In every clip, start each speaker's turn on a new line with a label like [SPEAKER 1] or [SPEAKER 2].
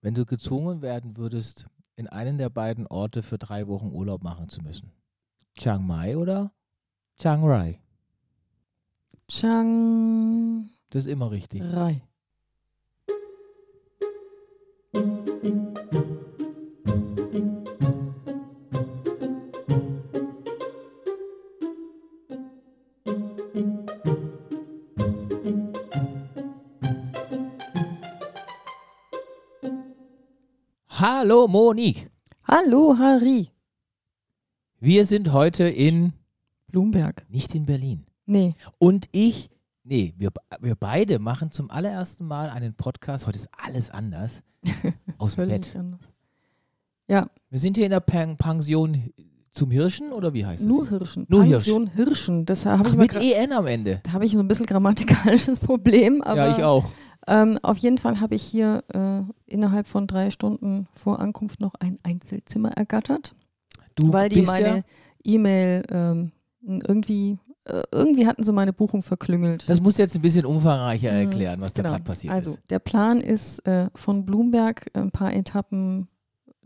[SPEAKER 1] wenn du gezwungen werden würdest, in einen der beiden Orte für drei Wochen Urlaub machen zu müssen? Chiang Mai oder Chiang Rai?
[SPEAKER 2] Chiang
[SPEAKER 1] Das ist immer richtig.
[SPEAKER 2] Rai.
[SPEAKER 1] Hallo Monique,
[SPEAKER 2] Hallo, Harry.
[SPEAKER 1] wir sind heute in,
[SPEAKER 2] Bloomberg.
[SPEAKER 1] nicht in Berlin.
[SPEAKER 2] Nee.
[SPEAKER 1] Und ich, nee, wir, wir beide machen zum allerersten Mal einen Podcast, heute ist alles anders, aus dem
[SPEAKER 2] Völlig
[SPEAKER 1] Bett.
[SPEAKER 2] anders.
[SPEAKER 1] Wir sind hier in der Pen- Pension zum Hirschen oder wie heißt
[SPEAKER 2] Nur
[SPEAKER 1] das?
[SPEAKER 2] Hirschen.
[SPEAKER 1] Nur
[SPEAKER 2] Pension Hirschen. Das habe
[SPEAKER 1] Ach,
[SPEAKER 2] ich, mal
[SPEAKER 1] mit E.
[SPEAKER 2] gra-
[SPEAKER 1] EN am Ende.
[SPEAKER 2] da habe ich so ein bisschen grammatikalisches Problem. Aber,
[SPEAKER 1] ja, ich auch.
[SPEAKER 2] Ähm, auf jeden Fall habe ich hier äh, innerhalb von drei Stunden vor Ankunft noch ein Einzelzimmer ergattert.
[SPEAKER 1] Du
[SPEAKER 2] weil die
[SPEAKER 1] bist
[SPEAKER 2] meine
[SPEAKER 1] ja,
[SPEAKER 2] E-Mail ähm, irgendwie, äh, irgendwie hatten sie meine Buchung verklüngelt.
[SPEAKER 1] das musst du jetzt ein bisschen umfangreicher
[SPEAKER 2] Mhm,
[SPEAKER 1] erklären, was da gerade passiert
[SPEAKER 2] also
[SPEAKER 1] ist.
[SPEAKER 2] der Plan ist äh, von Blumberg ein paar Etappen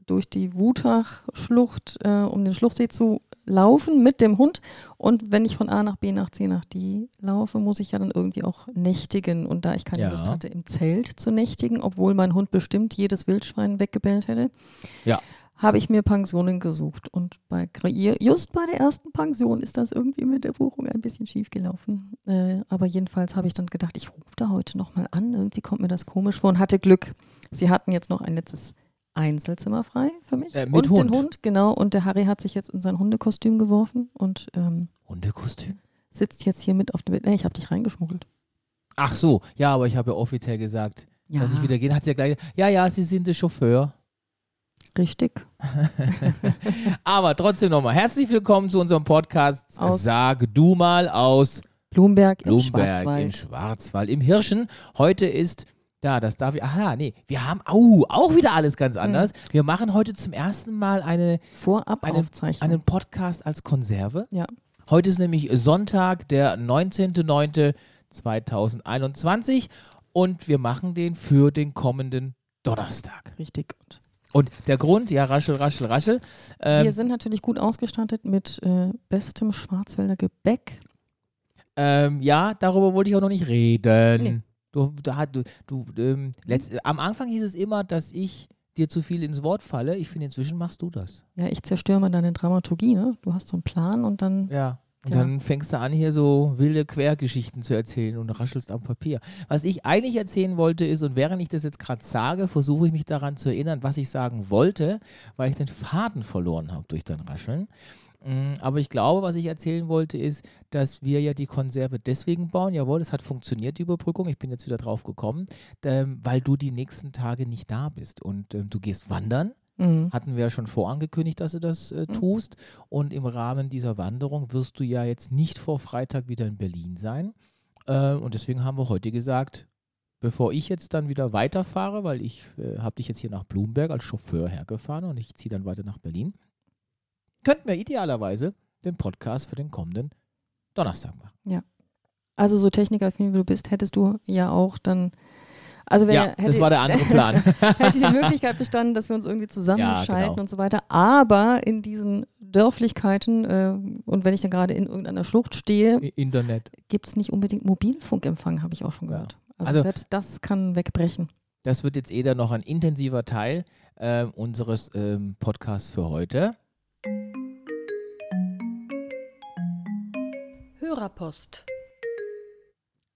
[SPEAKER 2] durch die Wutach-Schlucht, äh, um den Schluchsee zu laufen mit dem Hund. Und wenn ich von A nach B nach C nach D laufe, muss ich ja dann irgendwie auch nächtigen. Und da ich keine
[SPEAKER 1] Ja.
[SPEAKER 2] Lust hatte, im Zelt zu nächtigen, obwohl mein Hund bestimmt jedes Wildschwein weggebellt hätte,
[SPEAKER 1] Ja.
[SPEAKER 2] habe ich mir Pensionen gesucht. Und bei, Gre- just bei der ersten Pension ist das irgendwie mit der Buchung ein bisschen schief gelaufen. Äh, aber jedenfalls habe ich dann gedacht, ich rufe da heute nochmal an. Irgendwie kommt mir das komisch vor und hatte Glück. Sie hatten jetzt noch ein letztes Einzelzimmer frei für mich.
[SPEAKER 1] Äh, mit
[SPEAKER 2] und den
[SPEAKER 1] Hund.
[SPEAKER 2] Hund, genau. Und der Harry hat sich jetzt in sein Hundekostüm geworfen und ähm,
[SPEAKER 1] Hundekostüm?
[SPEAKER 2] sitzt jetzt hier mit auf dem Bett. Nee, ich habe dich reingeschmuggelt.
[SPEAKER 1] Ach so, ja, aber ich habe ja offiziell gesagt,
[SPEAKER 2] Ja,
[SPEAKER 1] dass ich wieder gehe. Hat sie ja gleich, ja, ja, Sie sind der Chauffeur.
[SPEAKER 2] richtig.
[SPEAKER 1] Aber trotzdem nochmal, herzlich willkommen zu unserem Podcast
[SPEAKER 2] Aus-
[SPEAKER 1] Sag du mal aus
[SPEAKER 2] Blumberg im
[SPEAKER 1] Blumberg im
[SPEAKER 2] Schwarzwald.
[SPEAKER 1] Schwarzwald, im Hirschen. Heute ist, da, das darf ich, aha, nee, wir haben, au, auch wieder alles ganz
[SPEAKER 2] Mhm.
[SPEAKER 1] anders. Wir machen heute zum ersten Mal eine,
[SPEAKER 2] Vorab
[SPEAKER 1] Eine-
[SPEAKER 2] aufzeichnen.
[SPEAKER 1] einen Podcast als Konserve.
[SPEAKER 2] Ja.
[SPEAKER 1] Heute ist nämlich Sonntag, der 19.09.2021 und wir machen den für den kommenden Donnerstag.
[SPEAKER 2] Richtig. Und
[SPEAKER 1] Und der Grund, ja, raschel, raschel, raschel. Ähm,
[SPEAKER 2] Wir sind natürlich gut ausgestattet mit äh, bestem Schwarzwälder Gebäck.
[SPEAKER 1] Ähm, ja, darüber wollte ich auch noch nicht reden.
[SPEAKER 2] Nee.
[SPEAKER 1] Du, da hat- du, du, ähm, letzt, am Anfang hieß es immer, dass ich dir zu viel ins Wort falle. Ich finde, inzwischen machst du das.
[SPEAKER 2] Ja, ich zerstöre mal deine Dramaturgie, ne? Du hast so einen Plan und dann.
[SPEAKER 1] Ja. Und
[SPEAKER 2] Tja.
[SPEAKER 1] dann fängst du an, hier so wilde Quergeschichten zu erzählen und raschelst am Papier. Was ich eigentlich erzählen wollte ist, und während ich das jetzt gerade sage, versuche ich mich daran zu erinnern, was ich sagen wollte, weil ich den Faden verloren habe durch dein Rascheln. Mm, Aber ich glaube, was ich erzählen wollte, ist, dass wir ja die Konserve deswegen bauen. Jawohl, es hat funktioniert, die Überbrückung. Ich bin jetzt wieder drauf gekommen, ähm, weil du die nächsten Tage nicht da bist. Und ähm, du gehst wandern
[SPEAKER 2] Mhm.
[SPEAKER 1] hatten wir ja schon vorangekündigt, dass du das äh, tust. Und im Rahmen dieser Wanderung wirst du ja jetzt nicht vor Freitag wieder in Berlin sein. Äh, und deswegen haben wir heute gesagt, bevor ich jetzt dann wieder weiterfahre, weil ich äh, habe dich jetzt hier nach Blumberg als Chauffeur hergefahren und ich ziehe dann weiter nach Berlin, könnten wir idealerweise den Podcast für den kommenden Donnerstag machen.
[SPEAKER 2] Also, so technikaffin wie du bist, hättest du ja auch dann. Also, wenn
[SPEAKER 1] ja,
[SPEAKER 2] hätte,
[SPEAKER 1] das war der andere Plan.
[SPEAKER 2] hätte die Möglichkeit bestanden, dass wir uns irgendwie zusammenschalten
[SPEAKER 1] Ja, genau.
[SPEAKER 2] und so weiter. Aber in diesen Dörflichkeiten äh, und wenn ich dann gerade in irgendeiner Schlucht stehe,
[SPEAKER 1] Internet.
[SPEAKER 2] gibt es nicht unbedingt Mobilfunkempfang, habe ich auch schon
[SPEAKER 1] Ja.
[SPEAKER 2] gehört. Also,
[SPEAKER 1] Also-
[SPEAKER 2] selbst das kann wegbrechen.
[SPEAKER 1] Das wird jetzt eh dann noch ein intensiver Teil ähm, unseres ähm, Podcasts für heute.
[SPEAKER 2] Hörerpost.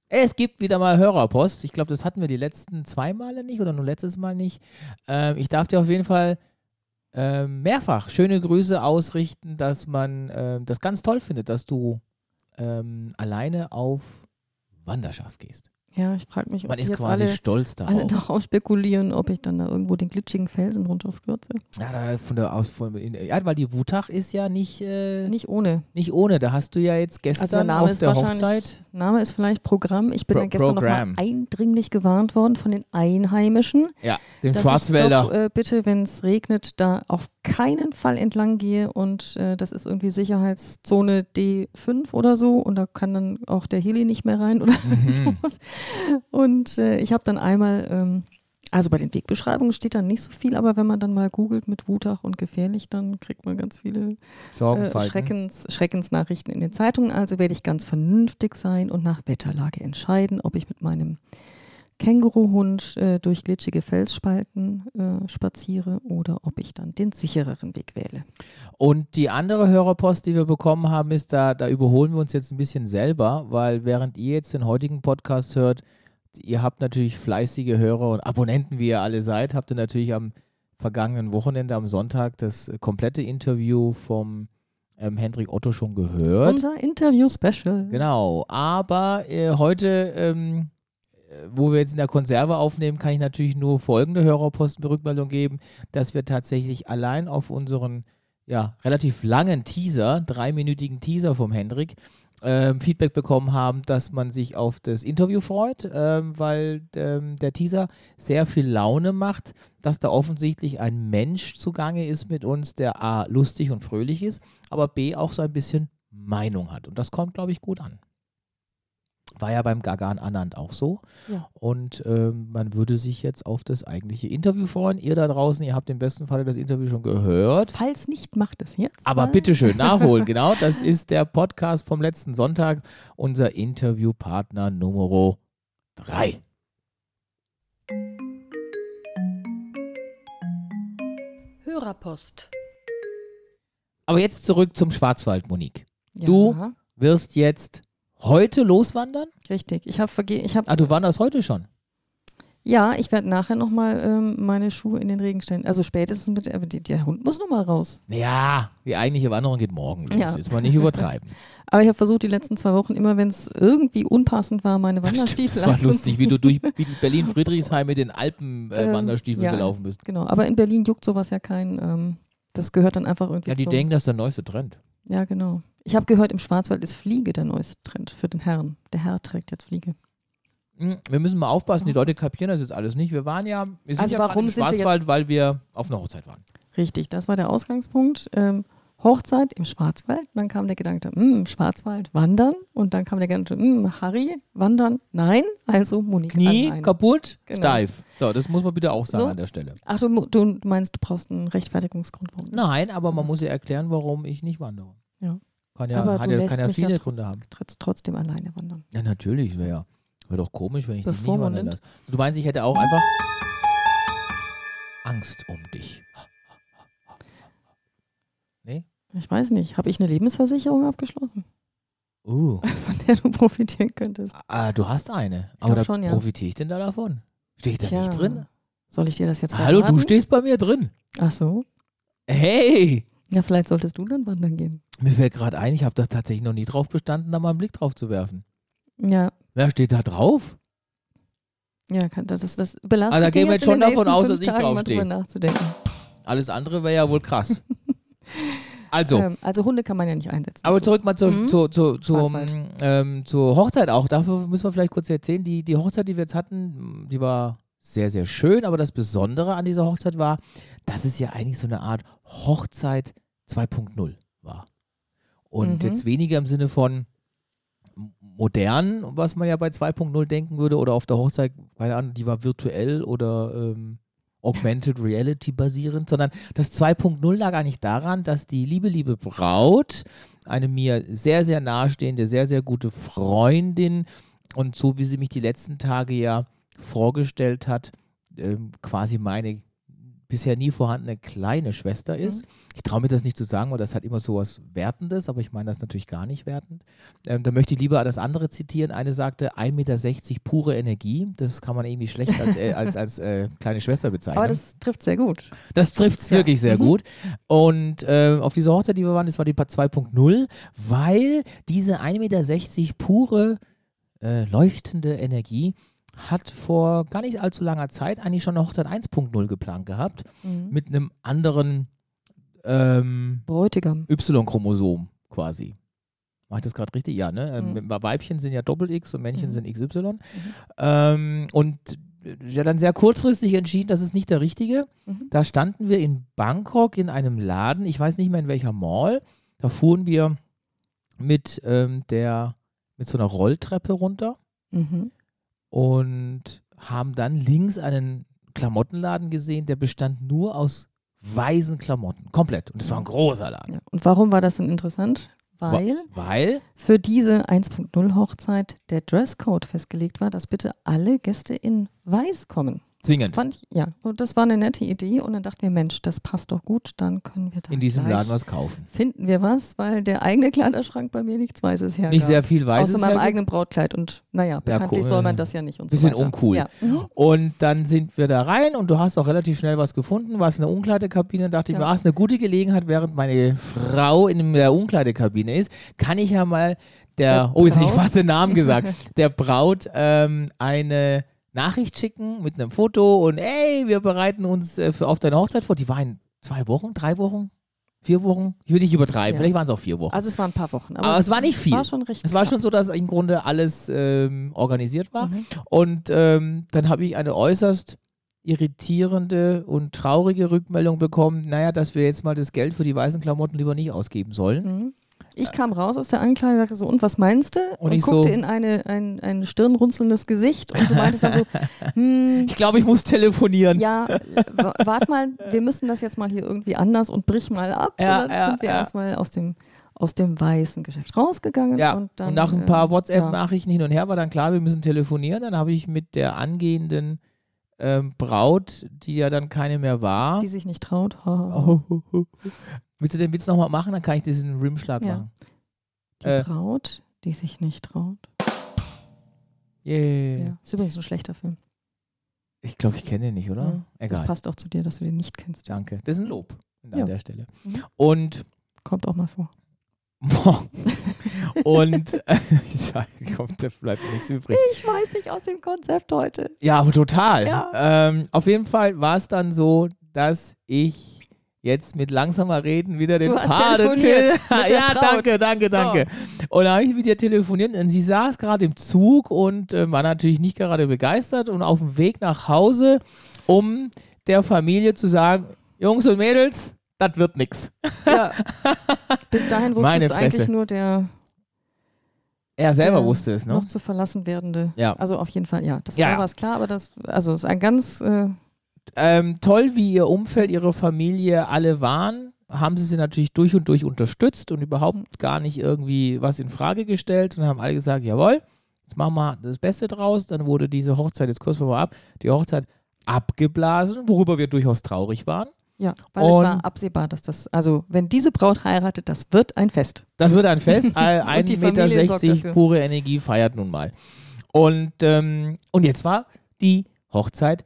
[SPEAKER 1] Es gibt wieder mal Hörerpost. Ich glaube, das hatten wir die letzten zwei Male nicht oder nur letztes Mal nicht. Ähm, ich darf dir auf jeden Fall ähm, mehrfach schöne Grüße ausrichten, dass man ähm, das ganz toll findet, dass du ähm, alleine auf Wanderschaft gehst.
[SPEAKER 2] Ja, ich frage mich, ob
[SPEAKER 1] Man
[SPEAKER 2] die
[SPEAKER 1] ist
[SPEAKER 2] jetzt
[SPEAKER 1] quasi
[SPEAKER 2] alle
[SPEAKER 1] stolz darauf.
[SPEAKER 2] alle darauf spekulieren, ob ich dann da irgendwo den glitschigen Felsen runterstürze.
[SPEAKER 1] Ja, da- von der, aus, von, in, ja, weil die Wutach ist ja nicht, äh, nicht.
[SPEAKER 2] Nicht ohne.
[SPEAKER 1] ohne. Da hast du ja jetzt
[SPEAKER 2] Also der
[SPEAKER 1] gestern
[SPEAKER 2] Name
[SPEAKER 1] auf
[SPEAKER 2] ist
[SPEAKER 1] der
[SPEAKER 2] wahrscheinlich
[SPEAKER 1] Hochzeit.
[SPEAKER 2] Name ist vielleicht Programm. Ich bin
[SPEAKER 1] Pro-
[SPEAKER 2] dann gestern
[SPEAKER 1] Programm.
[SPEAKER 2] nochmal eindringlich gewarnt worden von den Einheimischen,
[SPEAKER 1] Ja, den
[SPEAKER 2] dass
[SPEAKER 1] Schwarzwälder.
[SPEAKER 2] ich doch äh, bitte, wenn es regnet, da auf keinen Fall entlang gehe und äh, das ist irgendwie Sicherheitszone D5 oder so und da kann dann auch der Heli nicht mehr rein oder
[SPEAKER 1] Mhm.
[SPEAKER 2] sowas. Und äh, ich habe dann einmal ähm, Also bei den Wegbeschreibungen steht dann nicht so viel, aber wenn man dann mal googelt mit Wutach und gefährlich, dann kriegt man ganz viele äh,
[SPEAKER 1] Sorgenfalten.
[SPEAKER 2] Schreckens, Schreckensnachrichten in den Zeitungen. Also werde ich ganz vernünftig sein und nach Wetterlage entscheiden, ob ich mit meinem Känguruhund äh, durch glitschige Felsspalten äh, spaziere oder ob ich dann den sichereren Weg wähle.
[SPEAKER 1] Und die andere Hörerpost, die wir bekommen haben, ist, da, da überholen wir uns jetzt ein bisschen selber, weil während ihr jetzt den heutigen Podcast hört, ihr habt natürlich fleißige Hörer und Abonnenten, wie ihr alle seid, habt ihr natürlich am vergangenen Wochenende, am Sonntag, das äh, komplette Interview vom ähm, Hendrik Otto schon gehört.
[SPEAKER 2] Unser Interview-Special.
[SPEAKER 1] Genau, aber äh, heute, ähm, äh, wo wir jetzt in der Konserve aufnehmen, kann ich natürlich nur folgende Hörerposten Rückmeldung geben, dass wir tatsächlich allein auf unseren ja, relativ langen Teaser, dreiminütigen Teaser vom Hendrik, ähm, Feedback bekommen haben, dass man sich auf das Interview freut, ähm, weil ähm, der Teaser sehr viel Laune macht, dass da offensichtlich ein Mensch zugange ist mit uns, der A, lustig und fröhlich ist, aber B, auch so ein bisschen Meinung hat. Und das kommt, glaube ich, gut an. War ja beim Gagan Anand auch so.
[SPEAKER 2] Ja.
[SPEAKER 1] Und ähm, man würde sich jetzt auf das eigentliche Interview freuen. Ihr da draußen, ihr habt im besten Falle das Interview schon gehört.
[SPEAKER 2] Falls nicht, macht es jetzt.
[SPEAKER 1] Aber
[SPEAKER 2] weil-
[SPEAKER 1] bitteschön, nachholen, genau. Das ist der Podcast vom letzten Sonntag, unser Interviewpartner Nummer 3.
[SPEAKER 3] Hörerpost.
[SPEAKER 1] Aber jetzt zurück zum Schwarzwald, Monique.
[SPEAKER 2] Ja,
[SPEAKER 1] du- Wirst jetzt heute loswandern?
[SPEAKER 2] Richtig. Ich habe verge ich habe
[SPEAKER 1] Ah, du wanderst heute schon.
[SPEAKER 2] Ja, ich werde nachher nochmal ähm, meine Schuhe in den Regen stellen. Also spätestens mit, aber die, der Hund muss nochmal raus.
[SPEAKER 1] Ja, die eigentliche Wanderung geht morgen los.
[SPEAKER 2] Ja.
[SPEAKER 1] Jetzt mal nicht übertreiben.
[SPEAKER 2] Aber ich habe versucht, die letzten zwei Wochen immer, wenn es irgendwie unpassend war, meine
[SPEAKER 1] Das
[SPEAKER 2] Wanderstiefel
[SPEAKER 1] war lustig, wie
[SPEAKER 2] anzuziehen.
[SPEAKER 1] du durch Berlin-Friedrichsheim mit den Alpen-Wanderstiefeln äh,
[SPEAKER 2] Ähm,
[SPEAKER 1] Wanderstiefeln
[SPEAKER 2] ja.
[SPEAKER 1] gelaufen bist.
[SPEAKER 2] Genau, aber in Berlin juckt sowas ja kein. Ähm, das gehört dann einfach irgendwie
[SPEAKER 1] Ja, die
[SPEAKER 2] zum,
[SPEAKER 1] denken, das ist der neueste Trend.
[SPEAKER 2] Ja, genau. Ich habe gehört, im Schwarzwald ist Fliege der neueste Trend für den Herrn. Der Herr trägt jetzt Fliege.
[SPEAKER 1] Hm, Wir müssen mal aufpassen, die
[SPEAKER 2] Was?
[SPEAKER 1] Leute kapieren das jetzt alles nicht. Wir waren ja, wir sind
[SPEAKER 2] Also
[SPEAKER 1] ja gerade
[SPEAKER 2] warum
[SPEAKER 1] im
[SPEAKER 2] sind wir jetzt-
[SPEAKER 1] Schwarzwald, weil wir auf einer Hochzeit waren.
[SPEAKER 2] Richtig, das war der Ausgangspunkt. Ähm, Hochzeit im Schwarzwald. Dann kam der Gedanke, hm, Schwarzwald, wandern. Und dann kam der Gedanke, hm, Harry, wandern, nein. Also Monique
[SPEAKER 1] Knie
[SPEAKER 2] allein.
[SPEAKER 1] kaputt,
[SPEAKER 2] Genau.
[SPEAKER 1] steif. So, das muss man bitte auch sagen
[SPEAKER 2] So.
[SPEAKER 1] an der Stelle.
[SPEAKER 2] Ach, du, mu- du meinst, du brauchst einen Rechtfertigungsgrund. Warum?
[SPEAKER 1] Nein, aber man
[SPEAKER 2] Was?
[SPEAKER 1] muss ja erklären, warum ich nicht wandere.
[SPEAKER 2] Ja.
[SPEAKER 1] Kann ja,
[SPEAKER 2] Aber
[SPEAKER 1] hat
[SPEAKER 2] du
[SPEAKER 1] ja,
[SPEAKER 2] lässt
[SPEAKER 1] kann ja
[SPEAKER 2] mich
[SPEAKER 1] viele
[SPEAKER 2] ja
[SPEAKER 1] Gründe haben.
[SPEAKER 2] Trotz, trotzdem alleine wandern.
[SPEAKER 1] Ja, natürlich, wäre ja. Wäre doch komisch, wenn ich dich nicht
[SPEAKER 2] Bevor man
[SPEAKER 1] wandern lasse.
[SPEAKER 2] nimmt.
[SPEAKER 1] Du meinst, ich hätte auch einfach Angst um dich.
[SPEAKER 2] Ich weiß nicht, habe ich eine Lebensversicherung abgeschlossen,
[SPEAKER 1] Uh,
[SPEAKER 2] von der du profitieren könntest?
[SPEAKER 1] ah, du hast eine. Aber
[SPEAKER 2] glaub
[SPEAKER 1] da
[SPEAKER 2] schon, ja.
[SPEAKER 1] profitiere ich denn da davon? Stehe ich da
[SPEAKER 2] Tja,
[SPEAKER 1] nicht drin?
[SPEAKER 2] Soll ich dir das jetzt
[SPEAKER 1] Hallo, du
[SPEAKER 2] verraten?
[SPEAKER 1] stehst bei mir drin.
[SPEAKER 2] Ach so.
[SPEAKER 1] Hey!
[SPEAKER 2] Ja, vielleicht solltest du dann wandern gehen.
[SPEAKER 1] Mir fällt gerade ein, ich habe da tatsächlich noch nie drauf bestanden, da mal einen Blick drauf zu werfen.
[SPEAKER 2] Ja,
[SPEAKER 1] Wer steht da drauf?
[SPEAKER 2] ja, kann, das, das belastet
[SPEAKER 1] Ah, da
[SPEAKER 2] dich
[SPEAKER 1] gehen wir
[SPEAKER 2] jetzt
[SPEAKER 1] jetzt schon
[SPEAKER 2] in den
[SPEAKER 1] davon
[SPEAKER 2] nächsten
[SPEAKER 1] aus,
[SPEAKER 2] fünf
[SPEAKER 1] dass ich
[SPEAKER 2] Tagen mal
[SPEAKER 1] draufstehe.
[SPEAKER 2] drüber nachzudenken.
[SPEAKER 1] Alles andere wäre ja wohl krass. Also,
[SPEAKER 2] Ähm, also Hunde kann man ja nicht einsetzen.
[SPEAKER 1] aber
[SPEAKER 2] So.
[SPEAKER 1] zurück mal zur,
[SPEAKER 2] Mhm.
[SPEAKER 1] zur, zur, zur,
[SPEAKER 2] Schwarzwald.
[SPEAKER 1] ähm, zur Hochzeit auch. Dafür müssen wir vielleicht kurz erzählen. Die, die Hochzeit, die wir jetzt hatten, die war sehr, sehr schön. Aber das Besondere an dieser Hochzeit war, dass es ja eigentlich so eine Art Hochzeit 2.0 war. Und
[SPEAKER 2] Mhm.
[SPEAKER 1] jetzt weniger im Sinne von modern, was man ja bei 2.0 denken würde, oder auf der Hochzeit, keine Ahnung, die war virtuell oder ähm, Augmented Reality basierend, sondern das 2.0 lag eigentlich daran, dass die liebe, liebe Braut, eine mir sehr, sehr nahestehende, sehr, sehr gute Freundin und so wie sie mich die letzten Tage ja vorgestellt hat, ähm, quasi meine bisher nie vorhandene kleine Schwester
[SPEAKER 2] Mhm.
[SPEAKER 1] ist. Ich traue mir das nicht zu sagen, weil das hat immer so was Wertendes, aber ich meine das natürlich gar nicht wertend. Ähm, da möchte ich lieber das andere zitieren. Eine sagte, 1,60 Meter pure Energie. Das kann man irgendwie schlecht als, äh, als, als äh, kleine Schwester bezeichnen.
[SPEAKER 2] Aber das trifft sehr gut.
[SPEAKER 1] Das trifft es
[SPEAKER 2] Ja.
[SPEAKER 1] wirklich sehr
[SPEAKER 2] Mhm.
[SPEAKER 1] gut. Und äh, auf diese Hochzeit, die wir waren, das war die Part 2.0, weil diese 1,60 Meter pure äh, leuchtende Energie hat vor gar nicht allzu langer Zeit eigentlich schon eine Hochzeit 1.0 geplant gehabt
[SPEAKER 2] Mhm.
[SPEAKER 1] mit einem anderen ähm,
[SPEAKER 2] Bräutigam.
[SPEAKER 1] Y-Chromosom quasi. Mach ich das gerade richtig? Ja, ne? Ähm,
[SPEAKER 2] Mhm.
[SPEAKER 1] Weibchen sind ja Doppel-X und Männchen
[SPEAKER 2] Mhm.
[SPEAKER 1] sind XY. Ähm, und ja, dann sehr kurzfristig entschieden, das ist nicht der richtige.
[SPEAKER 2] Mhm.
[SPEAKER 1] Da standen wir in Bangkok in einem Laden, ich weiß nicht mehr in welcher Mall. Da fuhren wir mit, ähm, der, mit so einer Rolltreppe runter
[SPEAKER 2] Mhm.
[SPEAKER 1] und haben dann links einen Klamottenladen gesehen, der bestand nur aus weißen Klamotten. Komplett. Und es war ein großer Laden.
[SPEAKER 2] Ja. Und warum war das denn interessant? Weil
[SPEAKER 1] Wa- Weil?
[SPEAKER 2] für diese 1.0 Hochzeit der Dresscode festgelegt war, dass bitte alle Gäste in weiß kommen.
[SPEAKER 1] Zwingend.
[SPEAKER 2] Fand ich, ja, und das war eine nette Idee und dann dachten wir, Mensch, das passt doch gut, dann können wir da
[SPEAKER 1] In diesem
[SPEAKER 2] gleich
[SPEAKER 1] Laden was kaufen.
[SPEAKER 2] finden wir was, weil der eigene Kleiderschrank bei mir nichts Weißes hergab.
[SPEAKER 1] Nicht sehr viel
[SPEAKER 2] Außer
[SPEAKER 1] weißes.
[SPEAKER 2] meinem
[SPEAKER 1] hergibt.
[SPEAKER 2] eigenen Brautkleid und naja, bekanntlich
[SPEAKER 1] cool.
[SPEAKER 2] soll man das ja nicht und
[SPEAKER 1] Bisschen
[SPEAKER 2] so weiter.
[SPEAKER 1] uncool. Oh.
[SPEAKER 2] Ja. Mhm.
[SPEAKER 1] Und dann sind wir da rein und du hast auch relativ schnell was gefunden, warst in der Umkleidekabine. Dachte ich mir,
[SPEAKER 2] Ja.
[SPEAKER 1] ah, ist eine gute Gelegenheit, während meine Frau in der Umkleidekabine ist, kann ich ja mal der,
[SPEAKER 2] Der
[SPEAKER 1] oh, jetzt hätte ich
[SPEAKER 2] Braut?
[SPEAKER 1] fast den Namen gesagt, der Braut ähm, eine Nachricht schicken mit einem Foto und ey, wir bereiten uns äh, für, auf deine Hochzeit vor. Die war in zwei Wochen, drei Wochen, vier Wochen. Ich will nicht übertreiben,
[SPEAKER 2] Ja.
[SPEAKER 1] vielleicht waren es auch vier Wochen.
[SPEAKER 2] Also es waren ein paar Wochen.
[SPEAKER 1] Aber es war nicht viel.
[SPEAKER 2] War schon recht
[SPEAKER 1] es war
[SPEAKER 2] knapp.
[SPEAKER 1] schon so, dass im Grunde alles ähm, organisiert war.
[SPEAKER 2] Mhm.
[SPEAKER 1] Und ähm, dann habe ich eine äußerst irritierende und traurige Rückmeldung bekommen, naja, dass wir jetzt mal das Geld für die weißen Klamotten lieber nicht ausgeben sollen.
[SPEAKER 2] Mhm. Ich kam raus aus der Ankleide und sagte so, und was meinst du?
[SPEAKER 1] Und
[SPEAKER 2] Und,
[SPEAKER 1] ich
[SPEAKER 2] guckte
[SPEAKER 1] so-
[SPEAKER 2] in eine, ein, ein stirnrunzelndes Gesicht und du meintest dann so, hm,
[SPEAKER 1] Ich glaube, ich muss telefonieren.
[SPEAKER 2] ja, äh, wa- wart mal, wir müssen das jetzt mal hier irgendwie anders und brich mal ab.
[SPEAKER 1] Ja,
[SPEAKER 2] und dann
[SPEAKER 1] ja,
[SPEAKER 2] sind wir
[SPEAKER 1] ja.
[SPEAKER 2] erstmal aus dem, aus dem weißen Geschäft rausgegangen.
[SPEAKER 1] Ja,
[SPEAKER 2] und, dann,
[SPEAKER 1] nach ein
[SPEAKER 2] äh,
[SPEAKER 1] paar
[SPEAKER 2] ja.
[SPEAKER 1] WhatsApp-Nachrichten hin und her war dann klar, wir müssen telefonieren. Dann habe ich mit der angehenden ähm, Braut, die ja dann keine mehr war.
[SPEAKER 2] Die sich nicht traut. haha.
[SPEAKER 1] Oh, oh, oh. Willst du den Witz nochmal machen? Dann kann ich diesen Rimschlag
[SPEAKER 2] Ja.
[SPEAKER 1] machen.
[SPEAKER 2] Die
[SPEAKER 1] äh.
[SPEAKER 2] Braut, die sich nicht traut.
[SPEAKER 1] Yeah.
[SPEAKER 2] Ja. Ist übrigens ein schlechter Film.
[SPEAKER 1] Ich glaube, ich kenne den nicht, oder?
[SPEAKER 2] Mhm. Das
[SPEAKER 1] Egal.
[SPEAKER 2] passt auch zu dir, dass du den nicht kennst.
[SPEAKER 1] Danke. Das ist ein Lob an
[SPEAKER 2] Ja.
[SPEAKER 1] der Stelle.
[SPEAKER 2] Mhm.
[SPEAKER 1] Und
[SPEAKER 2] Kommt auch mal vor.
[SPEAKER 1] Und äh, Scheiße, kommt, da bleibt nichts übrig.
[SPEAKER 2] Ich weiß nicht aus dem Konzept heute.
[SPEAKER 1] Ja, aber total.
[SPEAKER 2] Ja.
[SPEAKER 1] Ähm, auf jeden Fall war es dann so, dass ich jetzt mit langsamer Reden wieder den
[SPEAKER 2] Du hast
[SPEAKER 1] Faden
[SPEAKER 2] telefoniert mit der
[SPEAKER 1] Ja,
[SPEAKER 2] Braut.
[SPEAKER 1] danke, danke,
[SPEAKER 2] So.
[SPEAKER 1] danke. Und da habe ich mit ihr telefoniert und sie saß gerade im Zug und äh, war natürlich nicht gerade begeistert und auf dem Weg nach Hause, um der Familie zu sagen, Jungs und Mädels, das wird nix.
[SPEAKER 2] Ja. Bis dahin wusste
[SPEAKER 1] Meine
[SPEAKER 2] es eigentlich
[SPEAKER 1] Fresse.
[SPEAKER 2] nur der
[SPEAKER 1] Er selber
[SPEAKER 2] Der
[SPEAKER 1] wusste es, ne?
[SPEAKER 2] noch zu verlassen werdende.
[SPEAKER 1] Ja.
[SPEAKER 2] Also auf jeden Fall, ja. Das
[SPEAKER 1] Ja,
[SPEAKER 2] war
[SPEAKER 1] ja.
[SPEAKER 2] was klar, aber das also ist ein ganz äh,
[SPEAKER 1] ähm, toll, wie ihr Umfeld, ihre Familie alle waren, haben sie sie natürlich durch und durch unterstützt und überhaupt gar nicht irgendwie was in Frage gestellt und haben alle gesagt, jawohl, jetzt machen wir das Beste draus. Dann wurde diese Hochzeit, jetzt kurz mal ab, die Hochzeit abgeblasen, worüber wir durchaus traurig waren.
[SPEAKER 2] Ja, weil es
[SPEAKER 1] Und-
[SPEAKER 2] war absehbar, dass das, also wenn diese Braut heiratet, das wird ein Fest.
[SPEAKER 1] Das wird ein Fest. All
[SPEAKER 2] Und die
[SPEAKER 1] 1,60 Meter
[SPEAKER 2] Familie sorgt dafür.
[SPEAKER 1] pure Energie feiert nun mal. Und, ähm, und jetzt war die Hochzeit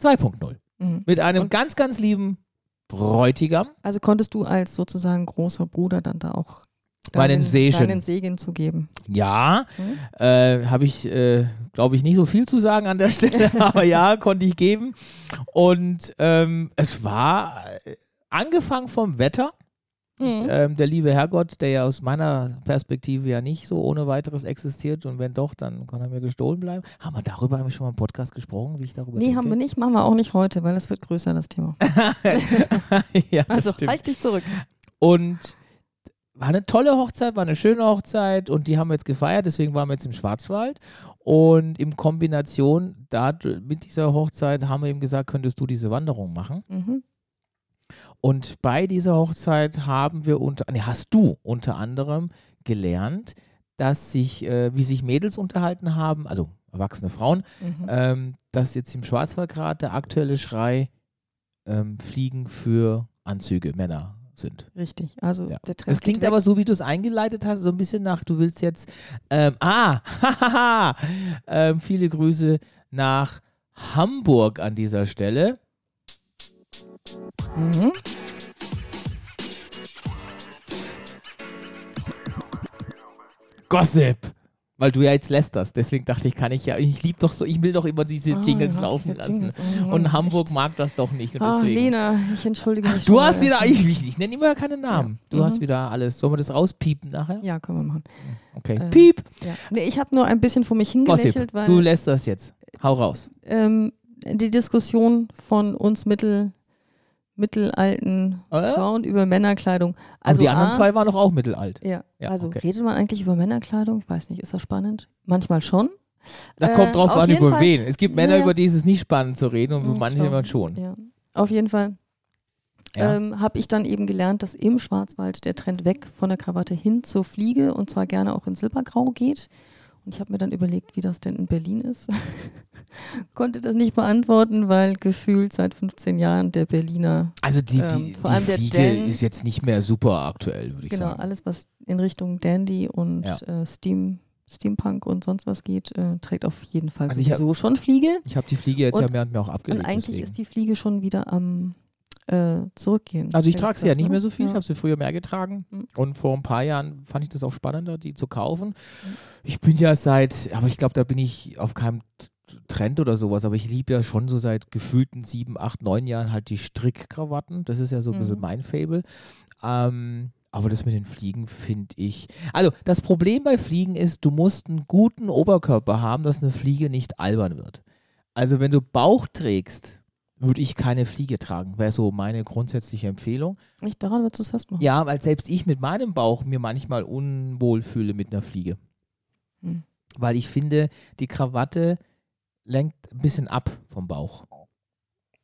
[SPEAKER 1] 2.0
[SPEAKER 2] Mhm.
[SPEAKER 1] mit einem
[SPEAKER 2] Und-
[SPEAKER 1] ganz, ganz lieben Bräutigam.
[SPEAKER 2] Also konntest du als sozusagen großer Bruder dann da auch
[SPEAKER 1] Meinen Segen.
[SPEAKER 2] deinen Segen zu geben.
[SPEAKER 1] Ja,
[SPEAKER 2] Mhm.
[SPEAKER 1] äh, habe ich, äh, glaube ich, nicht so viel zu sagen an der Stelle, aber ja, konnte ich geben. Und ähm, es war äh, angefangen vom Wetter.
[SPEAKER 2] Mhm.
[SPEAKER 1] Ähm, der liebe Herrgott, der ja aus meiner Perspektive ja nicht so ohne weiteres existiert und wenn doch, dann kann er mir gestohlen bleiben. Haben wir darüber eigentlich schon mal im Podcast gesprochen, wie ich darüber
[SPEAKER 2] Nee,
[SPEAKER 1] denke?
[SPEAKER 2] haben wir nicht, machen wir auch nicht heute, weil das wird größer, das Thema.
[SPEAKER 1] nicht. ja, das
[SPEAKER 2] Also
[SPEAKER 1] stimmt.
[SPEAKER 2] halt dich zurück.
[SPEAKER 1] Und war eine tolle Hochzeit, war eine schöne Hochzeit und die haben wir jetzt gefeiert, deswegen waren wir jetzt im Schwarzwald. Und in Kombination dad- mit dieser Hochzeit haben wir ihm gesagt, könntest du diese Wanderung machen.
[SPEAKER 2] Mhm.
[SPEAKER 1] Und bei dieser Hochzeit haben wir unter, nee, hast du unter anderem gelernt, dass sich, äh, wie sich Mädels unterhalten haben, also erwachsene Frauen,
[SPEAKER 2] Mhm.
[SPEAKER 1] ähm, dass jetzt im Schwarzwald gerade der aktuelle Schrei ähm, Fliegen für Anzüge Männer sind.
[SPEAKER 2] Richtig, also
[SPEAKER 1] Ja.
[SPEAKER 2] der Trend
[SPEAKER 1] Das klingt
[SPEAKER 2] geht weg.
[SPEAKER 1] aber so, wie du es eingeleitet hast, so ein bisschen nach, du willst jetzt, ähm, ah, hahaha, ähm, viele Grüße nach Hamburg an dieser Stelle.
[SPEAKER 2] Mhm.
[SPEAKER 1] Gossip! Weil du ja jetzt lästerst, deswegen dachte ich, kann ich ja, ich lieb doch so, ich will doch immer diese
[SPEAKER 2] Ah,
[SPEAKER 1] Jingles
[SPEAKER 2] ja,
[SPEAKER 1] laufen
[SPEAKER 2] diese
[SPEAKER 1] lassen.
[SPEAKER 2] Jingles, oh Mann,
[SPEAKER 1] Und Hamburg
[SPEAKER 2] echt.
[SPEAKER 1] mag das doch nicht. Und
[SPEAKER 2] Ah,
[SPEAKER 1] deswegen.
[SPEAKER 2] Lena, ich entschuldige mich. schon
[SPEAKER 1] du
[SPEAKER 2] mal
[SPEAKER 1] hast wieder,
[SPEAKER 2] erstmal.
[SPEAKER 1] ich, ich, ich nenne immer keine Namen. Du
[SPEAKER 2] Mhm.
[SPEAKER 1] hast wieder alles. Sollen wir das rauspiepen nachher?
[SPEAKER 2] Ja, können wir machen.
[SPEAKER 1] Okay.
[SPEAKER 2] Äh,
[SPEAKER 1] Piep!
[SPEAKER 2] Ja. Nee, ich habe nur ein bisschen vor mich hingelächelt,
[SPEAKER 1] Gossip.
[SPEAKER 2] weil
[SPEAKER 1] Du lässt das jetzt. Hau raus.
[SPEAKER 2] ähm, die Diskussion von uns mittel, mittelalten
[SPEAKER 1] Äh?
[SPEAKER 2] Frauen über Männerkleidung.
[SPEAKER 1] Also
[SPEAKER 2] Also
[SPEAKER 1] die anderen
[SPEAKER 2] A,
[SPEAKER 1] zwei waren doch auch mittelalt.
[SPEAKER 2] Ja,
[SPEAKER 1] Ja,
[SPEAKER 2] also
[SPEAKER 1] okay.
[SPEAKER 2] redet man eigentlich über Männerkleidung? Ich weiß nicht, ist das spannend? Manchmal schon,
[SPEAKER 1] Da
[SPEAKER 2] Äh,
[SPEAKER 1] kommt drauf
[SPEAKER 2] auf
[SPEAKER 1] an,
[SPEAKER 2] jeden
[SPEAKER 1] über
[SPEAKER 2] Fall-
[SPEAKER 1] wen. Es gibt Männer,
[SPEAKER 2] Naja.
[SPEAKER 1] über die ist es nicht spannend zu reden und
[SPEAKER 2] Mhm,
[SPEAKER 1] über manche
[SPEAKER 2] schon.
[SPEAKER 1] man schon.
[SPEAKER 2] Ja. Auf jeden Fall
[SPEAKER 1] Ja.
[SPEAKER 2] ähm, habe ich dann eben gelernt, dass im Schwarzwald der Trend weg von der Krawatte hin zur Fliege und zwar gerne auch in Silbergrau geht. Und ich habe mir dann überlegt, wie das denn in Berlin ist. Konnte das nicht beantworten, weil gefühlt seit 15 Jahren der Berliner,
[SPEAKER 1] Also die, die,
[SPEAKER 2] ähm, vor
[SPEAKER 1] die
[SPEAKER 2] allem der
[SPEAKER 1] Fliege
[SPEAKER 2] Dan-
[SPEAKER 1] ist jetzt nicht mehr super aktuell, würde ich
[SPEAKER 2] genau,
[SPEAKER 1] sagen.
[SPEAKER 2] alles was in Richtung Dandy und
[SPEAKER 1] Ja.
[SPEAKER 2] äh, Steam, Steampunk und sonst was geht, äh, trägt auf jeden Fall
[SPEAKER 1] Also ich hab-
[SPEAKER 2] sowieso schon Fliege.
[SPEAKER 1] Ich habe die Fliege jetzt
[SPEAKER 2] Und-
[SPEAKER 1] ja mehr und mehr auch
[SPEAKER 2] Und
[SPEAKER 1] abgelegt.
[SPEAKER 2] eigentlich
[SPEAKER 1] deswegen.
[SPEAKER 2] ist die Fliege schon wieder am äh, Zurückgehen.
[SPEAKER 1] also ich
[SPEAKER 2] ehrlich
[SPEAKER 1] trage sie ja
[SPEAKER 2] gesagt,
[SPEAKER 1] nicht
[SPEAKER 2] ne?
[SPEAKER 1] mehr so viel, ich
[SPEAKER 2] Ja.
[SPEAKER 1] habe sie früher mehr getragen
[SPEAKER 2] Mhm.
[SPEAKER 1] und vor ein paar Jahren fand ich das auch spannender, die zu kaufen. Ich bin ja seit, aber ich glaube, da bin ich auf keinem T- Trend oder sowas, aber ich liebe ja schon so seit gefühlten sieben, acht, neun Jahren halt die Strickkrawatten. Das ist ja so ein bisschen
[SPEAKER 2] Mhm.
[SPEAKER 1] mein Fable. Ähm, aber das mit den Fliegen finde ich. Also, das Problem bei Fliegen ist, du musst einen guten Oberkörper haben, dass eine Fliege nicht albern wird. Also, wenn du Bauch trägst, würde ich keine Fliege tragen. Wäre so meine grundsätzliche Empfehlung.
[SPEAKER 2] Nicht daran würdest du es festmachen.
[SPEAKER 1] Ja, weil selbst ich mit meinem Bauch mir manchmal unwohl fühle mit einer Fliege.
[SPEAKER 2] Hm.
[SPEAKER 1] Weil ich finde, die Krawatte lenkt ein bisschen ab vom Bauch.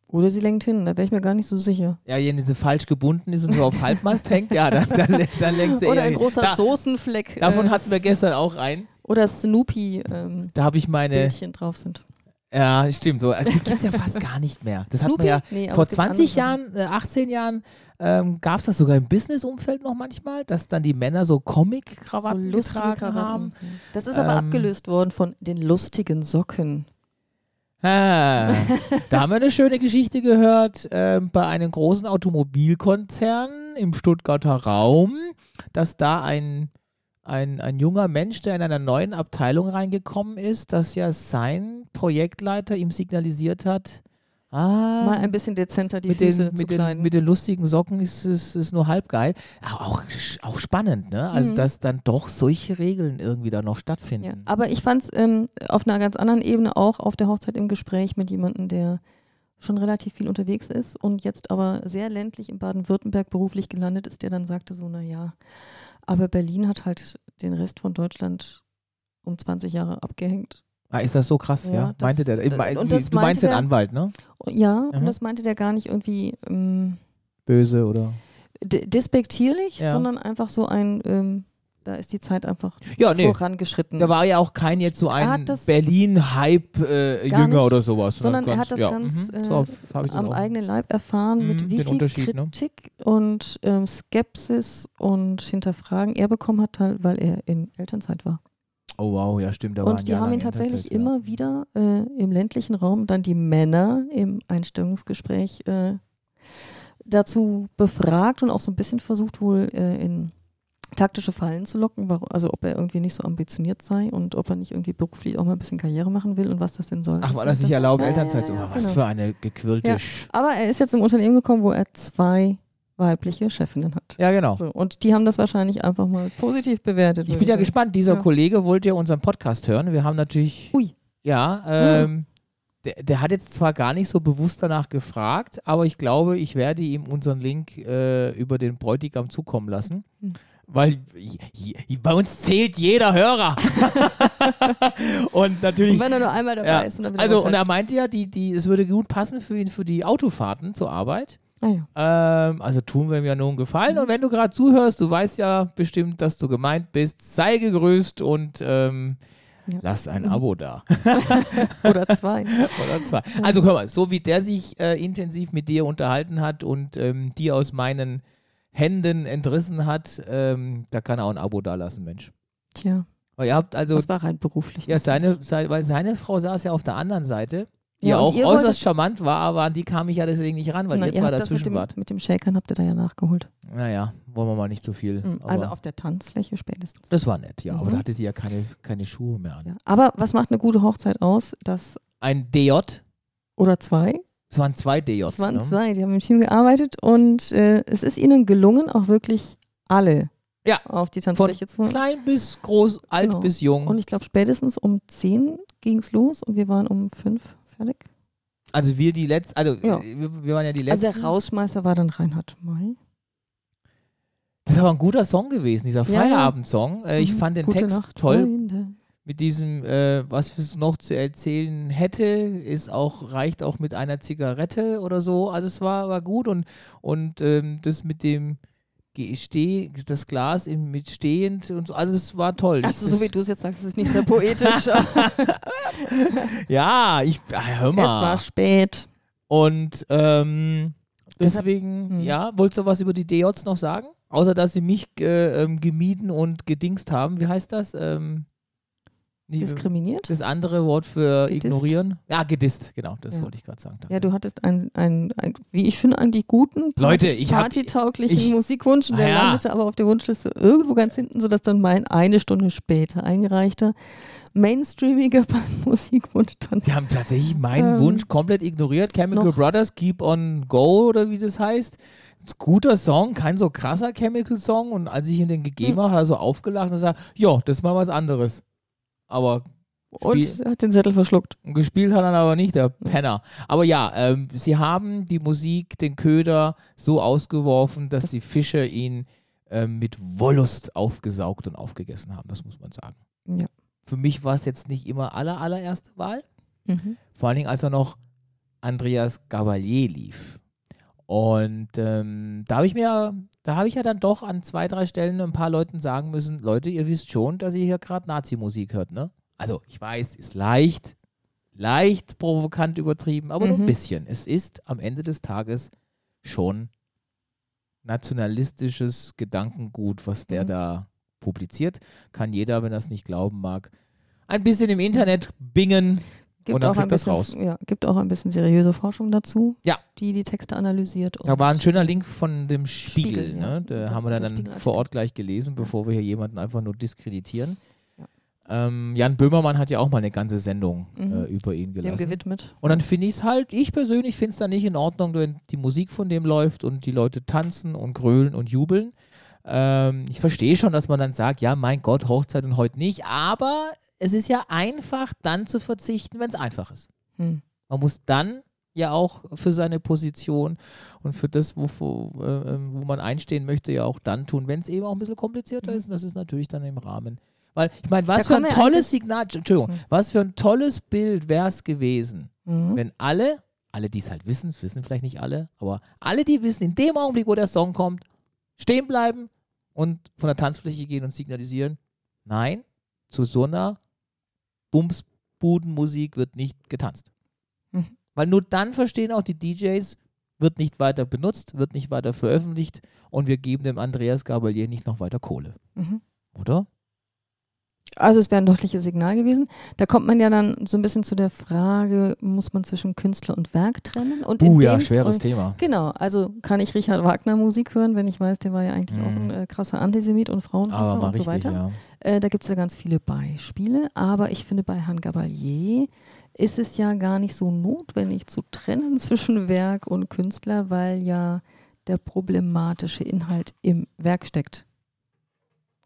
[SPEAKER 2] Oder sie lenkt hin, da wäre ich mir gar nicht so sicher.
[SPEAKER 1] Ja, wenn sie falsch gebunden ist und so auf Halbmast hängt, ja, dann, dann, le- dann lenkt sie
[SPEAKER 2] Oder
[SPEAKER 1] eher
[SPEAKER 2] ein
[SPEAKER 1] hin.
[SPEAKER 2] großer
[SPEAKER 1] da,
[SPEAKER 2] Soßenfleck.
[SPEAKER 1] Davon
[SPEAKER 2] äh,
[SPEAKER 1] hatten wir gestern auch einen.
[SPEAKER 2] Oder Snoopy-Bildchen
[SPEAKER 1] Da habe ich meine.
[SPEAKER 2] drauf sind.
[SPEAKER 1] Ja, stimmt. So, also, die gibt es ja fast gar nicht mehr. Das hat
[SPEAKER 2] Snoopy?
[SPEAKER 1] man ja
[SPEAKER 2] Nee, aber
[SPEAKER 1] vor
[SPEAKER 2] es gibt andere
[SPEAKER 1] 20
[SPEAKER 2] Sachen.
[SPEAKER 1] Jahren, äh, 18 Jahren, ähm, gab es das sogar im Business-Umfeld noch manchmal, dass dann die Männer so
[SPEAKER 2] So
[SPEAKER 1] Comic-Krawatten
[SPEAKER 2] lustige
[SPEAKER 1] getragen
[SPEAKER 2] Krawatten.
[SPEAKER 1] haben.
[SPEAKER 2] Das ist aber
[SPEAKER 1] Ähm.
[SPEAKER 2] abgelöst worden von den lustigen Socken.
[SPEAKER 1] Ah, da haben wir eine schöne Geschichte gehört ähm, bei einem großen Automobilkonzern im Stuttgarter Raum, dass da ein, ein, ein junger Mensch, der in einer neuen Abteilung reingekommen ist, dass ja sein Projektleiter ihm signalisiert hat, ah,
[SPEAKER 2] Mal ein bisschen dezenter die
[SPEAKER 1] mit
[SPEAKER 2] Füße
[SPEAKER 1] den,
[SPEAKER 2] zu
[SPEAKER 1] mit, den,
[SPEAKER 2] kleiden.
[SPEAKER 1] mit den lustigen Socken ist es ist nur halb geil. Aber auch, auch spannend, ne? Also,
[SPEAKER 2] Mhm.
[SPEAKER 1] dass dann doch solche Regeln irgendwie da noch stattfinden.
[SPEAKER 2] Ja, aber ich fand es ähm, auf einer ganz anderen Ebene auch auf der Hochzeit im Gespräch mit jemandem, der schon relativ viel unterwegs ist und jetzt aber sehr ländlich in Baden-Württemberg beruflich gelandet ist, der dann sagte so, naja, aber Berlin hat halt den Rest von Deutschland um 20 Jahre abgehängt.
[SPEAKER 1] Ah, ist das so krass, ja?
[SPEAKER 2] Ja, das-
[SPEAKER 1] meinte der.
[SPEAKER 2] äh,
[SPEAKER 1] Mei-
[SPEAKER 2] und das
[SPEAKER 1] du meinst
[SPEAKER 2] meinte
[SPEAKER 1] den
[SPEAKER 2] der-
[SPEAKER 1] Anwalt, ne?
[SPEAKER 2] Und Ja,
[SPEAKER 1] Mhm.
[SPEAKER 2] und das meinte der gar nicht irgendwie ähm,
[SPEAKER 1] Böse oder.
[SPEAKER 2] d- despektierlich,
[SPEAKER 1] Ja.
[SPEAKER 2] sondern einfach so ein, ähm, da ist die Zeit einfach
[SPEAKER 1] Ja, Ah, nee.
[SPEAKER 2] vorangeschritten.
[SPEAKER 1] Da war ja auch kein jetzt so
[SPEAKER 2] Er
[SPEAKER 1] ein
[SPEAKER 2] hat das gar
[SPEAKER 1] Berlin-Hype-Jünger
[SPEAKER 2] nicht,
[SPEAKER 1] oder sowas. ne?
[SPEAKER 2] sondern er hat das
[SPEAKER 1] ja,
[SPEAKER 2] ganz,
[SPEAKER 1] mhm.
[SPEAKER 2] äh,
[SPEAKER 1] so auf- hab ich das
[SPEAKER 2] am
[SPEAKER 1] auch.
[SPEAKER 2] eigenen Leib erfahren,
[SPEAKER 1] Mhm,
[SPEAKER 2] mit wie
[SPEAKER 1] den
[SPEAKER 2] viel
[SPEAKER 1] Unterschied, ne?
[SPEAKER 2] Kritik und ähm, Skepsis und Hinterfragen er bekommen hat, halt, weil er in Elternzeit war.
[SPEAKER 1] Oh wow, ja stimmt. Da war ein
[SPEAKER 2] und die
[SPEAKER 1] Jahr
[SPEAKER 2] haben
[SPEAKER 1] lang
[SPEAKER 2] ihn tatsächlich
[SPEAKER 1] Internet, ja.
[SPEAKER 2] immer wieder äh, im ländlichen Raum, dann die Männer im Einstellungsgespräch äh, dazu befragt und auch so ein bisschen versucht wohl äh, in taktische Fallen zu locken, warum, also ob er irgendwie nicht so ambitioniert sei und ob er nicht irgendwie beruflich auch mal ein bisschen Karriere machen will und was das denn soll.
[SPEAKER 1] Ach, war das
[SPEAKER 2] Das ist
[SPEAKER 1] nicht
[SPEAKER 2] das-
[SPEAKER 1] erlaubt,
[SPEAKER 2] Ja, ja,
[SPEAKER 1] Elternzeit?
[SPEAKER 2] ja,
[SPEAKER 1] Oh,
[SPEAKER 2] ja,
[SPEAKER 1] was
[SPEAKER 2] genau.
[SPEAKER 1] für eine gequirlte.
[SPEAKER 2] Ja.
[SPEAKER 1] Sch-
[SPEAKER 2] Aber er ist jetzt im Unternehmen gekommen, wo er zwei weibliche Chefinnen hat.
[SPEAKER 1] Ja, genau.
[SPEAKER 2] So, und die haben das wahrscheinlich einfach mal positiv bewertet.
[SPEAKER 1] Ich
[SPEAKER 2] würde
[SPEAKER 1] bin ja
[SPEAKER 2] sagen.
[SPEAKER 1] gespannt. Dieser
[SPEAKER 2] Ja.
[SPEAKER 1] Kollege wollte ja unseren Podcast hören. Wir haben natürlich.
[SPEAKER 2] Ui. Hm.
[SPEAKER 1] Ja, ähm, der, der hat jetzt zwar gar nicht so bewusst danach gefragt, aber ich glaube, ich werde ihm unseren Link äh, über den Bräutigam zukommen lassen.
[SPEAKER 2] Hm.
[SPEAKER 1] Weil j- j- bei uns zählt jeder Hörer. und natürlich
[SPEAKER 2] Und wenn er nur einmal dabei
[SPEAKER 1] Ja.
[SPEAKER 2] ist und dann wieder
[SPEAKER 1] also, und
[SPEAKER 2] ausschaltet.
[SPEAKER 1] er meinte ja, die, die, es würde gut passen für ihn für die Autofahrten zur Arbeit.
[SPEAKER 2] ah, ja.
[SPEAKER 1] Ähm, also tun wir ihm ja nun einen Gefallen. Und wenn du gerade zuhörst, du weißt ja bestimmt, dass du gemeint bist. Sei gegrüßt und ähm,
[SPEAKER 2] Ja.
[SPEAKER 1] lass ein Abo da.
[SPEAKER 2] Oder zwei.
[SPEAKER 1] Oder zwei. Also guck mal, so wie der sich äh, intensiv mit dir unterhalten hat und ähm, dir aus meinen Händen entrissen hat, ähm, da kann er auch ein Abo da lassen, Mensch.
[SPEAKER 2] Tja,
[SPEAKER 1] Weil ihr habt also
[SPEAKER 2] das war rein beruflich.
[SPEAKER 1] ja, seine, sei- weil seine Frau saß ja auf der anderen Seite, die
[SPEAKER 2] Ja,
[SPEAKER 1] ja
[SPEAKER 2] und
[SPEAKER 1] auch
[SPEAKER 2] ihr
[SPEAKER 1] äußerst
[SPEAKER 2] wolltet-
[SPEAKER 1] charmant war, aber an die kam ich ja deswegen nicht ran, weil
[SPEAKER 2] Na,
[SPEAKER 1] ihr
[SPEAKER 2] ihr
[SPEAKER 1] zwei
[SPEAKER 2] habt das mit
[SPEAKER 1] dazwischen
[SPEAKER 2] dem,
[SPEAKER 1] wart.
[SPEAKER 2] mit dem Shakern habt ihr da ja nachgeholt.
[SPEAKER 1] Naja, wollen wir mal nicht zu viel.
[SPEAKER 2] Mhm,
[SPEAKER 1] aber
[SPEAKER 2] Also auf der Tanzfläche spätestens.
[SPEAKER 1] das war nett, ja. Aber
[SPEAKER 2] Mhm.
[SPEAKER 1] da hatte sie ja keine, keine Schuhe mehr an.
[SPEAKER 2] Ja. Aber was macht eine gute Hochzeit aus? Das
[SPEAKER 1] Ein DJ,
[SPEAKER 2] oder zwei?
[SPEAKER 1] es waren zwei DJs.
[SPEAKER 2] Es waren
[SPEAKER 1] ne?
[SPEAKER 2] zwei, die haben im Team gearbeitet und äh, es ist ihnen gelungen, auch wirklich alle
[SPEAKER 1] Ja.
[SPEAKER 2] auf die Tanzfläche zu holen.
[SPEAKER 1] Klein bis groß, alt
[SPEAKER 2] Genau.
[SPEAKER 1] bis jung.
[SPEAKER 2] Und ich glaube, spätestens um 10 ging es los und wir waren um 5 fertig.
[SPEAKER 1] also wir die letzten, also
[SPEAKER 2] Ja.
[SPEAKER 1] äh, wir, wir waren ja die letzten.
[SPEAKER 2] Also der Rausschmeißer war dann Reinhard May.
[SPEAKER 1] das war ein guter Song gewesen, dieser
[SPEAKER 2] Ja, ja.
[SPEAKER 1] Feierabendsong. Äh, ich
[SPEAKER 2] Mhm.
[SPEAKER 1] fand den
[SPEAKER 2] Gute
[SPEAKER 1] Text
[SPEAKER 2] Nacht, Mhm.
[SPEAKER 1] toll.
[SPEAKER 2] Freunde.
[SPEAKER 1] mit diesem, äh, was es noch zu erzählen hätte, ist auch, reicht auch mit einer Zigarette oder so. Also es war, war gut und, und ähm, das mit dem Ge- Steh, das Glas im, mit stehend und so, also es war toll.
[SPEAKER 2] Also
[SPEAKER 1] Ich-
[SPEAKER 2] so wie du es jetzt sagst, ist es nicht sehr poetisch. aber
[SPEAKER 1] ja, ich ah, hör
[SPEAKER 2] es
[SPEAKER 1] mal.
[SPEAKER 2] war spät.
[SPEAKER 1] Und ähm,
[SPEAKER 2] Deshalb-
[SPEAKER 1] deswegen,
[SPEAKER 2] Hm.
[SPEAKER 1] ja, wolltest du was über die DJs noch sagen? Außer, dass sie mich äh, ähm, gemieden und gedingst haben. Wie heißt das? Ähm, nicht-
[SPEAKER 2] Diskriminiert?
[SPEAKER 1] das andere Wort für
[SPEAKER 2] Gedisst.
[SPEAKER 1] ignorieren? Ja, gedisst, genau, das
[SPEAKER 2] Ja.
[SPEAKER 1] wollte ich gerade sagen. Danke.
[SPEAKER 2] Ja, du hattest einen, einen, einen wie ich finde, eigentlich guten,
[SPEAKER 1] Leute, ich hab-
[SPEAKER 2] partytauglichen
[SPEAKER 1] ich-
[SPEAKER 2] Musikwunsch. Und
[SPEAKER 1] Ah
[SPEAKER 2] der
[SPEAKER 1] ja.
[SPEAKER 2] landete aber auf der Wunschliste irgendwo ganz hinten, sodass dann mein eine Stunde später eingereichter mainstreamiger Musikwunsch dann
[SPEAKER 1] die haben tatsächlich meinen
[SPEAKER 2] Ähm,
[SPEAKER 1] Wunsch komplett ignoriert. Chemical
[SPEAKER 2] noch-
[SPEAKER 1] Brothers Keep on Go oder wie das heißt. Ist Guter Song, kein so krasser Chemical Song. Und als ich ihn den
[SPEAKER 2] Hm.
[SPEAKER 1] gegeben habe, hat er so aufgelacht und sagt, ja, das ist mal was anderes. Aber
[SPEAKER 2] und hat den Zettel verschluckt.
[SPEAKER 1] Und gespielt hat dann aber nicht, der
[SPEAKER 2] Hm.
[SPEAKER 1] Penner. Aber ja, ähm, sie haben die Musik, den Köder so ausgeworfen, dass die Fische ihn ähm, mit Wollust aufgesaugt und aufgegessen haben, das muss man sagen.
[SPEAKER 2] Ja.
[SPEAKER 1] Für mich war es jetzt nicht immer aller, allererste Wahl,
[SPEAKER 2] Mhm.
[SPEAKER 1] vor allen Dingen als er noch Andreas Gabalier lief. Und ähm, da habe ich mir, da habe ich ja dann doch an zwei, drei Stellen ein paar Leuten sagen müssen, Leute, ihr wisst schon, dass ihr hier gerade Nazi-Musik hört, ne? Also, ich weiß, ist leicht, leicht provokant übertrieben, aber nur ein
[SPEAKER 2] Mhm.
[SPEAKER 1] bisschen. Es ist am Ende des Tages schon nationalistisches Gedankengut, was der
[SPEAKER 2] Mhm.
[SPEAKER 1] da publiziert. Kann jeder, wenn er es nicht glauben mag, ein bisschen im Internet bingen. Und dann
[SPEAKER 2] ein
[SPEAKER 1] kriegt das
[SPEAKER 2] bisschen,
[SPEAKER 1] raus.
[SPEAKER 2] Ja, gibt auch ein bisschen seriöse Forschung dazu,
[SPEAKER 1] Ja.
[SPEAKER 2] die die Texte analysiert.
[SPEAKER 1] Da
[SPEAKER 2] und-
[SPEAKER 1] war ein schöner Link von dem Spiegel,
[SPEAKER 2] Spiegel, ja.
[SPEAKER 1] ne? Da
[SPEAKER 2] Das
[SPEAKER 1] haben
[SPEAKER 2] war
[SPEAKER 1] wir
[SPEAKER 2] der
[SPEAKER 1] dann
[SPEAKER 2] Spiegelartikel.
[SPEAKER 1] vor Ort gleich gelesen, bevor wir hier jemanden einfach nur diskreditieren.
[SPEAKER 2] Ja.
[SPEAKER 1] Ähm, Jan Böhmermann hat ja auch mal eine ganze Sendung
[SPEAKER 2] Mhm.
[SPEAKER 1] äh, über ihn
[SPEAKER 2] dem
[SPEAKER 1] gelassen.
[SPEAKER 2] gewidmet.
[SPEAKER 1] Und dann finde ich es halt, ich persönlich finde es dann nicht in Ordnung, wenn die Musik von dem läuft und die Leute tanzen und grölen und jubeln. Ähm, ich verstehe schon, dass man dann sagt, ja, mein Gott, Hochzeit und heute nicht, aber es ist ja einfach, dann zu verzichten, wenn es einfach ist.
[SPEAKER 2] Hm.
[SPEAKER 1] Man muss dann ja auch für seine Position und für das, wo, wo, äh, ähm, wo man einstehen möchte, ja auch dann tun, wenn es eben auch ein bisschen komplizierter
[SPEAKER 2] Mhm.
[SPEAKER 1] ist. Und das ist natürlich dann im Rahmen. Weil, ich meine, was
[SPEAKER 2] Da
[SPEAKER 1] für ein
[SPEAKER 2] kommen wir
[SPEAKER 1] tolles Signal, Entsch- Entschuldigung,
[SPEAKER 2] Mhm.
[SPEAKER 1] was für ein tolles Bild wäre es gewesen,
[SPEAKER 2] Mhm.
[SPEAKER 1] wenn alle, alle die es halt wissen, es wissen vielleicht nicht alle, aber alle, die wissen, in dem Augenblick, wo der Song kommt, stehen bleiben und von der Tanzfläche gehen und signalisieren, nein, zu so einer Bumsbudenmusik wird nicht getanzt.
[SPEAKER 2] Mhm.
[SPEAKER 1] Weil nur dann verstehen auch die DJs, wird nicht weiter benutzt, wird nicht weiter veröffentlicht und wir geben dem Andreas Gabalier nicht noch weiter Kohle,
[SPEAKER 2] Mhm.
[SPEAKER 1] oder?
[SPEAKER 2] Also es wäre ein deutliches Signal gewesen. Da kommt man ja dann so ein bisschen zu der Frage, muss man zwischen Künstler und Werk trennen? Und
[SPEAKER 1] Uh,
[SPEAKER 2] in dem Fall-
[SPEAKER 1] Thema.
[SPEAKER 2] Genau, also kann ich Richard Wagner Musik hören, wenn ich weiß, der war ja eigentlich auch ein
[SPEAKER 1] Mhm.
[SPEAKER 2] äh, krasser Antisemit und Frauenhasser
[SPEAKER 1] Aber mal
[SPEAKER 2] und so
[SPEAKER 1] richtig,
[SPEAKER 2] weiter.
[SPEAKER 1] ja.
[SPEAKER 2] Äh, da gibt es ja ganz viele Beispiele, aber ich finde, bei Han Gabalier ist es ja gar nicht so notwendig zu trennen zwischen Werk und Künstler, weil ja der problematische Inhalt im Werk steckt.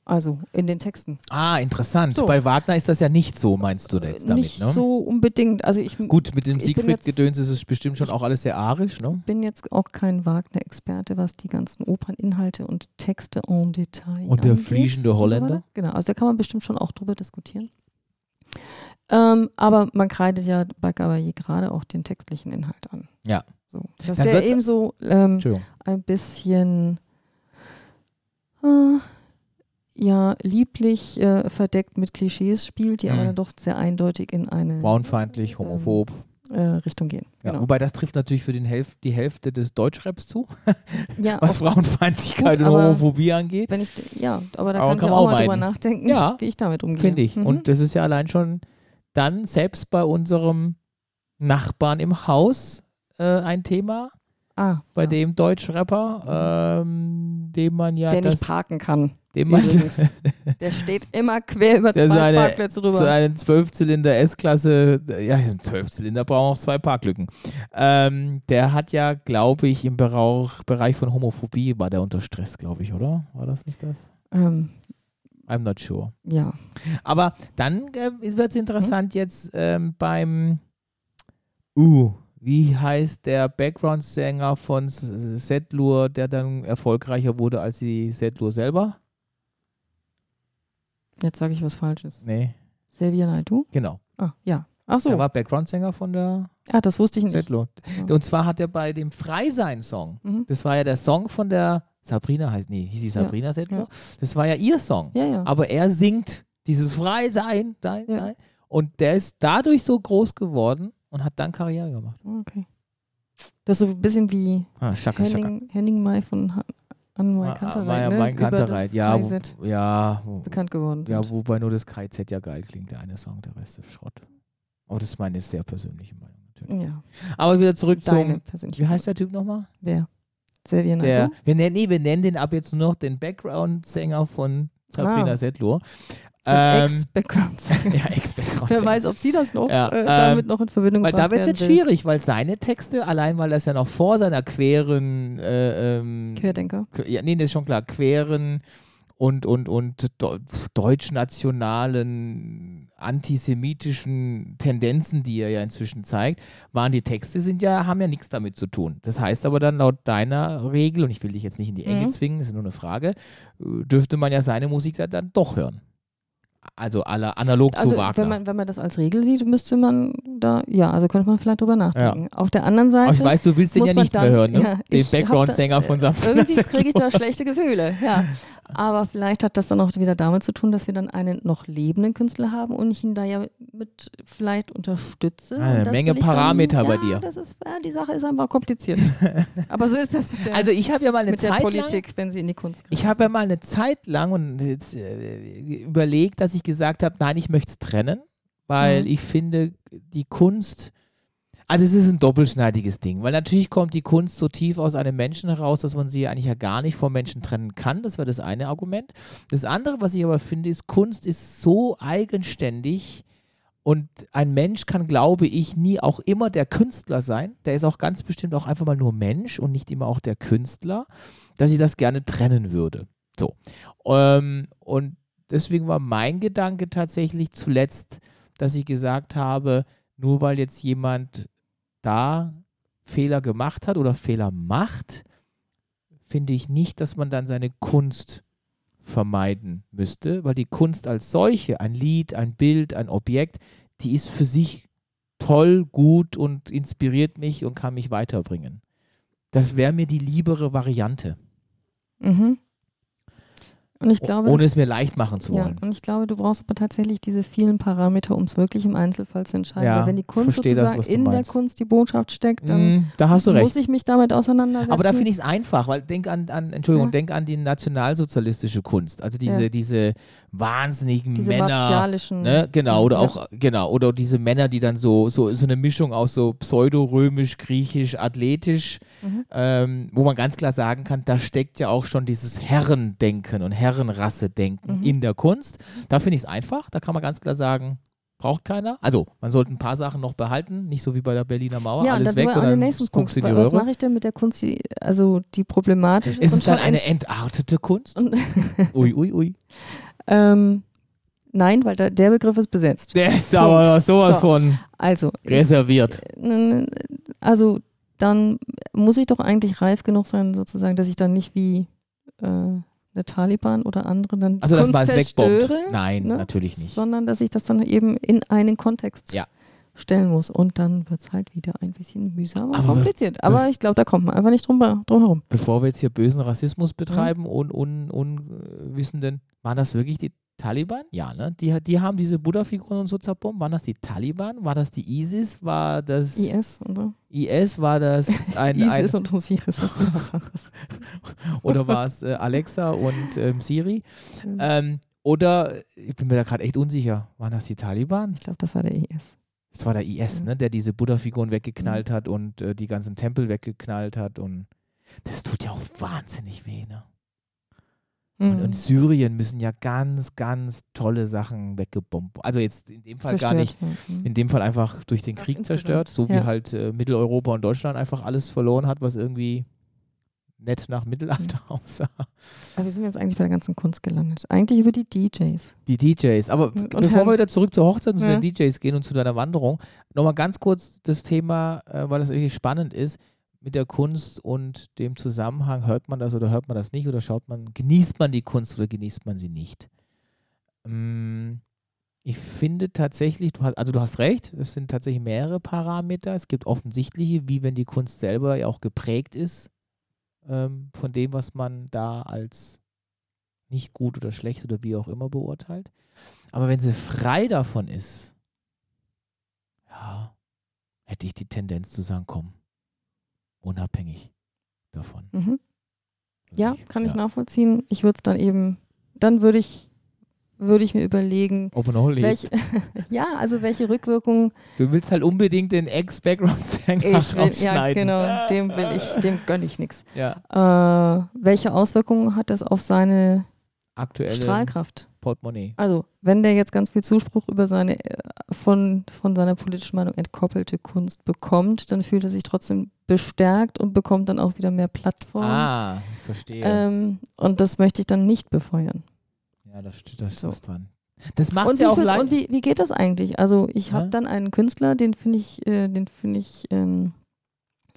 [SPEAKER 2] Also in den Texten.
[SPEAKER 1] Ah, interessant.
[SPEAKER 2] So.
[SPEAKER 1] Bei Wagner ist das ja nicht so, meinst du
[SPEAKER 2] Äh,
[SPEAKER 1] jetzt damit,
[SPEAKER 2] nicht
[SPEAKER 1] ne?
[SPEAKER 2] so unbedingt. Also ich
[SPEAKER 1] Gut, mit dem
[SPEAKER 2] Ich bin
[SPEAKER 1] Siegfried-Gedöns ist es bestimmt schon
[SPEAKER 2] ich-
[SPEAKER 1] auch alles sehr arisch, ne?
[SPEAKER 2] bin jetzt auch kein Wagner-Experte, was die ganzen Operninhalte und Texte en Detail
[SPEAKER 1] Und der
[SPEAKER 2] angeht
[SPEAKER 1] fliegende
[SPEAKER 2] und so
[SPEAKER 1] Holländer?
[SPEAKER 2] weiter. genau, also da kann man bestimmt schon auch drüber diskutieren. Ähm, aber man kreidet ja bei Gabalier gerade auch den textlichen Inhalt an.
[SPEAKER 1] Ja.
[SPEAKER 2] So, dass
[SPEAKER 1] Dann
[SPEAKER 2] der
[SPEAKER 1] wird's-
[SPEAKER 2] eben so ähm,
[SPEAKER 1] Entschuldigung.
[SPEAKER 2] ein bisschen äh, ja, lieblich äh, verdeckt mit Klischees spielt, die aber
[SPEAKER 1] Mhm.
[SPEAKER 2] dann doch sehr eindeutig in eine
[SPEAKER 1] Frauenfeindlich, homophob.
[SPEAKER 2] äh, Richtung gehen.
[SPEAKER 1] Ja,
[SPEAKER 2] Mhm. Ähm, genau.
[SPEAKER 1] Wobei das trifft natürlich für den Hälf die Hälfte des Deutschraps zu,
[SPEAKER 2] ja
[SPEAKER 1] was
[SPEAKER 2] auf-
[SPEAKER 1] Frauenfeindlichkeit
[SPEAKER 2] Gut,
[SPEAKER 1] und
[SPEAKER 2] aber-
[SPEAKER 1] Homophobie angeht,
[SPEAKER 2] Wenn ich, ja, aber da
[SPEAKER 1] Aber kann
[SPEAKER 2] kann, ich
[SPEAKER 1] man
[SPEAKER 2] auch
[SPEAKER 1] auch
[SPEAKER 2] mal drüber
[SPEAKER 1] meiden.
[SPEAKER 2] nachdenken,
[SPEAKER 1] Ja,
[SPEAKER 2] wie ich damit umgehe.
[SPEAKER 1] finde ich.
[SPEAKER 2] Mhm.
[SPEAKER 1] Und das ist ja allein schon dann selbst bei unserem Nachbarn im Haus äh, ein Thema,
[SPEAKER 2] ah,
[SPEAKER 1] bei
[SPEAKER 2] ja. Mhm.
[SPEAKER 1] dem Deutschrapper, ähm, dem man ja
[SPEAKER 2] der
[SPEAKER 1] das,
[SPEAKER 2] nicht parken kann.
[SPEAKER 1] dem man
[SPEAKER 2] übrigens. Der steht immer quer über
[SPEAKER 1] Der
[SPEAKER 2] zwei
[SPEAKER 1] seine-
[SPEAKER 2] Parkplätze drüber.
[SPEAKER 1] zu einem Zwölfzylinder S-Klasse, ja, ein Zwölfzylinder brauchen auch zwei Parklücken. Ähm, der hat ja, glaube ich, im Berauch, Bereich von Homophobie war der unter Stress, glaube ich, oder? War das nicht das?
[SPEAKER 2] ähm,
[SPEAKER 1] I'm not sure.
[SPEAKER 2] ja,
[SPEAKER 1] Aber dann äh, wird es
[SPEAKER 2] Hm?
[SPEAKER 1] interessant jetzt ähm, beim Uh, wie heißt der Background-Sänger von S- S- Setlur, der dann erfolgreicher wurde als die Setlur selber?
[SPEAKER 2] jetzt sage ich was Falsches.
[SPEAKER 1] Nee.
[SPEAKER 2] Silvia Naidu?
[SPEAKER 1] Genau.
[SPEAKER 2] Ah, ja. Ach
[SPEAKER 1] Er
[SPEAKER 2] so.
[SPEAKER 1] war Background-Sänger von der
[SPEAKER 2] Ah, das wusste ich nicht.
[SPEAKER 1] Setlo.
[SPEAKER 2] Ja.
[SPEAKER 1] Und zwar hat er bei dem Freisein-Song,
[SPEAKER 2] Mhm.
[SPEAKER 1] das war ja der Song von der Sabrina, heißt, nee, hieß sie
[SPEAKER 2] Ja,
[SPEAKER 1] Sabrina Settler?
[SPEAKER 2] ja.
[SPEAKER 1] Das war ja ihr Song.
[SPEAKER 2] Ja, ja.
[SPEAKER 1] Aber er singt dieses Freisein, dein,
[SPEAKER 2] Ja.
[SPEAKER 1] dein. Und der ist dadurch so groß geworden und hat dann Karriere gemacht.
[SPEAKER 2] Okay. Das ist so ein bisschen wie
[SPEAKER 1] Ah, Schaka, Schaka.
[SPEAKER 2] Henning, Henning Mai von Han- An Mai
[SPEAKER 1] Ah,
[SPEAKER 2] Kantereit.
[SPEAKER 1] Maya
[SPEAKER 2] ne?
[SPEAKER 1] Mein
[SPEAKER 2] Über das
[SPEAKER 1] Kantereit, ja, wo,
[SPEAKER 2] KZ
[SPEAKER 1] ja, wo,
[SPEAKER 2] bekannt geworden sind.
[SPEAKER 1] ja, wobei nur das KZ ja geil klingt, der eine Song, der Rest ist Schrott. Aber das ist meine sehr persönliche Meinung natürlich.
[SPEAKER 2] ja.
[SPEAKER 1] Aber wieder zurück
[SPEAKER 2] Deine
[SPEAKER 1] zum,
[SPEAKER 2] persönliche.
[SPEAKER 1] wie heißt der Typ nochmal?
[SPEAKER 2] Wer? Silvia Naidu?
[SPEAKER 1] Der, wir, nennen, nee, wir nennen den ab jetzt nur noch den Background-Sänger von Sabrina
[SPEAKER 2] Ah.
[SPEAKER 1] Settler.
[SPEAKER 2] Der
[SPEAKER 1] Ähm,
[SPEAKER 2] Ex-Background.
[SPEAKER 1] ja, Ex-Background.
[SPEAKER 2] Wer weiß, ob sie das noch
[SPEAKER 1] Ja,
[SPEAKER 2] äh,
[SPEAKER 1] ähm,
[SPEAKER 2] damit noch in Verbindung
[SPEAKER 1] Weil da
[SPEAKER 2] gebracht
[SPEAKER 1] wird es
[SPEAKER 2] werden
[SPEAKER 1] jetzt schwierig, weil seine Texte, allein weil das ja noch vor seiner queren, äh, ähm,
[SPEAKER 2] will. Querdenker.
[SPEAKER 1] que- ja, nee, das ist schon klar, queren und, und, und do, deutschnationalen antisemitischen Tendenzen, die er ja inzwischen zeigt, waren die Texte, sind ja, haben ja nichts damit zu tun. Das heißt aber dann laut deiner Regel, und ich will dich jetzt nicht in die Enge
[SPEAKER 2] Mhm.
[SPEAKER 1] zwingen, das ist nur eine Frage, äh, dürfte man ja seine Musik da dann doch hören. Also aller analog
[SPEAKER 2] Also
[SPEAKER 1] zu Wagner.
[SPEAKER 2] wenn man, wenn man das als Regel sieht, müsste man da, ja, also könnte man vielleicht drüber nachdenken. Auf der anderen Seite,
[SPEAKER 1] Aber ich weiß, du willst den
[SPEAKER 2] muss
[SPEAKER 1] ja
[SPEAKER 2] man
[SPEAKER 1] nicht mehr
[SPEAKER 2] dann-
[SPEAKER 1] hören, ne?
[SPEAKER 2] ja,
[SPEAKER 1] den
[SPEAKER 2] ich hab da- Äh,
[SPEAKER 1] Background-Sänger von Sabrina
[SPEAKER 2] irgendwie kriege ich
[SPEAKER 1] Settler.
[SPEAKER 2] da schlechte Gefühle, ja. Aber vielleicht hat das dann auch wieder damit zu tun, dass wir dann einen noch lebenden Künstler haben und ich ihn da ja mit vielleicht unterstütze.
[SPEAKER 1] Ah, eine
[SPEAKER 2] Und das
[SPEAKER 1] Menge
[SPEAKER 2] will ich dann,
[SPEAKER 1] Parameter bei
[SPEAKER 2] ja,
[SPEAKER 1] dir.
[SPEAKER 2] Das ist, ja, die Sache ist einfach kompliziert. Aber so ist das mit der,
[SPEAKER 1] Also ich habe ja mal eine
[SPEAKER 2] mit der
[SPEAKER 1] Zeit lang,
[SPEAKER 2] Politik, wenn sie in die Kunst
[SPEAKER 1] ich habe ja mal eine Zeit lang und jetzt, äh, überlegt, dass ich gesagt habe, nein, ich möchte es trennen, weil
[SPEAKER 2] Mhm.
[SPEAKER 1] ich finde die Kunst, also es ist ein doppelschneidiges Ding, weil natürlich kommt die Kunst so tief aus einem Menschen heraus, dass man sie eigentlich ja gar nicht vom Menschen trennen kann. Das wäre das eine Argument. Das andere, was ich aber finde, ist Kunst ist so eigenständig. Und ein Mensch kann, glaube ich, nie auch immer der Künstler sein. Der ist auch ganz bestimmt auch einfach mal nur Mensch und nicht immer auch der Künstler, dass ich das gerne trennen würde. So. Ähm, und deswegen war mein Gedanke tatsächlich zuletzt, dass ich gesagt habe, nur weil jetzt jemand da Fehler gemacht hat oder Fehler macht, finde ich nicht, dass man dann seine Kunst vermeiden müsste, weil die Kunst als solche, ein Lied, ein Bild, ein Objekt, die ist für sich toll, gut und inspiriert mich und kann mich weiterbringen. Das wäre mir die liebere Variante,
[SPEAKER 2] Mhm. Und ich glaube,
[SPEAKER 1] o- ohne
[SPEAKER 2] das-
[SPEAKER 1] es mir leicht machen zu
[SPEAKER 2] ja,
[SPEAKER 1] wollen.
[SPEAKER 2] und ich glaube, du brauchst aber tatsächlich diese vielen Parameter, um es wirklich im Einzelfall zu entscheiden.
[SPEAKER 1] Ja,
[SPEAKER 2] Weil wenn die Kunst
[SPEAKER 1] verstehe das,
[SPEAKER 2] sozusagen
[SPEAKER 1] was du
[SPEAKER 2] in der
[SPEAKER 1] meinst.
[SPEAKER 2] Kunst die Botschaft steckt, dann
[SPEAKER 1] Mm, da hast du recht.
[SPEAKER 2] muss ich mich damit auseinandersetzen.
[SPEAKER 1] Aber da finde ich es einfach, weil denk an, an Entschuldigung,
[SPEAKER 2] Also Ja.
[SPEAKER 1] denk an die nationalsozialistische Kunst. Also diese,
[SPEAKER 2] Ja.
[SPEAKER 1] diese wahnsinnigen
[SPEAKER 2] diese
[SPEAKER 1] Männer.
[SPEAKER 2] martialischen.
[SPEAKER 1] Ne? Genau, oder
[SPEAKER 2] Ja.
[SPEAKER 1] auch, genau, oder diese Männer, die dann so, so, so eine Mischung aus so pseudo-römisch, griechisch, athletisch,
[SPEAKER 2] Mhm.
[SPEAKER 1] ähm, wo man ganz klar sagen kann, da steckt ja auch schon dieses Herrendenken und Herrenrassedenken
[SPEAKER 2] Mhm.
[SPEAKER 1] in der Kunst. Da finde ich es einfach, da kann man ganz klar sagen, braucht keiner. Also, man sollte ein paar Sachen noch behalten, nicht so wie bei der Berliner Mauer,
[SPEAKER 2] Ja, und
[SPEAKER 1] alles
[SPEAKER 2] dann sind
[SPEAKER 1] weg
[SPEAKER 2] wir
[SPEAKER 1] und
[SPEAKER 2] an den
[SPEAKER 1] dann
[SPEAKER 2] nächsten Punkt.
[SPEAKER 1] guckst du in die
[SPEAKER 2] Weil Was
[SPEAKER 1] Röhre.
[SPEAKER 2] mache ich denn mit der Kunst, die, also die problematisch ist?
[SPEAKER 1] Ist
[SPEAKER 2] und
[SPEAKER 1] es dann
[SPEAKER 2] schon
[SPEAKER 1] eine
[SPEAKER 2] entsch-
[SPEAKER 1] entartete Kunst?
[SPEAKER 2] und,
[SPEAKER 1] Ui, ui, ui.
[SPEAKER 2] ähm, Nein, weil da, der Begriff ist besetzt.
[SPEAKER 1] Der ist
[SPEAKER 2] Punkt.
[SPEAKER 1] aber noch sowas
[SPEAKER 2] So.
[SPEAKER 1] von
[SPEAKER 2] Also, ich,
[SPEAKER 1] reserviert.
[SPEAKER 2] n- Ne, also dann muss ich doch eigentlich reif genug sein, sozusagen, dass ich dann nicht wie äh, eine Taliban oder andere dann die
[SPEAKER 1] Also, dass
[SPEAKER 2] Kunst
[SPEAKER 1] man es wegbombt.
[SPEAKER 2] zerstöre,
[SPEAKER 1] Nein,
[SPEAKER 2] ne?
[SPEAKER 1] natürlich nicht.
[SPEAKER 2] sondern dass ich das dann eben in einen Kontext
[SPEAKER 1] Ja.
[SPEAKER 2] stellen muss. Und dann wird es halt wieder ein bisschen mühsam und
[SPEAKER 1] Aber wir-
[SPEAKER 2] kompliziert. Aber ich glaube, da kommt man einfach nicht drum, drum herum.
[SPEAKER 1] Bevor wir jetzt hier bösen
[SPEAKER 2] Mhm.
[SPEAKER 1] Rassismus betreiben und un, Unwissenden, waren das wirklich die Taliban? Ja, ne? Die, die haben diese Buddha-Figuren und so zerbombt. Waren das die Taliban? War das die ISIS? War das
[SPEAKER 2] IS, oder?
[SPEAKER 1] IS? War das ein. ein
[SPEAKER 2] ISIS und Osiris, das ist was anderes.
[SPEAKER 1] oder war es äh, Alexa und ähm, Siri?
[SPEAKER 2] Ähm,
[SPEAKER 1] Ähm, oder, ich bin mir da gerade echt unsicher, waren das die Taliban?
[SPEAKER 2] ich glaube, das war der IS.
[SPEAKER 1] Das war der IS,
[SPEAKER 2] Mhm.
[SPEAKER 1] ne, der diese Buddha-Figuren weggeknallt hat und äh, die ganzen Tempel weggeknallt hat. Und das tut ja auch wahnsinnig weh. Ne?
[SPEAKER 2] Hm.
[SPEAKER 1] Und
[SPEAKER 2] Mhm.
[SPEAKER 1] in Syrien müssen ja ganz, ganz tolle Sachen weggebombt. Also jetzt in dem Fall
[SPEAKER 2] Zerstört,
[SPEAKER 1] gar nicht.
[SPEAKER 2] ja. Mhm.
[SPEAKER 1] In dem Fall einfach durch den
[SPEAKER 2] Ach,
[SPEAKER 1] Krieg
[SPEAKER 2] insgesamt.
[SPEAKER 1] zerstört, so wie
[SPEAKER 2] Ja.
[SPEAKER 1] halt äh, Mitteleuropa und Deutschland einfach alles verloren hat, was irgendwie nett nach Mittelalter
[SPEAKER 2] Mhm.
[SPEAKER 1] aussah.
[SPEAKER 2] Aber wir sind jetzt eigentlich bei der ganzen Kunst gelandet. Eigentlich über die DJs.
[SPEAKER 1] Die DJs. Aber
[SPEAKER 2] Und
[SPEAKER 1] bevor
[SPEAKER 2] Herrn-
[SPEAKER 1] wir wieder zurück zur Hochzeit und
[SPEAKER 2] Ja.
[SPEAKER 1] zu den DJs gehen und zu deiner Wanderung, nochmal ganz kurz das Thema, äh, weil das wirklich spannend ist, mit der Kunst und dem Zusammenhang, hört man das oder hört man das nicht oder schaut man, genießt man die Kunst oder genießt man sie nicht? Mm, Ich finde tatsächlich, du hast, also du hast recht, es sind tatsächlich mehrere Parameter. Es gibt offensichtliche, wie wenn die Kunst selber ja auch geprägt ist ähm, von dem, was man da als nicht gut oder schlecht oder wie auch immer beurteilt. Aber wenn sie frei davon ist, ja, hätte ich die Tendenz zu sagen, komm, unabhängig davon.
[SPEAKER 2] Mhm.
[SPEAKER 1] Also
[SPEAKER 2] Ja, kann ich
[SPEAKER 1] ja.
[SPEAKER 2] nachvollziehen. Ich würde es dann eben, dann würde ich, würde ich mir überlegen,
[SPEAKER 1] Open Hole lebt.
[SPEAKER 2] welche, ja, also welche Rückwirkungen
[SPEAKER 1] Du willst halt unbedingt den Ex-Background-Sänger
[SPEAKER 2] ich will, ja,
[SPEAKER 1] rausschneiden.
[SPEAKER 2] genau, dem will ich, dem gönne ich nichts.
[SPEAKER 1] Ja,
[SPEAKER 2] Äh, welche Auswirkungen hat das auf seine
[SPEAKER 1] aktuelle
[SPEAKER 2] Strahlkraft?
[SPEAKER 1] Portemonnaie.
[SPEAKER 2] Also, wenn der jetzt ganz viel Zuspruch über seine äh, von, von seiner politischen Meinung entkoppelte Kunst bekommt, dann fühlt er sich trotzdem bestärkt und bekommt dann auch wieder mehr Plattform.
[SPEAKER 1] Ah, verstehe.
[SPEAKER 2] Oh. ähm, und das möchte ich dann nicht befeuern.
[SPEAKER 1] ja, das steht das
[SPEAKER 2] so.
[SPEAKER 1] ist dran. Das
[SPEAKER 2] Und,
[SPEAKER 1] macht
[SPEAKER 2] wie,
[SPEAKER 1] ja auch
[SPEAKER 2] fühlt's-
[SPEAKER 1] leicht.
[SPEAKER 2] und wie, wie geht das eigentlich? Also ich habe
[SPEAKER 1] Ja.
[SPEAKER 2] dann einen Künstler, den finde ich, äh, den finde ich ähm,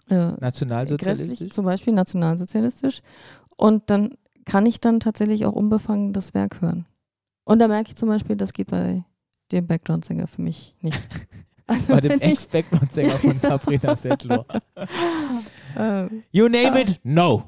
[SPEAKER 2] äh,
[SPEAKER 1] Nationalsozialistisch.
[SPEAKER 2] grässlich, zum Beispiel nationalsozialistisch. Und dann kann ich dann tatsächlich auch unbefangen das Werk hören. Und da merke ich zum Beispiel, das geht bei dem Background-Sänger für mich nicht. Also
[SPEAKER 1] Bei dem
[SPEAKER 2] wenn ich,
[SPEAKER 1] Ex-Background-Sänger von Sabrina Settler.
[SPEAKER 2] äh,
[SPEAKER 1] You name it, no.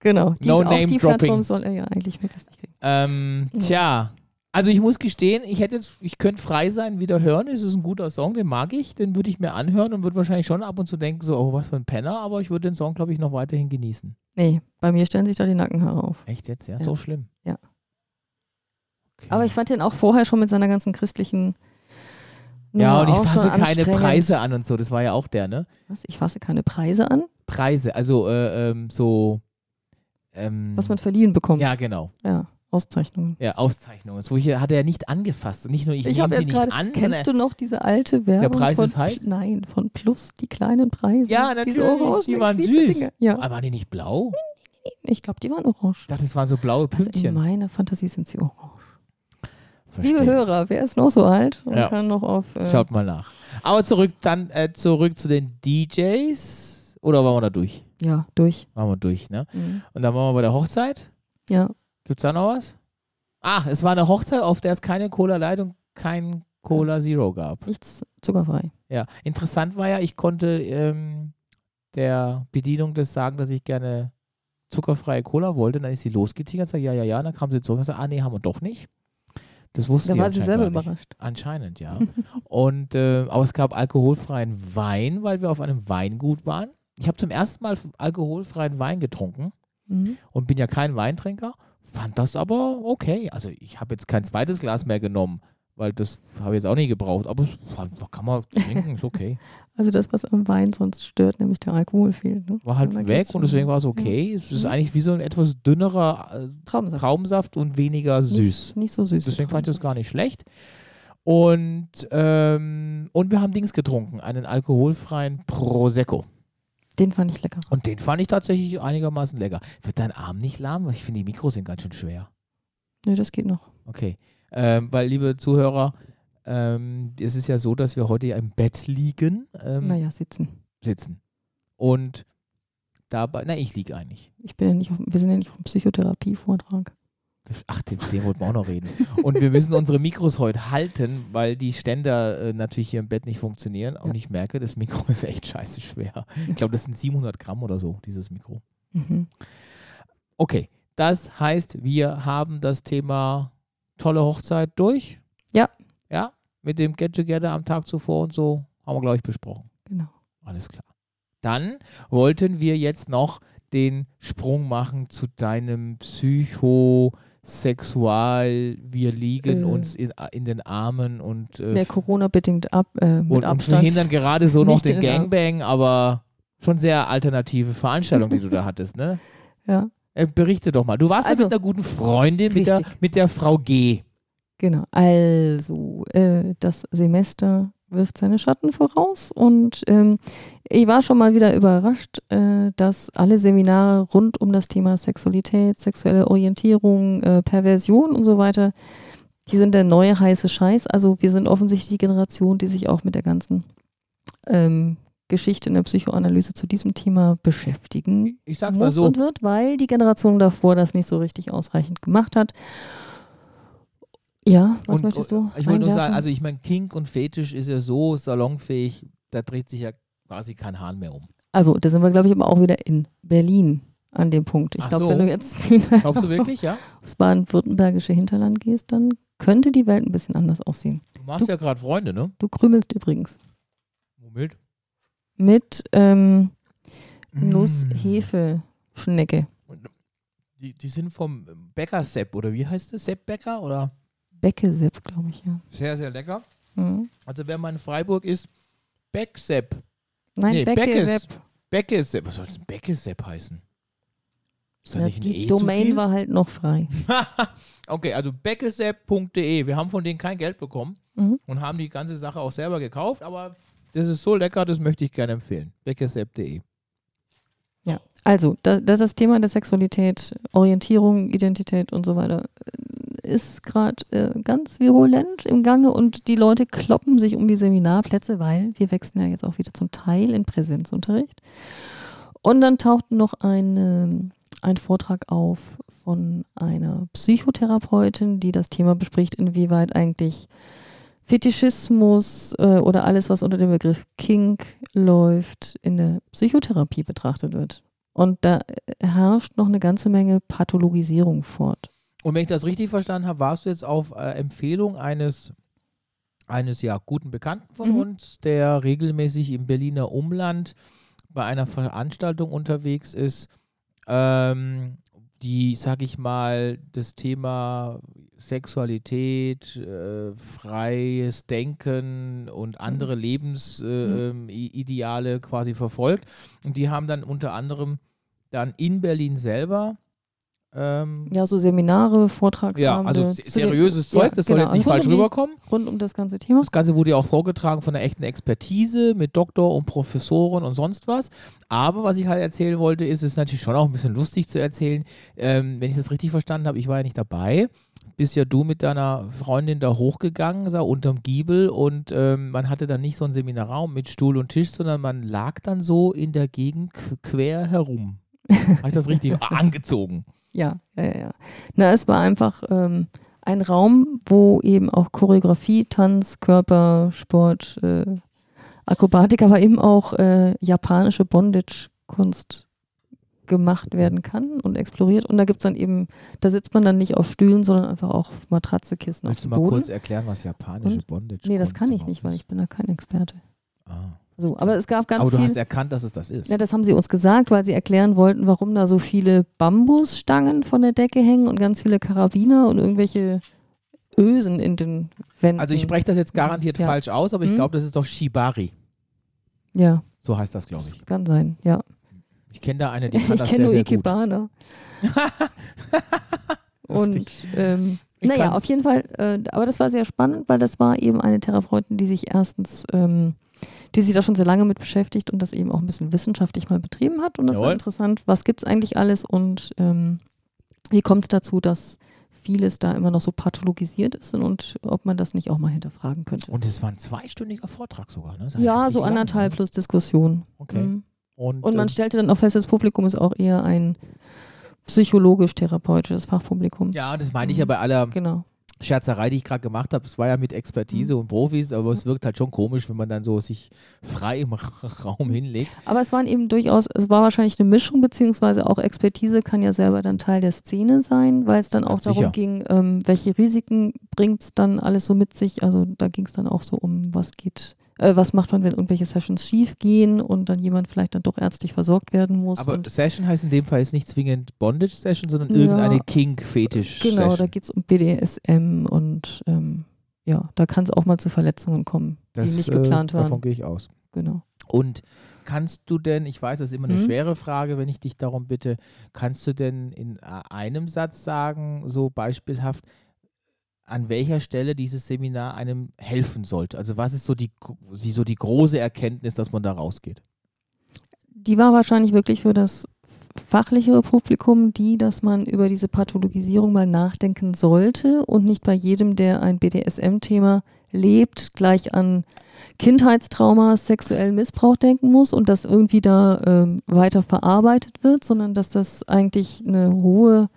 [SPEAKER 2] genau, die,
[SPEAKER 1] No
[SPEAKER 2] auch die
[SPEAKER 1] name dropping.
[SPEAKER 2] Plattform soll er ja eigentlich möglichst nicht kriegen.
[SPEAKER 1] Ähm,
[SPEAKER 2] Ja.
[SPEAKER 1] Tja, also ich muss gestehen, ich hätte jetzt, ich könnte frei sein, wieder hören. Es ist ein guter Song, den mag ich, den würde ich mir anhören und würde wahrscheinlich schon ab und zu denken, so, oh, was für ein Penner, aber ich würde den Song, glaube ich, noch weiterhin genießen.
[SPEAKER 2] Nee, bei mir stellen sich da die Nackenhaare auf.
[SPEAKER 1] Echt jetzt? Ja,
[SPEAKER 2] Ja.
[SPEAKER 1] so schlimm.
[SPEAKER 2] Ja.
[SPEAKER 1] Okay.
[SPEAKER 2] Aber ich fand den auch vorher schon mit seiner ganzen christlichen
[SPEAKER 1] ja,
[SPEAKER 2] Nummer
[SPEAKER 1] und ich
[SPEAKER 2] auch schon
[SPEAKER 1] fasse keine
[SPEAKER 2] anstrengend.
[SPEAKER 1] Preise an und so. Das war ja auch der, ne?
[SPEAKER 2] Was? Ich fasse keine Preise an,
[SPEAKER 1] Preise, also äh, ähm, so. Ähm,
[SPEAKER 2] was man verliehen bekommt.
[SPEAKER 1] Ja, genau.
[SPEAKER 2] Ja, Auszeichnungen.
[SPEAKER 1] Ja, Auszeichnungen. So, hier hat er nicht angefasst. Und nicht nur ich,
[SPEAKER 2] Ich
[SPEAKER 1] nehme
[SPEAKER 2] habe
[SPEAKER 1] sie
[SPEAKER 2] jetzt
[SPEAKER 1] nicht
[SPEAKER 2] gerade,
[SPEAKER 1] an, sondern.
[SPEAKER 2] kennst du noch diese alte Werbung
[SPEAKER 1] Preis
[SPEAKER 2] von,
[SPEAKER 1] ist heiß?
[SPEAKER 2] Nein, von Plus, die kleinen Preise.
[SPEAKER 1] Ja,
[SPEAKER 2] Diese
[SPEAKER 1] natürlich,
[SPEAKER 2] orangen,
[SPEAKER 1] die waren
[SPEAKER 2] quietsche
[SPEAKER 1] süß.
[SPEAKER 2] Dinger. Ja,
[SPEAKER 1] aber waren die nicht blau?
[SPEAKER 2] ich glaube, die waren orange.
[SPEAKER 1] Ich dachte, das waren so blaue
[SPEAKER 2] Also in
[SPEAKER 1] Pünktchen.
[SPEAKER 2] meiner Fantasie sind sie orange.
[SPEAKER 1] Verstehe.
[SPEAKER 2] Liebe Hörer, wer ist noch so alt und
[SPEAKER 1] Ja.
[SPEAKER 2] kann noch auf... Äh,
[SPEAKER 1] Schaut mal nach. Aber zurück dann äh, zurück zu den DJs. Oder waren wir da durch?
[SPEAKER 2] Ja, durch.
[SPEAKER 1] Waren wir durch, ne?
[SPEAKER 2] Mhm.
[SPEAKER 1] Und dann waren wir bei der Hochzeit.
[SPEAKER 2] Ja,
[SPEAKER 1] Gibt's da noch was? Ach, es war eine Hochzeit, auf der es keine Cola Light und kein Cola Zero gab.
[SPEAKER 2] nichts zuckerfrei.
[SPEAKER 1] Ja, interessant war ja, ich konnte ähm, der Bedienung das sagen, dass ich gerne zuckerfreie Cola wollte. Und dann ist sie losgetigert und sagt, ja, ja, ja. Und dann kam sie zurück und sagt, ah, nee, haben wir doch nicht. Das wusste
[SPEAKER 2] Da
[SPEAKER 1] die
[SPEAKER 2] war sie
[SPEAKER 1] anscheinend
[SPEAKER 2] selber
[SPEAKER 1] gar nicht.
[SPEAKER 2] überrascht.
[SPEAKER 1] Anscheinend, ja. und äh, aber es gab alkoholfreien Wein, weil wir auf einem Weingut waren. Ich habe zum ersten Mal alkoholfreien Wein getrunken
[SPEAKER 2] Mhm.
[SPEAKER 1] und bin ja kein Weintrinker, fand das aber okay. Also ich habe jetzt kein zweites Glas mehr genommen, weil das habe ich jetzt auch nie gebraucht. Aber es fand, kann man trinken, ist okay.
[SPEAKER 2] Also das, was am Wein sonst stört, nämlich der Alkohol fehlt. Ne?
[SPEAKER 1] War halt
[SPEAKER 2] Da geht's um
[SPEAKER 1] weg und
[SPEAKER 2] schon.
[SPEAKER 1] deswegen war es okay. Es ist eigentlich wie so ein etwas dünnerer äh,
[SPEAKER 2] Traubensaft.
[SPEAKER 1] Traubensaft und weniger süß.
[SPEAKER 2] Nicht, nicht so süß.
[SPEAKER 1] Deswegen fand ich das gar nicht schlecht. Und, ähm, und wir haben Dings getrunken, einen alkoholfreien Prosecco.
[SPEAKER 2] Den fand ich lecker.
[SPEAKER 1] Und den fand ich tatsächlich einigermaßen lecker. Wird dein Arm nicht lahm? Ich finde, die Mikros sind ganz schön schwer.
[SPEAKER 2] Nee, das geht noch.
[SPEAKER 1] Okay. Ähm, weil, liebe Zuhörer, ähm, es ist ja so, dass wir heute ja im Bett liegen, ähm,
[SPEAKER 2] Naja, sitzen.
[SPEAKER 1] sitzen. Und dabei, na, ich liege eigentlich.
[SPEAKER 2] Ich bin ja nicht auf, wir sind ja nicht auf dem Psychotherapie-Vortrag.
[SPEAKER 1] Ach, dem, dem wollten wir auch noch reden. Und wir müssen unsere Mikros heute halten, weil die Ständer äh, natürlich hier im Bett nicht funktionieren. Und
[SPEAKER 2] Ja.
[SPEAKER 1] ich merke, das Mikro ist echt scheiße schwer. Ich glaube, das sind 700 Gramm oder so, dieses Mikro.
[SPEAKER 2] Mhm.
[SPEAKER 1] Okay, das heißt, wir haben das Thema tolle Hochzeit durch.
[SPEAKER 2] Ja.
[SPEAKER 1] Ja, mit dem Get-Together am Tag zuvor und so haben wir, glaube ich, besprochen.
[SPEAKER 2] Genau.
[SPEAKER 1] Alles klar. Dann wollten wir jetzt noch den Sprung machen zu deinem Psychosexual. Wir liegen
[SPEAKER 2] Äh.
[SPEAKER 1] uns in, in den Armen und, äh,
[SPEAKER 2] Der Corona-bedingt ab, äh, mit
[SPEAKER 1] und, und
[SPEAKER 2] Abstand.
[SPEAKER 1] verhindern gerade so noch
[SPEAKER 2] Nicht
[SPEAKER 1] den
[SPEAKER 2] in den Armen.
[SPEAKER 1] Gangbang, aber schon sehr alternative Veranstaltung, die du da hattest, ne?
[SPEAKER 2] ja,
[SPEAKER 1] Äh, Berichte doch mal. Du warst
[SPEAKER 2] Also-
[SPEAKER 1] da mit einer guten Freundin, mit der,
[SPEAKER 2] Richtig.
[SPEAKER 1] mit der Frau G.
[SPEAKER 2] genau. Also, äh, das Semester wirft seine Schatten voraus und ähm, ich war schon mal wieder überrascht, äh, dass alle Seminare rund um das Thema Sexualität, sexuelle Orientierung, äh, Perversion und so weiter, die sind der neue heiße Scheiß. Also wir sind offensichtlich die Generation, die sich auch mit der ganzen ähm, Geschichte in der Psychoanalyse zu diesem Thema beschäftigen
[SPEAKER 1] Ich sag's mal
[SPEAKER 2] muss
[SPEAKER 1] so.
[SPEAKER 2] und wird, weil die Generation davor das nicht so richtig ausreichend gemacht hat. Ja, was
[SPEAKER 1] Und,
[SPEAKER 2] möchtest
[SPEAKER 1] äh,
[SPEAKER 2] du?
[SPEAKER 1] Ich wollte nur sagen,
[SPEAKER 2] einwerfen?
[SPEAKER 1] also ich meine, Kink und Fetisch ist ja so salonfähig, da dreht sich ja quasi kein Hahn mehr um.
[SPEAKER 2] also, da sind wir, glaube ich, aber auch wieder in Berlin an dem Punkt. Ich
[SPEAKER 1] Ach
[SPEAKER 2] glaube,
[SPEAKER 1] so.
[SPEAKER 2] wenn du jetzt wieder
[SPEAKER 1] Glaubst du wirklich, ja?
[SPEAKER 2] aufs baden-württembergische Hinterland gehst, dann könnte die Welt ein bisschen anders aussehen.
[SPEAKER 1] Du machst
[SPEAKER 2] Du-
[SPEAKER 1] ja gerade Freunde, ne?
[SPEAKER 2] Du krümelst übrigens
[SPEAKER 1] Moment.
[SPEAKER 2] mit ähm,
[SPEAKER 1] Mm.
[SPEAKER 2] Nuss-Hefe-Schnecke.
[SPEAKER 1] Die, die sind vom Bäcker Sepp, oder wie heißt das? Sepp Bäcker, oder?
[SPEAKER 2] Beckesepp, glaube ich, ja.
[SPEAKER 1] Sehr, sehr lecker.
[SPEAKER 2] Mhm.
[SPEAKER 1] Also wer mal in Freiburg ist, Bäck Sepp.
[SPEAKER 2] Nein,
[SPEAKER 1] Nee,
[SPEAKER 2] Beckesepp.
[SPEAKER 1] Beckes. Bäcke Sepp. Was soll denn Bäcke Sepp heißen? Ist da
[SPEAKER 2] Ja,
[SPEAKER 1] nicht ein
[SPEAKER 2] die
[SPEAKER 1] e zu
[SPEAKER 2] Domain
[SPEAKER 1] viel?
[SPEAKER 2] war halt noch frei.
[SPEAKER 1] okay, also beckesepp.de. Wir haben von denen kein Geld bekommen
[SPEAKER 2] Mhm.
[SPEAKER 1] und haben die ganze Sache auch selber gekauft, aber das ist so lecker, das möchte ich gerne empfehlen. beckesepp.de.
[SPEAKER 2] Ja, also da, da das Thema der Sexualität, Orientierung, Identität und so weiter äh, ist gerade äh, ganz virulent im Gange und die Leute kloppen sich um die Seminarplätze, weil wir wechseln ja jetzt auch wieder zum Teil in Präsenzunterricht. Und dann taucht noch ein, ähm, ein Vortrag auf von einer Psychotherapeutin, die das Thema bespricht, inwieweit eigentlich Fetischismus äh, oder alles, was unter dem Begriff Kink läuft, in der Psychotherapie betrachtet wird. Und da äh, herrscht noch eine ganze Menge Pathologisierung fort.
[SPEAKER 1] Und wenn ich das richtig verstanden habe, warst du jetzt auf äh, Empfehlung eines eines ja guten Bekannten von
[SPEAKER 2] Mhm.
[SPEAKER 1] uns, der regelmäßig im Berliner Umland bei einer Veranstaltung unterwegs ist, ähm, die, sag ich mal, das Thema Sexualität, äh, freies Denken und andere Lebensideale äh, ähm, I- Ideale quasi verfolgt. Und die haben dann unter anderem dann in Berlin selber ähm,
[SPEAKER 2] Ja, so Seminare, Vortragsabende.
[SPEAKER 1] ja, also se-
[SPEAKER 2] zu den-
[SPEAKER 1] seriöses Zeug,
[SPEAKER 2] ja,
[SPEAKER 1] das soll
[SPEAKER 2] genau,
[SPEAKER 1] jetzt nicht
[SPEAKER 2] rund
[SPEAKER 1] falsch
[SPEAKER 2] um die-
[SPEAKER 1] rüberkommen.
[SPEAKER 2] Rund um das ganze Thema.
[SPEAKER 1] also Das Ganze wurde ja auch vorgetragen von einer echten Expertise mit Doktor und Professoren und sonst was. Aber was ich halt erzählen wollte, ist, es ist natürlich schon auch ein bisschen lustig zu erzählen. Ähm, wenn ich das richtig verstanden habe, ich war ja nicht dabei. Bist ja du mit deiner Freundin da hochgegangen, sah unterm Giebel und ähm, man hatte dann nicht so einen Seminarraum mit Stuhl und Tisch, sondern man lag dann so in der Gegend qu- quer herum. Habe ich das richtig Ah, angezogen?
[SPEAKER 2] Ja, ja, ja, ja. Na, es war einfach ähm, ein Raum, wo eben auch Choreografie, Tanz, Körper, Sport, äh, Akrobatik, aber eben auch äh, japanische Bondage-Kunst gemacht werden kann und exploriert. Und da gibt's dann eben, da sitzt man dann nicht auf Stühlen, sondern einfach auch auf Matratze, Kissen, auf
[SPEAKER 1] Möchtest du
[SPEAKER 2] dem
[SPEAKER 1] mal
[SPEAKER 2] Boden.
[SPEAKER 1] kurz erklären, was japanische
[SPEAKER 2] Und-
[SPEAKER 1] Bondage ist?
[SPEAKER 2] nee, das kann ich nicht, weil ich bin da kein Experte.
[SPEAKER 1] Ah.
[SPEAKER 2] So, aber es gab ganz
[SPEAKER 1] Aber du
[SPEAKER 2] viel.
[SPEAKER 1] hast erkannt, dass es das ist.
[SPEAKER 2] Ja, das haben sie uns gesagt, weil sie erklären wollten, warum da so viele Bambusstangen von der Decke hängen und ganz viele Karabiner und irgendwelche Ösen in den Wänden.
[SPEAKER 1] also ich spreche das jetzt garantiert
[SPEAKER 2] Ja.
[SPEAKER 1] falsch aus, aber ich
[SPEAKER 2] Hm?
[SPEAKER 1] glaube, das ist doch Shibari.
[SPEAKER 2] Ja,
[SPEAKER 1] So heißt das, glaube
[SPEAKER 2] das
[SPEAKER 1] ich.
[SPEAKER 2] kann sein, ja.
[SPEAKER 1] Ich kenne da eine, die kann
[SPEAKER 2] Ich
[SPEAKER 1] das
[SPEAKER 2] kenne
[SPEAKER 1] sehr, sehr
[SPEAKER 2] nur
[SPEAKER 1] gut.
[SPEAKER 2] Ikebana. und
[SPEAKER 1] Lustig.
[SPEAKER 2] ähm,
[SPEAKER 1] Ich
[SPEAKER 2] naja,
[SPEAKER 1] kann-
[SPEAKER 2] auf jeden Fall, äh, aber das war sehr spannend, weil das war eben eine Therapeutin, die sich erstens, ähm, die sich da schon sehr lange mit beschäftigt und das eben auch ein bisschen wissenschaftlich mal betrieben hat. Und das war
[SPEAKER 1] Jawohl.
[SPEAKER 2] interessant, was gibt es eigentlich alles und ähm, wie kommt es dazu, dass vieles da immer noch so pathologisiert ist und ob man das nicht auch mal hinterfragen könnte.
[SPEAKER 1] Und es war ein zweistündiger Vortrag sogar, ne? Das ist
[SPEAKER 2] ja,
[SPEAKER 1] richtig
[SPEAKER 2] so
[SPEAKER 1] lang, ne?
[SPEAKER 2] anderthalb plus Diskussion.
[SPEAKER 1] Okay.
[SPEAKER 2] Mhm.
[SPEAKER 1] Und,
[SPEAKER 2] Und man
[SPEAKER 1] ähm,
[SPEAKER 2] stellte dann auch fest, das Publikum ist auch eher ein psychologisch-therapeutisches Fachpublikum.
[SPEAKER 1] ja, das meine ich ja
[SPEAKER 2] Mhm.
[SPEAKER 1] bei aller
[SPEAKER 2] Genau.
[SPEAKER 1] Scherzerei, die ich gerade gemacht habe. Es war ja mit Expertise
[SPEAKER 2] Hm.
[SPEAKER 1] und Profis, aber es wirkt halt schon komisch, wenn man dann so sich frei im Raum hinlegt.
[SPEAKER 2] Aber es waren eben durchaus, es war wahrscheinlich eine Mischung, beziehungsweise auch Expertise kann ja selber dann Teil der Szene sein, weil es dann auch
[SPEAKER 1] Ganz
[SPEAKER 2] darum
[SPEAKER 1] sicher.
[SPEAKER 2] ging, ähm, welche Risiken bringt es dann alles so mit sich. Also da ging es dann auch so um, was geht, äh, was macht man, wenn irgendwelche Sessions schief gehen und dann jemand vielleicht dann doch ärztlich versorgt werden muss.
[SPEAKER 1] Aber
[SPEAKER 2] und,
[SPEAKER 1] Session heißt in dem Fall jetzt nicht zwingend Bondage-Session, sondern
[SPEAKER 2] Ja.
[SPEAKER 1] irgendeine King-Fetisch-Session.
[SPEAKER 2] genau, da geht es um BDSM und ähm, ja, da kann es auch mal zu Verletzungen kommen,
[SPEAKER 1] das,
[SPEAKER 2] die nicht
[SPEAKER 1] äh,
[SPEAKER 2] geplant
[SPEAKER 1] Davon
[SPEAKER 2] waren.
[SPEAKER 1] gehe ich aus.
[SPEAKER 2] Genau.
[SPEAKER 1] Und kannst du denn, ich weiß, das ist immer eine
[SPEAKER 2] Mhm.
[SPEAKER 1] schwere Frage, wenn ich dich darum bitte, kannst du denn in äh, einem Satz sagen, so beispielhaft, an welcher Stelle dieses Seminar einem helfen sollte? Also was ist so die, gro- die, so die große Erkenntnis, dass man da rausgeht?
[SPEAKER 2] die war wahrscheinlich wirklich für das fachlichere Publikum die, dass man über diese Pathologisierung mal nachdenken sollte und nicht bei jedem, der ein BDSM-Thema lebt, gleich an Kindheitstrauma, sexuellen Missbrauch denken muss und das irgendwie da ähm, weiter verarbeitet wird, sondern dass das eigentlich eine hohe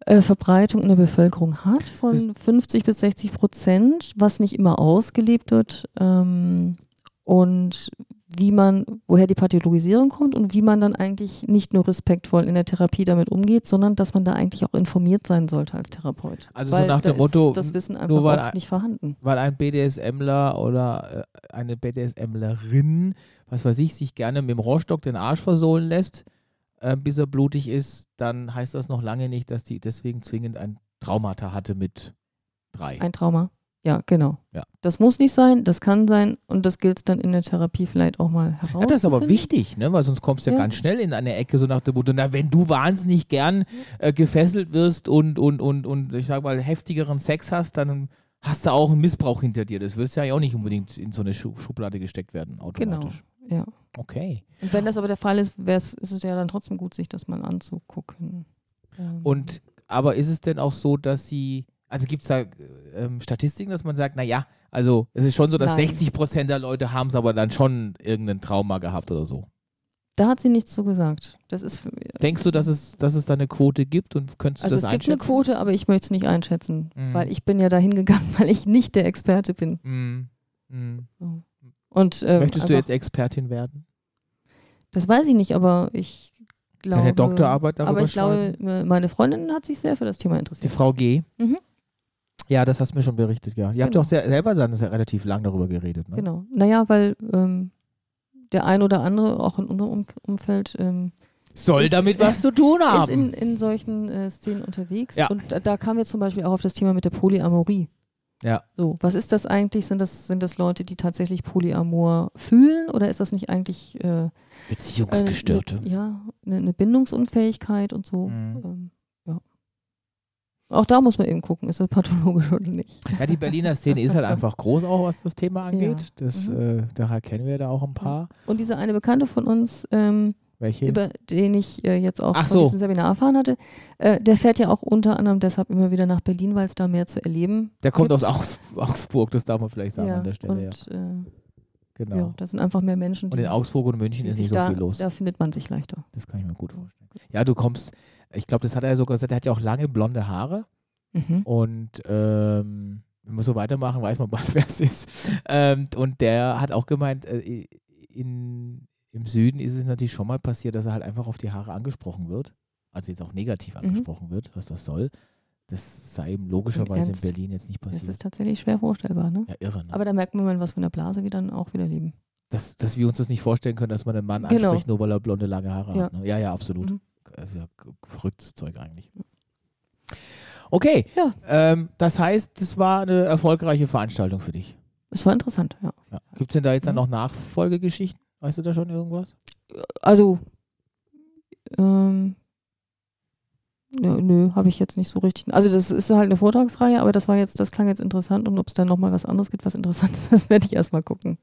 [SPEAKER 2] äh, Verbreitung in der Bevölkerung hat von 50 bis 60 Prozent, was nicht immer ausgelebt wird ähm, und wie man, woher die Pathologisierung kommt und wie man dann eigentlich nicht nur respektvoll in der Therapie damit umgeht, sondern dass man da eigentlich auch informiert sein sollte als Therapeut.
[SPEAKER 1] Also so
[SPEAKER 2] Weil
[SPEAKER 1] nach
[SPEAKER 2] da
[SPEAKER 1] dem Motto,
[SPEAKER 2] ist das Wissen einfach
[SPEAKER 1] nur weil
[SPEAKER 2] oft
[SPEAKER 1] ein-
[SPEAKER 2] nicht vorhanden.
[SPEAKER 1] weil ein BDSMler oder äh, eine BDSMlerin, was weiß ich, sich gerne mit dem Rohrstock den Arsch versohlen lässt, äh, bis er blutig ist, dann heißt das noch lange nicht, dass die deswegen zwingend ein Traumata hatte mit drei.
[SPEAKER 2] Ein Trauma. Ja, genau.
[SPEAKER 1] Ja.
[SPEAKER 2] Das muss nicht sein, das kann sein und das gilt es dann in der Therapie vielleicht auch mal heraus.
[SPEAKER 1] ja, das ist aber wichtig, ne? weil sonst kommst du ja,
[SPEAKER 2] Ja.
[SPEAKER 1] ganz schnell in eine Ecke, so nach dem Motto, na, wenn du wahnsinnig gern äh, gefesselt wirst und, und, und, und, ich sag mal, heftigeren Sex hast, dann hast du auch einen Missbrauch hinter dir. Das wirst ja auch nicht unbedingt in so eine Schu Schublade gesteckt werden,
[SPEAKER 2] Genau.
[SPEAKER 1] automatisch.
[SPEAKER 2] Ja.
[SPEAKER 1] Okay.
[SPEAKER 2] Und wenn das aber der Fall ist, wär's, ist es ja dann trotzdem gut, sich das mal anzugucken. Ähm,
[SPEAKER 1] Und aber ist es denn auch so, dass sie, also gibt es da äh, ähm, Statistiken, dass man sagt, naja, also es ist schon so, dass
[SPEAKER 2] Nein.
[SPEAKER 1] 60 Prozent der Leute haben es aber dann schon irgendein Trauma gehabt oder so.
[SPEAKER 2] da hat sie nichts zu gesagt. Das ist für-
[SPEAKER 1] Denkst du, dass es, dass es da eine Quote gibt und könntest
[SPEAKER 2] also
[SPEAKER 1] du
[SPEAKER 2] es
[SPEAKER 1] das
[SPEAKER 2] gibt eine
[SPEAKER 1] einschätzen?
[SPEAKER 2] Quote, aber ich möchte es nicht einschätzen,
[SPEAKER 1] Mhm.
[SPEAKER 2] weil ich bin ja da hingegangen, weil ich nicht der Experte bin.
[SPEAKER 1] Mhm. Mhm.
[SPEAKER 2] Und ähm,
[SPEAKER 1] Möchtest du
[SPEAKER 2] einfach-
[SPEAKER 1] jetzt Expertin werden?
[SPEAKER 2] Das weiß ich nicht, aber ich glaube.
[SPEAKER 1] Deine Doktorarbeit darüber
[SPEAKER 2] Aber ich glaube,
[SPEAKER 1] schreiben?
[SPEAKER 2] me- meine Freundin hat sich sehr für das Thema
[SPEAKER 1] Die
[SPEAKER 2] interessiert.
[SPEAKER 1] Frau G.
[SPEAKER 2] Mhm.
[SPEAKER 1] Ja, das hast du mir schon berichtet, ja. Ihr habt
[SPEAKER 2] Genau.
[SPEAKER 1] doch sehr, selber dann sehr relativ lang darüber geredet, ne?
[SPEAKER 2] Genau. Naja, weil ähm, der ein oder andere, auch in unserem um Umfeld, ähm,
[SPEAKER 1] Soll
[SPEAKER 2] Ist- äh,
[SPEAKER 1] damit was zu tun haben.
[SPEAKER 2] ist in, in solchen äh, Szenen unterwegs.
[SPEAKER 1] Ja.
[SPEAKER 2] Und äh, da, da kamen wir zum Beispiel auch auf das Thema mit der Polyamorie.
[SPEAKER 1] Ja.
[SPEAKER 2] So, was ist das eigentlich? Sind das, sind das Leute, die tatsächlich Polyamor fühlen oder ist das nicht eigentlich äh, eine,
[SPEAKER 1] Beziehungsgestörte.
[SPEAKER 2] ja, eine, eine Bindungsunfähigkeit und so?
[SPEAKER 1] Mhm.
[SPEAKER 2] Ähm, ja. Auch da muss man eben gucken, ist das pathologisch oder nicht.
[SPEAKER 1] Ja, die Berliner Szene ist halt einfach groß auch, was das Thema angeht.
[SPEAKER 2] Ja. Mhm.
[SPEAKER 1] Das, äh, daher kennen wir da auch ein paar.
[SPEAKER 2] Und diese eine Bekannte von uns, ähm,
[SPEAKER 1] Welche?
[SPEAKER 2] über den ich äh, jetzt auch
[SPEAKER 1] Ach
[SPEAKER 2] von
[SPEAKER 1] so.
[SPEAKER 2] diesem Seminar erfahren hatte, äh, der fährt ja auch unter anderem deshalb immer wieder nach Berlin, weil es da mehr zu erleben
[SPEAKER 1] Der kommt aus
[SPEAKER 2] gibt-
[SPEAKER 1] Augs Augsburg, das darf man vielleicht sagen an der Stelle. ja.
[SPEAKER 2] und äh,
[SPEAKER 1] Genau.
[SPEAKER 2] ja. da sind einfach mehr Menschen,
[SPEAKER 1] Und
[SPEAKER 2] die,
[SPEAKER 1] in Augsburg und München
[SPEAKER 2] die
[SPEAKER 1] ist
[SPEAKER 2] sich
[SPEAKER 1] nicht so
[SPEAKER 2] da,
[SPEAKER 1] viel los.
[SPEAKER 2] da findet man sich leichter.
[SPEAKER 1] Das kann ich mir gut vorstellen. Ja, du kommst, ich glaube, das hat er ja sogar gesagt, er hat ja auch lange blonde Haare
[SPEAKER 2] Mhm.
[SPEAKER 1] Oh, und ähm, wenn wir so weitermachen, weiß man bald, wer es ist. Ähm, und der hat auch gemeint, äh, in, im Süden ist es natürlich schon mal passiert, dass er halt einfach auf die Haare angesprochen wird. Also jetzt auch negativ
[SPEAKER 2] Mhm.
[SPEAKER 1] angesprochen wird, was das soll. Das sei ihm logischerweise in
[SPEAKER 2] Ernst?
[SPEAKER 1] Berlin jetzt nicht
[SPEAKER 2] Das
[SPEAKER 1] passiert.
[SPEAKER 2] ist tatsächlich schwer vorstellbar, ne?
[SPEAKER 1] Ja, irre. Ne?
[SPEAKER 2] Aber da merkt man, mal, was für eine Blase wir dann auch wieder leben.
[SPEAKER 1] dass, dass wir uns das nicht vorstellen können, dass man einen Mann
[SPEAKER 2] Genau.
[SPEAKER 1] anspricht, nur weil er blonde, lange Haare
[SPEAKER 2] Ja.
[SPEAKER 1] hat. Ne? Ja, ja, absolut.
[SPEAKER 2] Mhm.
[SPEAKER 1] Das ist ja g- verrücktes Zeug eigentlich. Okay,
[SPEAKER 2] Ja.
[SPEAKER 1] ähm, das heißt, das war eine erfolgreiche Veranstaltung für dich.
[SPEAKER 2] Es war interessant, ja.
[SPEAKER 1] Ja. Gibt es denn da jetzt dann
[SPEAKER 2] Mhm.
[SPEAKER 1] noch Nachfolgegeschichten? Weißt du da schon irgendwas?
[SPEAKER 2] Also, ähm, nö, nö habe ich jetzt nicht so richtig. Also, das ist halt eine Vortragsreihe, aber das war jetzt, das klang jetzt interessant und ob es dann nochmal was anderes gibt, was interessant ist, das werde ich erstmal gucken.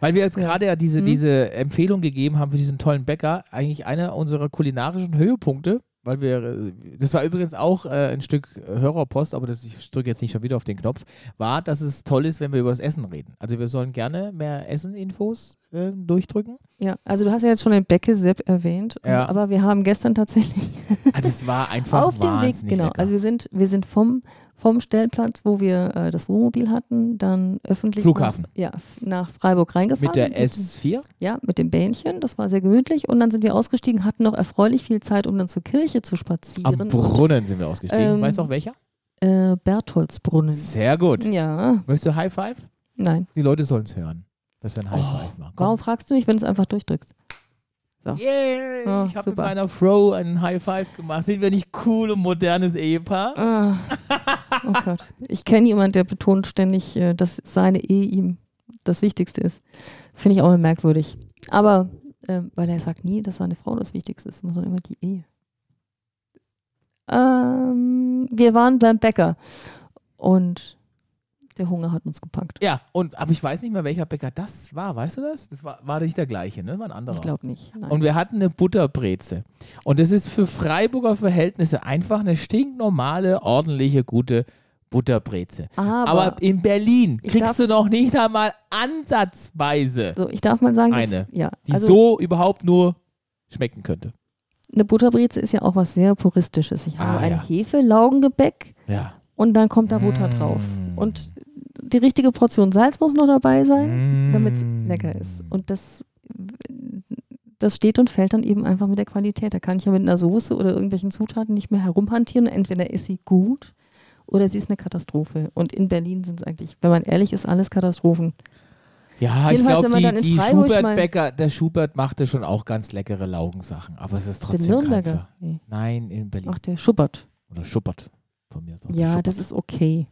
[SPEAKER 1] Weil wir jetzt
[SPEAKER 2] Ja.
[SPEAKER 1] gerade ja diese,
[SPEAKER 2] Mhm.
[SPEAKER 1] diese Empfehlung gegeben haben für diesen tollen Bäcker, eigentlich einer unserer kulinarischen Höhepunkte, weil wir, äh, das war übrigens auch äh, ein Stück Hörerpost, aber das, ich drücke jetzt nicht schon wieder auf den Knopf, war, dass es toll ist, wenn wir über das Essen reden. Also wir sollen gerne mehr Essen-Infos äh, durchdrücken.
[SPEAKER 2] Ja, also du hast ja jetzt schon den Becke Sepp erwähnt,
[SPEAKER 1] Ja.
[SPEAKER 2] und- aber wir haben gestern tatsächlich
[SPEAKER 1] Also es war einfach
[SPEAKER 2] auf dem Weg,
[SPEAKER 1] wahnsinnig
[SPEAKER 2] genau,
[SPEAKER 1] lecker.
[SPEAKER 2] also wir sind, wir sind vom, vom Stellplatz, wo wir äh, das Wohnmobil hatten, dann öffentlich
[SPEAKER 1] Flughafen.
[SPEAKER 2] Nach, ja, f- nach Freiburg reingefahren.
[SPEAKER 1] mit der
[SPEAKER 2] dem-
[SPEAKER 1] S4.
[SPEAKER 2] Ja, mit dem Bähnchen, das war sehr gemütlich. Und dann sind wir ausgestiegen, hatten noch erfreulich viel Zeit, um dann zur Kirche zu
[SPEAKER 1] Am
[SPEAKER 2] spazieren.
[SPEAKER 1] Brunnen sind wir ausgestiegen.
[SPEAKER 2] Ähm,
[SPEAKER 1] weißt du auch welcher?
[SPEAKER 2] äh, Bertholdsbrunnen.
[SPEAKER 1] Sehr
[SPEAKER 2] Mhm.
[SPEAKER 1] gut.
[SPEAKER 2] Ja,
[SPEAKER 1] Möchtest du High Five?
[SPEAKER 2] nein.
[SPEAKER 1] Die Leute sollen es hören, dass wir ein High
[SPEAKER 2] Oh,
[SPEAKER 1] Five machen. Komm.
[SPEAKER 2] Warum fragst du mich, wenn du es einfach durchdrückst?
[SPEAKER 1] Yay!
[SPEAKER 2] Ah,
[SPEAKER 1] ich habe mit
[SPEAKER 2] super.
[SPEAKER 1] meiner Fro einen High Five gemacht. Sind wir nicht cool und modernes Ehepaar?
[SPEAKER 2] Ah. Oh Gott. Ich kenne jemanden, der betont ständig, äh, dass seine Ehe ihm das Wichtigste ist. Finde ich auch immer merkwürdig. Aber ähm, weil er sagt nie, dass seine Frau das Wichtigste ist, sondern immer die Ehe. Ähm, wir waren beim Bäcker und der Hunger hat uns gepackt.
[SPEAKER 1] Ja, und aber ich weiß nicht mehr, welcher Bäcker das war. Weißt du das? Das war, war nicht der gleiche, ne? War ein anderer.
[SPEAKER 2] Ich glaube nicht. Nein.
[SPEAKER 1] Und wir hatten eine Butterbreze. Und das ist für Freiburger Verhältnisse einfach eine stinknormale, ordentliche, gute Butterbreze.
[SPEAKER 2] aber
[SPEAKER 1] Aber, in Berlin
[SPEAKER 2] Ich
[SPEAKER 1] kriegst
[SPEAKER 2] darf-
[SPEAKER 1] du noch nicht einmal ansatzweise,
[SPEAKER 2] so, ich darf mal sagen,
[SPEAKER 1] Eine,
[SPEAKER 2] dass, ja,
[SPEAKER 1] die
[SPEAKER 2] also
[SPEAKER 1] so überhaupt nur schmecken könnte.
[SPEAKER 2] Eine Butterbreze ist ja auch was sehr Puristisches. Ich habe
[SPEAKER 1] Ah,
[SPEAKER 2] ein
[SPEAKER 1] ja.
[SPEAKER 2] Hefe-Laugengebäck
[SPEAKER 1] Ja.
[SPEAKER 2] und dann kommt da Butter drauf.
[SPEAKER 1] Mm.
[SPEAKER 2] Und die richtige Portion Salz muss noch dabei sein, damit es
[SPEAKER 1] Mm.
[SPEAKER 2] lecker ist. Und das, das steht und fällt dann eben einfach mit der Qualität. Da kann ich ja mit einer Soße oder irgendwelchen Zutaten nicht mehr herumhantieren. Entweder ist sie gut oder sie ist eine Katastrophe. Und in Berlin sind es eigentlich, wenn man ehrlich ist, alles Katastrophen.
[SPEAKER 1] Ja, ich
[SPEAKER 2] Jedenfalls, wenn
[SPEAKER 1] glaube,
[SPEAKER 2] man dann
[SPEAKER 1] die,
[SPEAKER 2] in
[SPEAKER 1] die
[SPEAKER 2] Freiburg mal-
[SPEAKER 1] Schubert-Bäcker, der Schubert machte schon auch ganz leckere Laugensachen, aber es ist
[SPEAKER 2] der
[SPEAKER 1] trotzdem kein
[SPEAKER 2] Nürnberger.
[SPEAKER 1] Ver-
[SPEAKER 2] Nee.
[SPEAKER 1] Nein, in Berlin.
[SPEAKER 2] Ach, der Schuppert.
[SPEAKER 1] Oder Schuppert von mir. aus auch
[SPEAKER 2] Ja,
[SPEAKER 1] Schuppert.
[SPEAKER 2] das ist okay.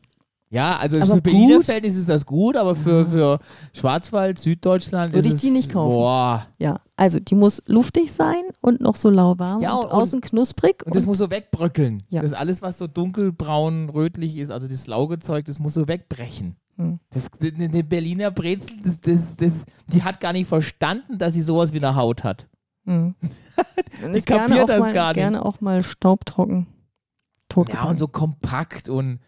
[SPEAKER 1] ja, also für
[SPEAKER 2] aber
[SPEAKER 1] Berliner
[SPEAKER 2] gut.
[SPEAKER 1] Verhältnis ist das gut, aber für, für Schwarzwald, Süddeutschland
[SPEAKER 2] Würde
[SPEAKER 1] ist
[SPEAKER 2] ich die
[SPEAKER 1] es,
[SPEAKER 2] nicht kaufen.
[SPEAKER 1] Boah.
[SPEAKER 2] Ja, also die muss luftig sein und noch so lauwarm
[SPEAKER 1] Ja,
[SPEAKER 2] und,
[SPEAKER 1] und-
[SPEAKER 2] außen knusprig.
[SPEAKER 1] Und das muss so wegbröckeln.
[SPEAKER 2] Ja.
[SPEAKER 1] Das alles, was so dunkelbraun, rötlich ist, also das Laugezeug, das muss so wegbrechen.
[SPEAKER 2] Hm.
[SPEAKER 1] Das, eine eine Berliner Brezel, das, das, das, die hat gar nicht verstanden, dass sie sowas wie eine Haut hat.
[SPEAKER 2] Mhm. Dann ist
[SPEAKER 1] kapiert
[SPEAKER 2] gerne auch
[SPEAKER 1] das
[SPEAKER 2] mal,
[SPEAKER 1] gar nicht.
[SPEAKER 2] Gerne auch mal staubtrocken.
[SPEAKER 1] Ja, und so kompakt und.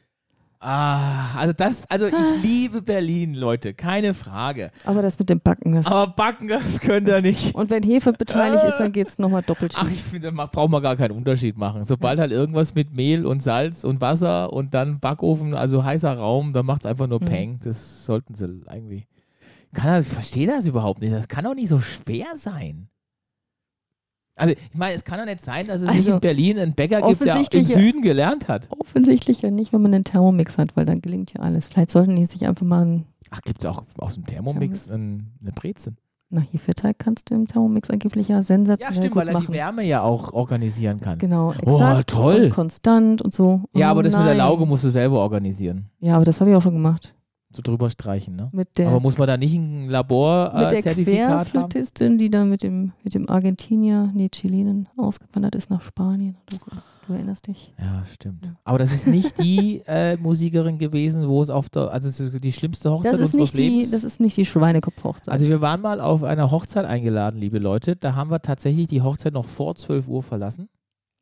[SPEAKER 1] Ah, also das, also ich liebe Berlin, Leute, keine Frage.
[SPEAKER 2] Aber das mit dem Backen ist.
[SPEAKER 1] Aber backen, das könnt ihr nicht.
[SPEAKER 2] und wenn Hefe beteiligt ist, dann geht es nochmal doppelt
[SPEAKER 1] Ach,
[SPEAKER 2] schief.
[SPEAKER 1] ich finde, da braucht man gar keinen Unterschied machen. Sobald halt irgendwas mit Mehl und Salz und Wasser und dann Backofen, also heißer Raum, dann macht es einfach nur
[SPEAKER 2] Mhm.
[SPEAKER 1] Peng. Das sollten sie irgendwie. Kann das, ich verstehe das überhaupt nicht. Das kann doch nicht so schwer sein. Also, ich meine, es kann doch nicht sein, dass es nicht
[SPEAKER 2] Also,
[SPEAKER 1] in Berlin einen Bäcker gibt, der im
[SPEAKER 2] offensichtlich-
[SPEAKER 1] Süden gelernt hat.
[SPEAKER 2] Offensichtlich ja nicht, wenn man einen Thermomix hat, weil dann gelingt ja alles. Vielleicht sollten die sich einfach mal einen.
[SPEAKER 1] Ach, gibt es auch aus dem Thermomix ein, eine Brezel?
[SPEAKER 2] Na, Hefeteig kannst du im Thermomix angeblich ja sensationell
[SPEAKER 1] Ja, stimmt,
[SPEAKER 2] gut
[SPEAKER 1] weil er die
[SPEAKER 2] machen.
[SPEAKER 1] Wärme ja auch organisieren kann.
[SPEAKER 2] genau,
[SPEAKER 1] Oh,
[SPEAKER 2] exakt
[SPEAKER 1] toll.
[SPEAKER 2] und konstant und so.
[SPEAKER 1] Ja,
[SPEAKER 2] Oh
[SPEAKER 1] aber das mit der
[SPEAKER 2] nein.
[SPEAKER 1] Lauge musst du selber organisieren.
[SPEAKER 2] Ja, aber das habe ich auch schon gemacht.
[SPEAKER 1] So drüber streichen, ne?
[SPEAKER 2] Mit der
[SPEAKER 1] Aber muss man da nicht ein
[SPEAKER 2] mit der
[SPEAKER 1] Labor-Zertifikat haben?
[SPEAKER 2] Querflötistin, die dann mit dem, mit dem Argentinier, nee, Chilenen ausgewandert ist nach Spanien oder so. Du erinnerst dich.
[SPEAKER 1] Ja, stimmt.
[SPEAKER 2] Ja.
[SPEAKER 1] Aber das ist nicht die äh, Musikerin gewesen, wo es auf der, also es ist die schlimmste Hochzeit
[SPEAKER 2] Das ist,
[SPEAKER 1] unseres
[SPEAKER 2] nicht die,
[SPEAKER 1] halt Lebens.
[SPEAKER 2] das ist nicht die Schweinekopfhochzeit.
[SPEAKER 1] also wir waren mal auf einer Hochzeit eingeladen, liebe Leute. Da haben wir tatsächlich die Hochzeit noch vor 12 Uhr verlassen.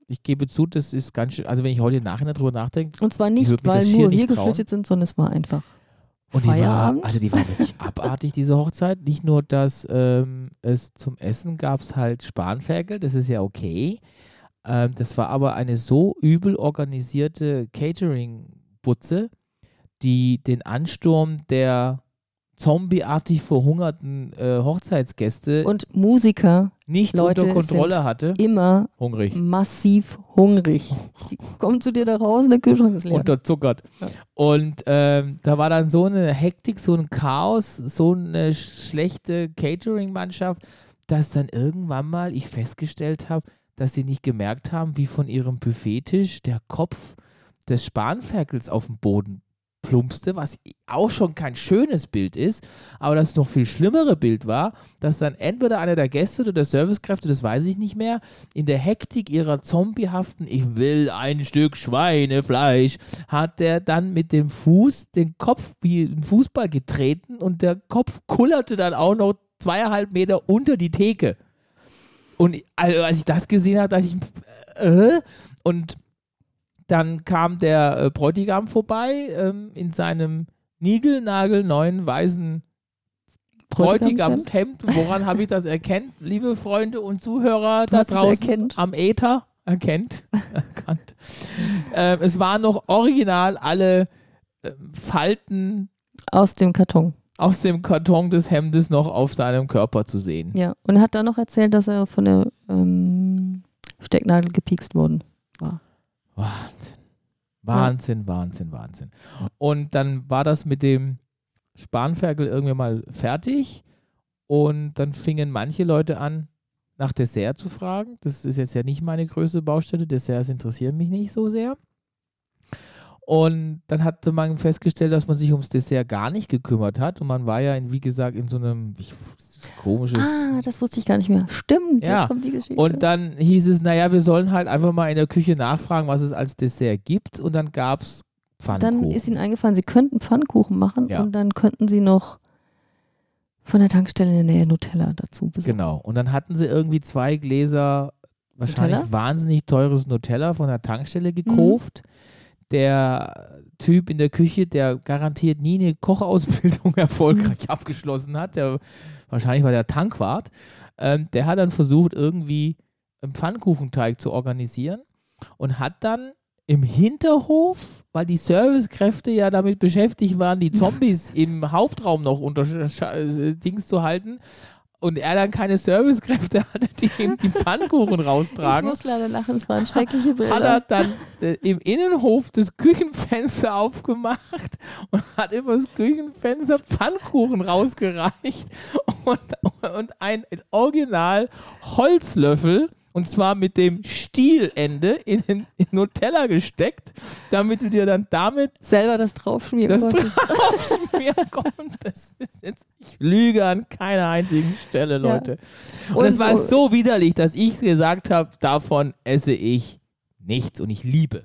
[SPEAKER 1] Ich gebe zu, das ist ganz schön, also wenn ich heute nachher drüber nachdenke.
[SPEAKER 2] und zwar
[SPEAKER 1] Ich würd
[SPEAKER 2] nicht,
[SPEAKER 1] mich
[SPEAKER 2] weil
[SPEAKER 1] das hier
[SPEAKER 2] nur
[SPEAKER 1] nicht
[SPEAKER 2] wir
[SPEAKER 1] trauen.
[SPEAKER 2] geflüchtet sind, sondern es war einfach.
[SPEAKER 1] Und die war,
[SPEAKER 2] Feierabend?
[SPEAKER 1] also die war wirklich abartig, diese Hochzeit. Nicht nur, dass ähm, es zum Essen gab es halt Spanferkel, das ist ja okay. Ähm, das war aber eine so übel organisierte Catering-Butze, die den Ansturm der zombieartig verhungerten äh, Hochzeitsgäste
[SPEAKER 2] Und Musiker
[SPEAKER 1] nicht
[SPEAKER 2] Leute
[SPEAKER 1] unter Kontrolle hatte.
[SPEAKER 2] immer
[SPEAKER 1] Hungrig.
[SPEAKER 2] massiv hungrig. Die kommen zu dir da raus und der Kühlschrank ist leer.
[SPEAKER 1] unterzuckert.
[SPEAKER 2] Ja.
[SPEAKER 1] Und ähm, da war dann so eine Hektik, so ein Chaos, so eine sch- schlechte Catering-Mannschaft, dass dann irgendwann mal ich festgestellt habe, dass sie nicht gemerkt haben, wie von ihrem Buffettisch der Kopf des Spanferkels auf dem Boden plumpste, was i- auch schon kein schönes Bild ist, aber das noch viel schlimmere Bild war, dass dann entweder einer der Gäste oder der Servicekräfte, das weiß ich nicht mehr, in der Hektik ihrer zombiehaften Ich will ein Stück Schweinefleisch, hat der dann mit dem Fuß den Kopf wie ein Fußball getreten und der Kopf kullerte dann auch noch zweieinhalb Meter unter die Theke. Und ich- also, als ich das gesehen habe, dachte ich, äh? und dann kam der äh, Bräutigam vorbei ähm, in seinem niegelnagelneuen weißen
[SPEAKER 2] Bräutigamshemd.
[SPEAKER 1] Bräutigamshemd. Woran habe ich das erkennt, liebe Freunde und Zuhörer da
[SPEAKER 2] hast es
[SPEAKER 1] draußen
[SPEAKER 2] erkennt.
[SPEAKER 1] am Äther? Erkennt. Erkannt. ähm, es waren noch original alle ähm, Falten
[SPEAKER 2] Aus dem Karton.
[SPEAKER 1] aus dem Karton des Hemdes noch auf seinem Körper zu sehen.
[SPEAKER 2] Ja. Und er hat dann noch erzählt, dass er von der ähm, Stecknadel gepiekst worden.
[SPEAKER 1] Wahnsinn. Wahnsinn, Wahnsinn, Wahnsinn. Und dann war das mit dem Spanferkel irgendwie mal fertig und dann fingen manche Leute an, nach Dessert zu fragen. Das ist jetzt ja nicht meine größte Baustelle. Desserts interessieren mich nicht so sehr. Und dann hatte man festgestellt, dass man sich ums Dessert gar nicht gekümmert hat. Und man war ja, in, wie gesagt, in so einem ich, komisches
[SPEAKER 2] Ah, das wusste ich gar nicht mehr. Stimmt,
[SPEAKER 1] Ja.
[SPEAKER 2] jetzt kommt die Geschichte.
[SPEAKER 1] und dann hieß es, naja, wir sollen halt einfach mal in der Küche nachfragen, was es als Dessert gibt. Und dann gab es Pfannkuchen.
[SPEAKER 2] Dann ist ihnen eingefallen, sie könnten Pfannkuchen machen
[SPEAKER 1] Ja.
[SPEAKER 2] und dann könnten sie noch von der Tankstelle in der Nähe Nutella dazu besorgen.
[SPEAKER 1] genau. Und dann hatten sie irgendwie zwei Gläser wahrscheinlich
[SPEAKER 2] Nutella? Mhm.
[SPEAKER 1] wahnsinnig teures Nutella von der Tankstelle gekauft. Der Typ in der Küche, der garantiert nie eine Kochausbildung erfolgreich abgeschlossen hat, der wahrscheinlich war der Tankwart, ähm, der hat dann versucht, irgendwie äh, einen Pfannkuchenteig zu organisieren und hat dann im Hinterhof, weil die Servicekräfte ja damit beschäftigt waren, die Zombies im Hauptraum noch unter Scha- äh, Dings zu halten und er dann keine Servicekräfte hatte, die ihm die Pfannkuchen
[SPEAKER 2] Ich
[SPEAKER 1] raustragen,
[SPEAKER 2] muss leider lachen, es waren schreckliche Bilder.
[SPEAKER 1] hat er dann äh, im Innenhof das Küchenfenster aufgemacht und hat über das Küchenfenster Pfannkuchen rausgereicht und, und ein Original Holzlöffel und zwar mit dem Stielende in den in Nutella gesteckt, damit du dir dann damit
[SPEAKER 2] Selber das draufschmieren
[SPEAKER 1] das
[SPEAKER 2] wollte.
[SPEAKER 1] draufschmieren konntest. Das ist jetzt, ich lüge an keiner einzigen Stelle,
[SPEAKER 2] Ja.
[SPEAKER 1] Leute. Und es war so widerlich, dass ich gesagt habe, davon esse ich nichts und ich liebe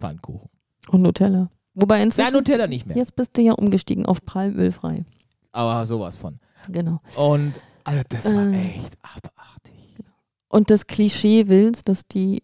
[SPEAKER 1] Pfannkuchen.
[SPEAKER 2] Und Nutella. Wobei
[SPEAKER 1] Nein,
[SPEAKER 2] inzwischen,
[SPEAKER 1] Nutella nicht mehr,
[SPEAKER 2] jetzt bist du ja umgestiegen auf prallölfrei.
[SPEAKER 1] aber sowas von.
[SPEAKER 2] Genau.
[SPEAKER 1] Und also das war
[SPEAKER 2] Äh.
[SPEAKER 1] echt abartig.
[SPEAKER 2] Und das Klischee willst, dass die,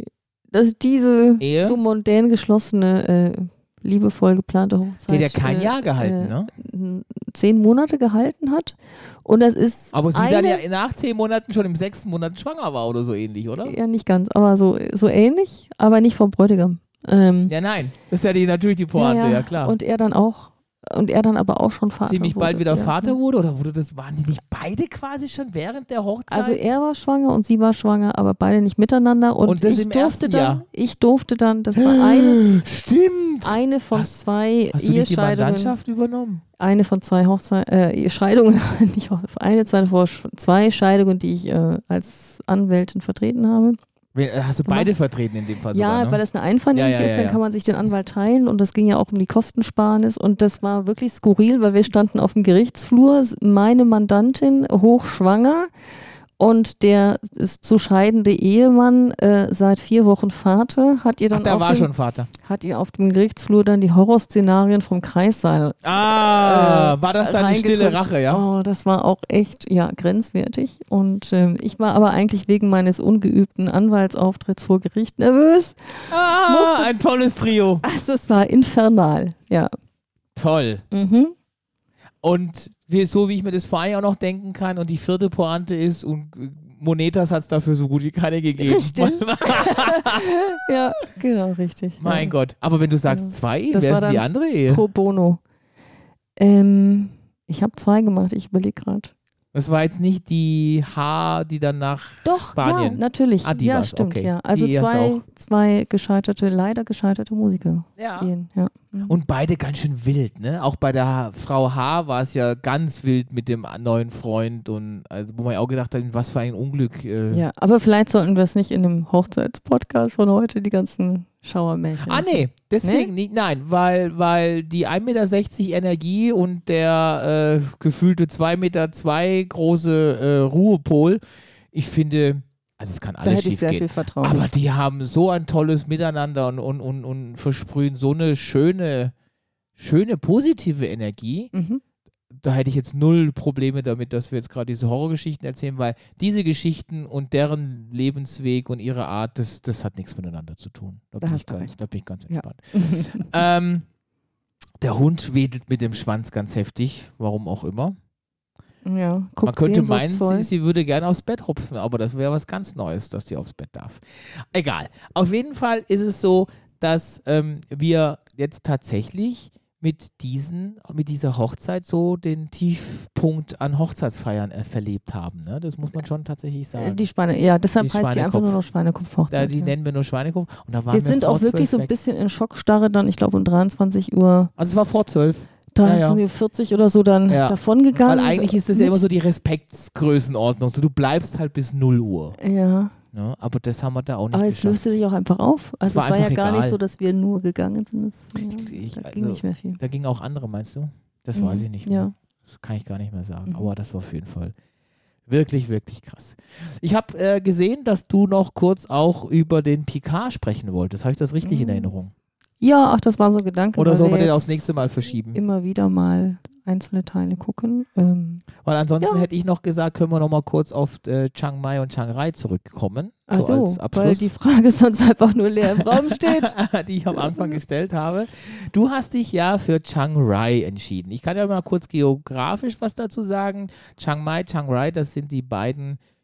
[SPEAKER 2] dass diese
[SPEAKER 1] Ehe?
[SPEAKER 2] so mondän geschlossene, äh, liebevoll geplante
[SPEAKER 1] Die
[SPEAKER 2] Hochzeit
[SPEAKER 1] hat ja kein
[SPEAKER 2] äh,
[SPEAKER 1] Jahr gehalten,
[SPEAKER 2] äh,
[SPEAKER 1] ne?
[SPEAKER 2] n- zehn Monate gehalten hat. Und das ist
[SPEAKER 1] Aber sie
[SPEAKER 2] eine,
[SPEAKER 1] dann ja nach zehn Monaten schon im sechsten Monat schwanger war oder so ähnlich, oder?
[SPEAKER 2] ja nicht ganz, aber so, so ähnlich, aber nicht vom Bräutigam. Ähm,
[SPEAKER 1] Ja, nein. Das ist ja die, natürlich die Pointe, ja, klar.
[SPEAKER 2] Und er dann auch, und er dann aber auch schon Vater.
[SPEAKER 1] ziemlich bald
[SPEAKER 2] wurde,
[SPEAKER 1] wieder
[SPEAKER 2] ja.
[SPEAKER 1] Vater wurde oder wurde das waren die nicht beide quasi schon während der Hochzeit?
[SPEAKER 2] Also er war schwanger und sie war schwanger, aber beide nicht miteinander. Und,
[SPEAKER 1] Und das
[SPEAKER 2] ich
[SPEAKER 1] im
[SPEAKER 2] durfte
[SPEAKER 1] ersten
[SPEAKER 2] dann,
[SPEAKER 1] Jahr.
[SPEAKER 2] ich durfte dann, das war eine,
[SPEAKER 1] Stimmt.
[SPEAKER 2] eine von
[SPEAKER 1] Hast-
[SPEAKER 2] zwei
[SPEAKER 1] Hast du nicht die
[SPEAKER 2] Ehescheidungen.
[SPEAKER 1] Mandantschaft übernommen?
[SPEAKER 2] Eine von zwei Hochzei äh, Ehescheidungen, nicht Hoch- eine, zwei, vor- zwei Scheidungen, die ich äh, als Anwältin vertreten habe.
[SPEAKER 1] Wen- äh, Hast du beide vertreten in dem Fall
[SPEAKER 2] ja,
[SPEAKER 1] sogar, ne?
[SPEAKER 2] weil es eine einvernehmliche
[SPEAKER 1] Ja, ja, ja,
[SPEAKER 2] ist, dann
[SPEAKER 1] ja.
[SPEAKER 2] kann man sich den Anwalt teilen und das ging ja auch um die Kostensparnis und das war wirklich skurril, weil wir standen auf dem Gerichtsflur, s- meine Mandantin hochschwanger und der s- zu scheidende Ehemann äh, seit vier Wochen Vater hat ihr
[SPEAKER 1] Ach,
[SPEAKER 2] dann
[SPEAKER 1] da
[SPEAKER 2] auf
[SPEAKER 1] war
[SPEAKER 2] dem,
[SPEAKER 1] schon Vater.
[SPEAKER 2] hat ihr auf dem Gerichtsflur dann die Horrorszenarien vom Kreissaal
[SPEAKER 1] Ah, war das dann die stille
[SPEAKER 2] reingedrückt.
[SPEAKER 1] Rache, ja?
[SPEAKER 2] Oh, das war auch echt, ja, grenzwertig. Und ähm, ich war aber eigentlich wegen meines ungeübten Anwaltsauftritts vor Gericht nervös.
[SPEAKER 1] Ah,
[SPEAKER 2] Musste-
[SPEAKER 1] ein tolles Trio.
[SPEAKER 2] Also es war infernal, ja.
[SPEAKER 1] Toll.
[SPEAKER 2] Mhm.
[SPEAKER 1] Und wie, so wie ich mir das vor allem auch noch denken kann und die vierte Pointe ist und äh, Monetas hat es dafür so gut wie keine gegeben.
[SPEAKER 2] Richtig. Ja, genau, richtig.
[SPEAKER 1] mein
[SPEAKER 2] ja.
[SPEAKER 1] Gott. Aber wenn du sagst
[SPEAKER 2] Ja.
[SPEAKER 1] zwei Ehen,
[SPEAKER 2] Das
[SPEAKER 1] wer
[SPEAKER 2] war
[SPEAKER 1] ist denn die
[SPEAKER 2] dann
[SPEAKER 1] andere Ehe?
[SPEAKER 2] Pro bono. Ähm, ich habe zwei gemacht, ich überlege gerade.
[SPEAKER 1] Das war jetzt nicht die H, die dann nach.
[SPEAKER 2] Doch,
[SPEAKER 1] Spanien.
[SPEAKER 2] ja, ne- natürlich.
[SPEAKER 1] Ah, die
[SPEAKER 2] ja,
[SPEAKER 1] war's,
[SPEAKER 2] stimmt,
[SPEAKER 1] okay.
[SPEAKER 2] ja. Also
[SPEAKER 1] Die erste
[SPEAKER 2] zwei,
[SPEAKER 1] auch. Ah.
[SPEAKER 2] zwei gescheiterte, leider gescheiterte Musiker. Ehen, ja. Mhm.
[SPEAKER 1] Und beide ganz schön wild, ne? Auch bei der H- Frau H war es ja ganz wild mit dem neuen Freund und also, wo man ja auch gedacht hat, was für ein Unglück. Äh.
[SPEAKER 2] ja, aber vielleicht sollten wir es nicht in dem Hochzeitspodcast von heute, die ganzen Schauermärchen.
[SPEAKER 1] Ah, nee, deswegen nicht. Nein, weil, weil die 1,60 Meter Energie und der äh, gefühlte 2,2 Meter zwei große äh, Ruhepol, ich finde, also es kann
[SPEAKER 2] Da
[SPEAKER 1] alles
[SPEAKER 2] hätte ich
[SPEAKER 1] schief
[SPEAKER 2] sehr
[SPEAKER 1] gehen.
[SPEAKER 2] viel Vertrauen.
[SPEAKER 1] Aber die haben so ein tolles Miteinander und, und, und, und versprühen so eine schöne, schöne positive Energie.
[SPEAKER 2] mhm.
[SPEAKER 1] Da hätte ich jetzt null Probleme damit, dass wir jetzt gerade diese Horrorgeschichten erzählen, weil diese Geschichten und deren Lebensweg und ihre Art, das, das hat nichts miteinander zu tun. Da, bin,
[SPEAKER 2] hast
[SPEAKER 1] ich
[SPEAKER 2] du
[SPEAKER 1] ganz,
[SPEAKER 2] recht.
[SPEAKER 1] da bin ich ganz
[SPEAKER 2] Ja.
[SPEAKER 1] entspannt. ähm, der Hund wedelt mit dem Schwanz ganz heftig, warum auch immer.
[SPEAKER 2] ja, guckt
[SPEAKER 1] Man könnte meinen,
[SPEAKER 2] sehnsuchtsvoll.
[SPEAKER 1] sie, sie würde gerne aufs Bett hupfen, aber das wäre was ganz Neues, dass sie aufs Bett darf. Egal. Auf jeden Fall ist es so, dass ähm, wir jetzt tatsächlich mit, diesen, mit dieser Hochzeit so den Tiefpunkt an Hochzeitsfeiern äh, verlebt haben. Ne? Das muss man schon tatsächlich
[SPEAKER 2] Äh,
[SPEAKER 1] sagen.
[SPEAKER 2] Die Schweine, ja,
[SPEAKER 1] Die
[SPEAKER 2] deshalb heißt die einfach
[SPEAKER 1] Schweinekopf.
[SPEAKER 2] nur noch Schweinekopf-Hochzeit.
[SPEAKER 1] da, die
[SPEAKER 2] ja.
[SPEAKER 1] nennen wir nur Schweinekopf. Und da waren
[SPEAKER 2] Wir sind
[SPEAKER 1] vor
[SPEAKER 2] auch wirklich
[SPEAKER 1] 12
[SPEAKER 2] so ein
[SPEAKER 1] weg.
[SPEAKER 2] bisschen in Schockstarre dann, ich glaube um 23 Uhr,
[SPEAKER 1] Also es war vor zwölf. Ja, ja.
[SPEAKER 2] 23.40 Uhr oder so dann
[SPEAKER 1] Ja.
[SPEAKER 2] davongegangen.
[SPEAKER 1] Weil eigentlich ist das ja
[SPEAKER 2] Mit-
[SPEAKER 1] immer so die Respektsgrößenordnung. So, du bleibst halt bis 0 Uhr.
[SPEAKER 2] Ja,
[SPEAKER 1] Ne? Aber das haben wir da auch nicht
[SPEAKER 2] aber es
[SPEAKER 1] geschafft.
[SPEAKER 2] löste sich auch einfach auf. Also es
[SPEAKER 1] war
[SPEAKER 2] war, ja
[SPEAKER 1] einfach
[SPEAKER 2] gar nicht
[SPEAKER 1] egal.
[SPEAKER 2] so, dass wir nur gegangen sind. Das, ja,
[SPEAKER 1] Ich- ich-
[SPEAKER 2] da ging
[SPEAKER 1] also-
[SPEAKER 2] nicht mehr viel.
[SPEAKER 1] Da gingen auch andere, meinst du? Das
[SPEAKER 2] Mhm.
[SPEAKER 1] weiß ich nicht.
[SPEAKER 2] Ja.
[SPEAKER 1] Mehr. Das kann ich gar nicht mehr sagen.
[SPEAKER 2] Mhm.
[SPEAKER 1] Aber das war auf jeden Fall wirklich, wirklich krass. Ich habe äh, gesehen, dass du noch kurz auch über den Picard sprechen wolltest. Habe ich das richtig in
[SPEAKER 2] Mhm.
[SPEAKER 1] Erinnerung?
[SPEAKER 2] Ja, ach, das war so ein Gedanke.
[SPEAKER 1] Oder
[SPEAKER 2] weil
[SPEAKER 1] sollen wir den
[SPEAKER 2] jetzt
[SPEAKER 1] aufs nächste Mal verschieben?
[SPEAKER 2] Immer wieder mal einzelne Teile gucken. Ähm,
[SPEAKER 1] Weil ansonsten
[SPEAKER 2] Ja.
[SPEAKER 1] hätte ich noch gesagt, können wir noch mal kurz auf äh, Chiang Mai und Chiang Rai zurückkommen.
[SPEAKER 2] ach
[SPEAKER 1] so
[SPEAKER 2] so,
[SPEAKER 1] als
[SPEAKER 2] also, weil
[SPEAKER 1] Abschluss.
[SPEAKER 2] die Frage sonst einfach nur leer im Raum steht.
[SPEAKER 1] die ich am Anfang gestellt habe. Du hast dich ja für Chiang Rai entschieden. Ich kann ja mal kurz geografisch was dazu sagen. Chiang Mai, Chiang Rai, das sind die beiden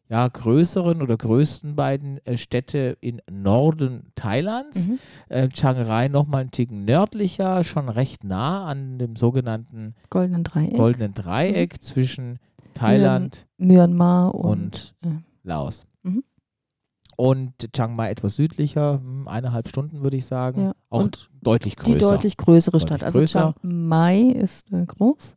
[SPEAKER 1] ja, größeren oder größten beiden äh, Städte in Norden Thailands.
[SPEAKER 2] Mhm.
[SPEAKER 1] Äh, Chiang Rai nochmal einen Ticken nördlicher, schon recht nah an dem sogenannten
[SPEAKER 2] Goldenen Dreieck.
[SPEAKER 1] goldenen Dreieck zwischen Thailand,
[SPEAKER 2] Myanmar und, äh,
[SPEAKER 1] Laos.
[SPEAKER 2] Mhm.
[SPEAKER 1] Und Chiang Mai etwas südlicher, hm, eineinhalb Stunden würde ich sagen.
[SPEAKER 2] Ja.
[SPEAKER 1] Auch
[SPEAKER 2] Und
[SPEAKER 1] deutlich
[SPEAKER 2] äh, die
[SPEAKER 1] größer.
[SPEAKER 2] deutlich größere
[SPEAKER 1] Deutlich
[SPEAKER 2] Stadt.
[SPEAKER 1] größer.
[SPEAKER 2] Also Chiang Mai ist äh, groß.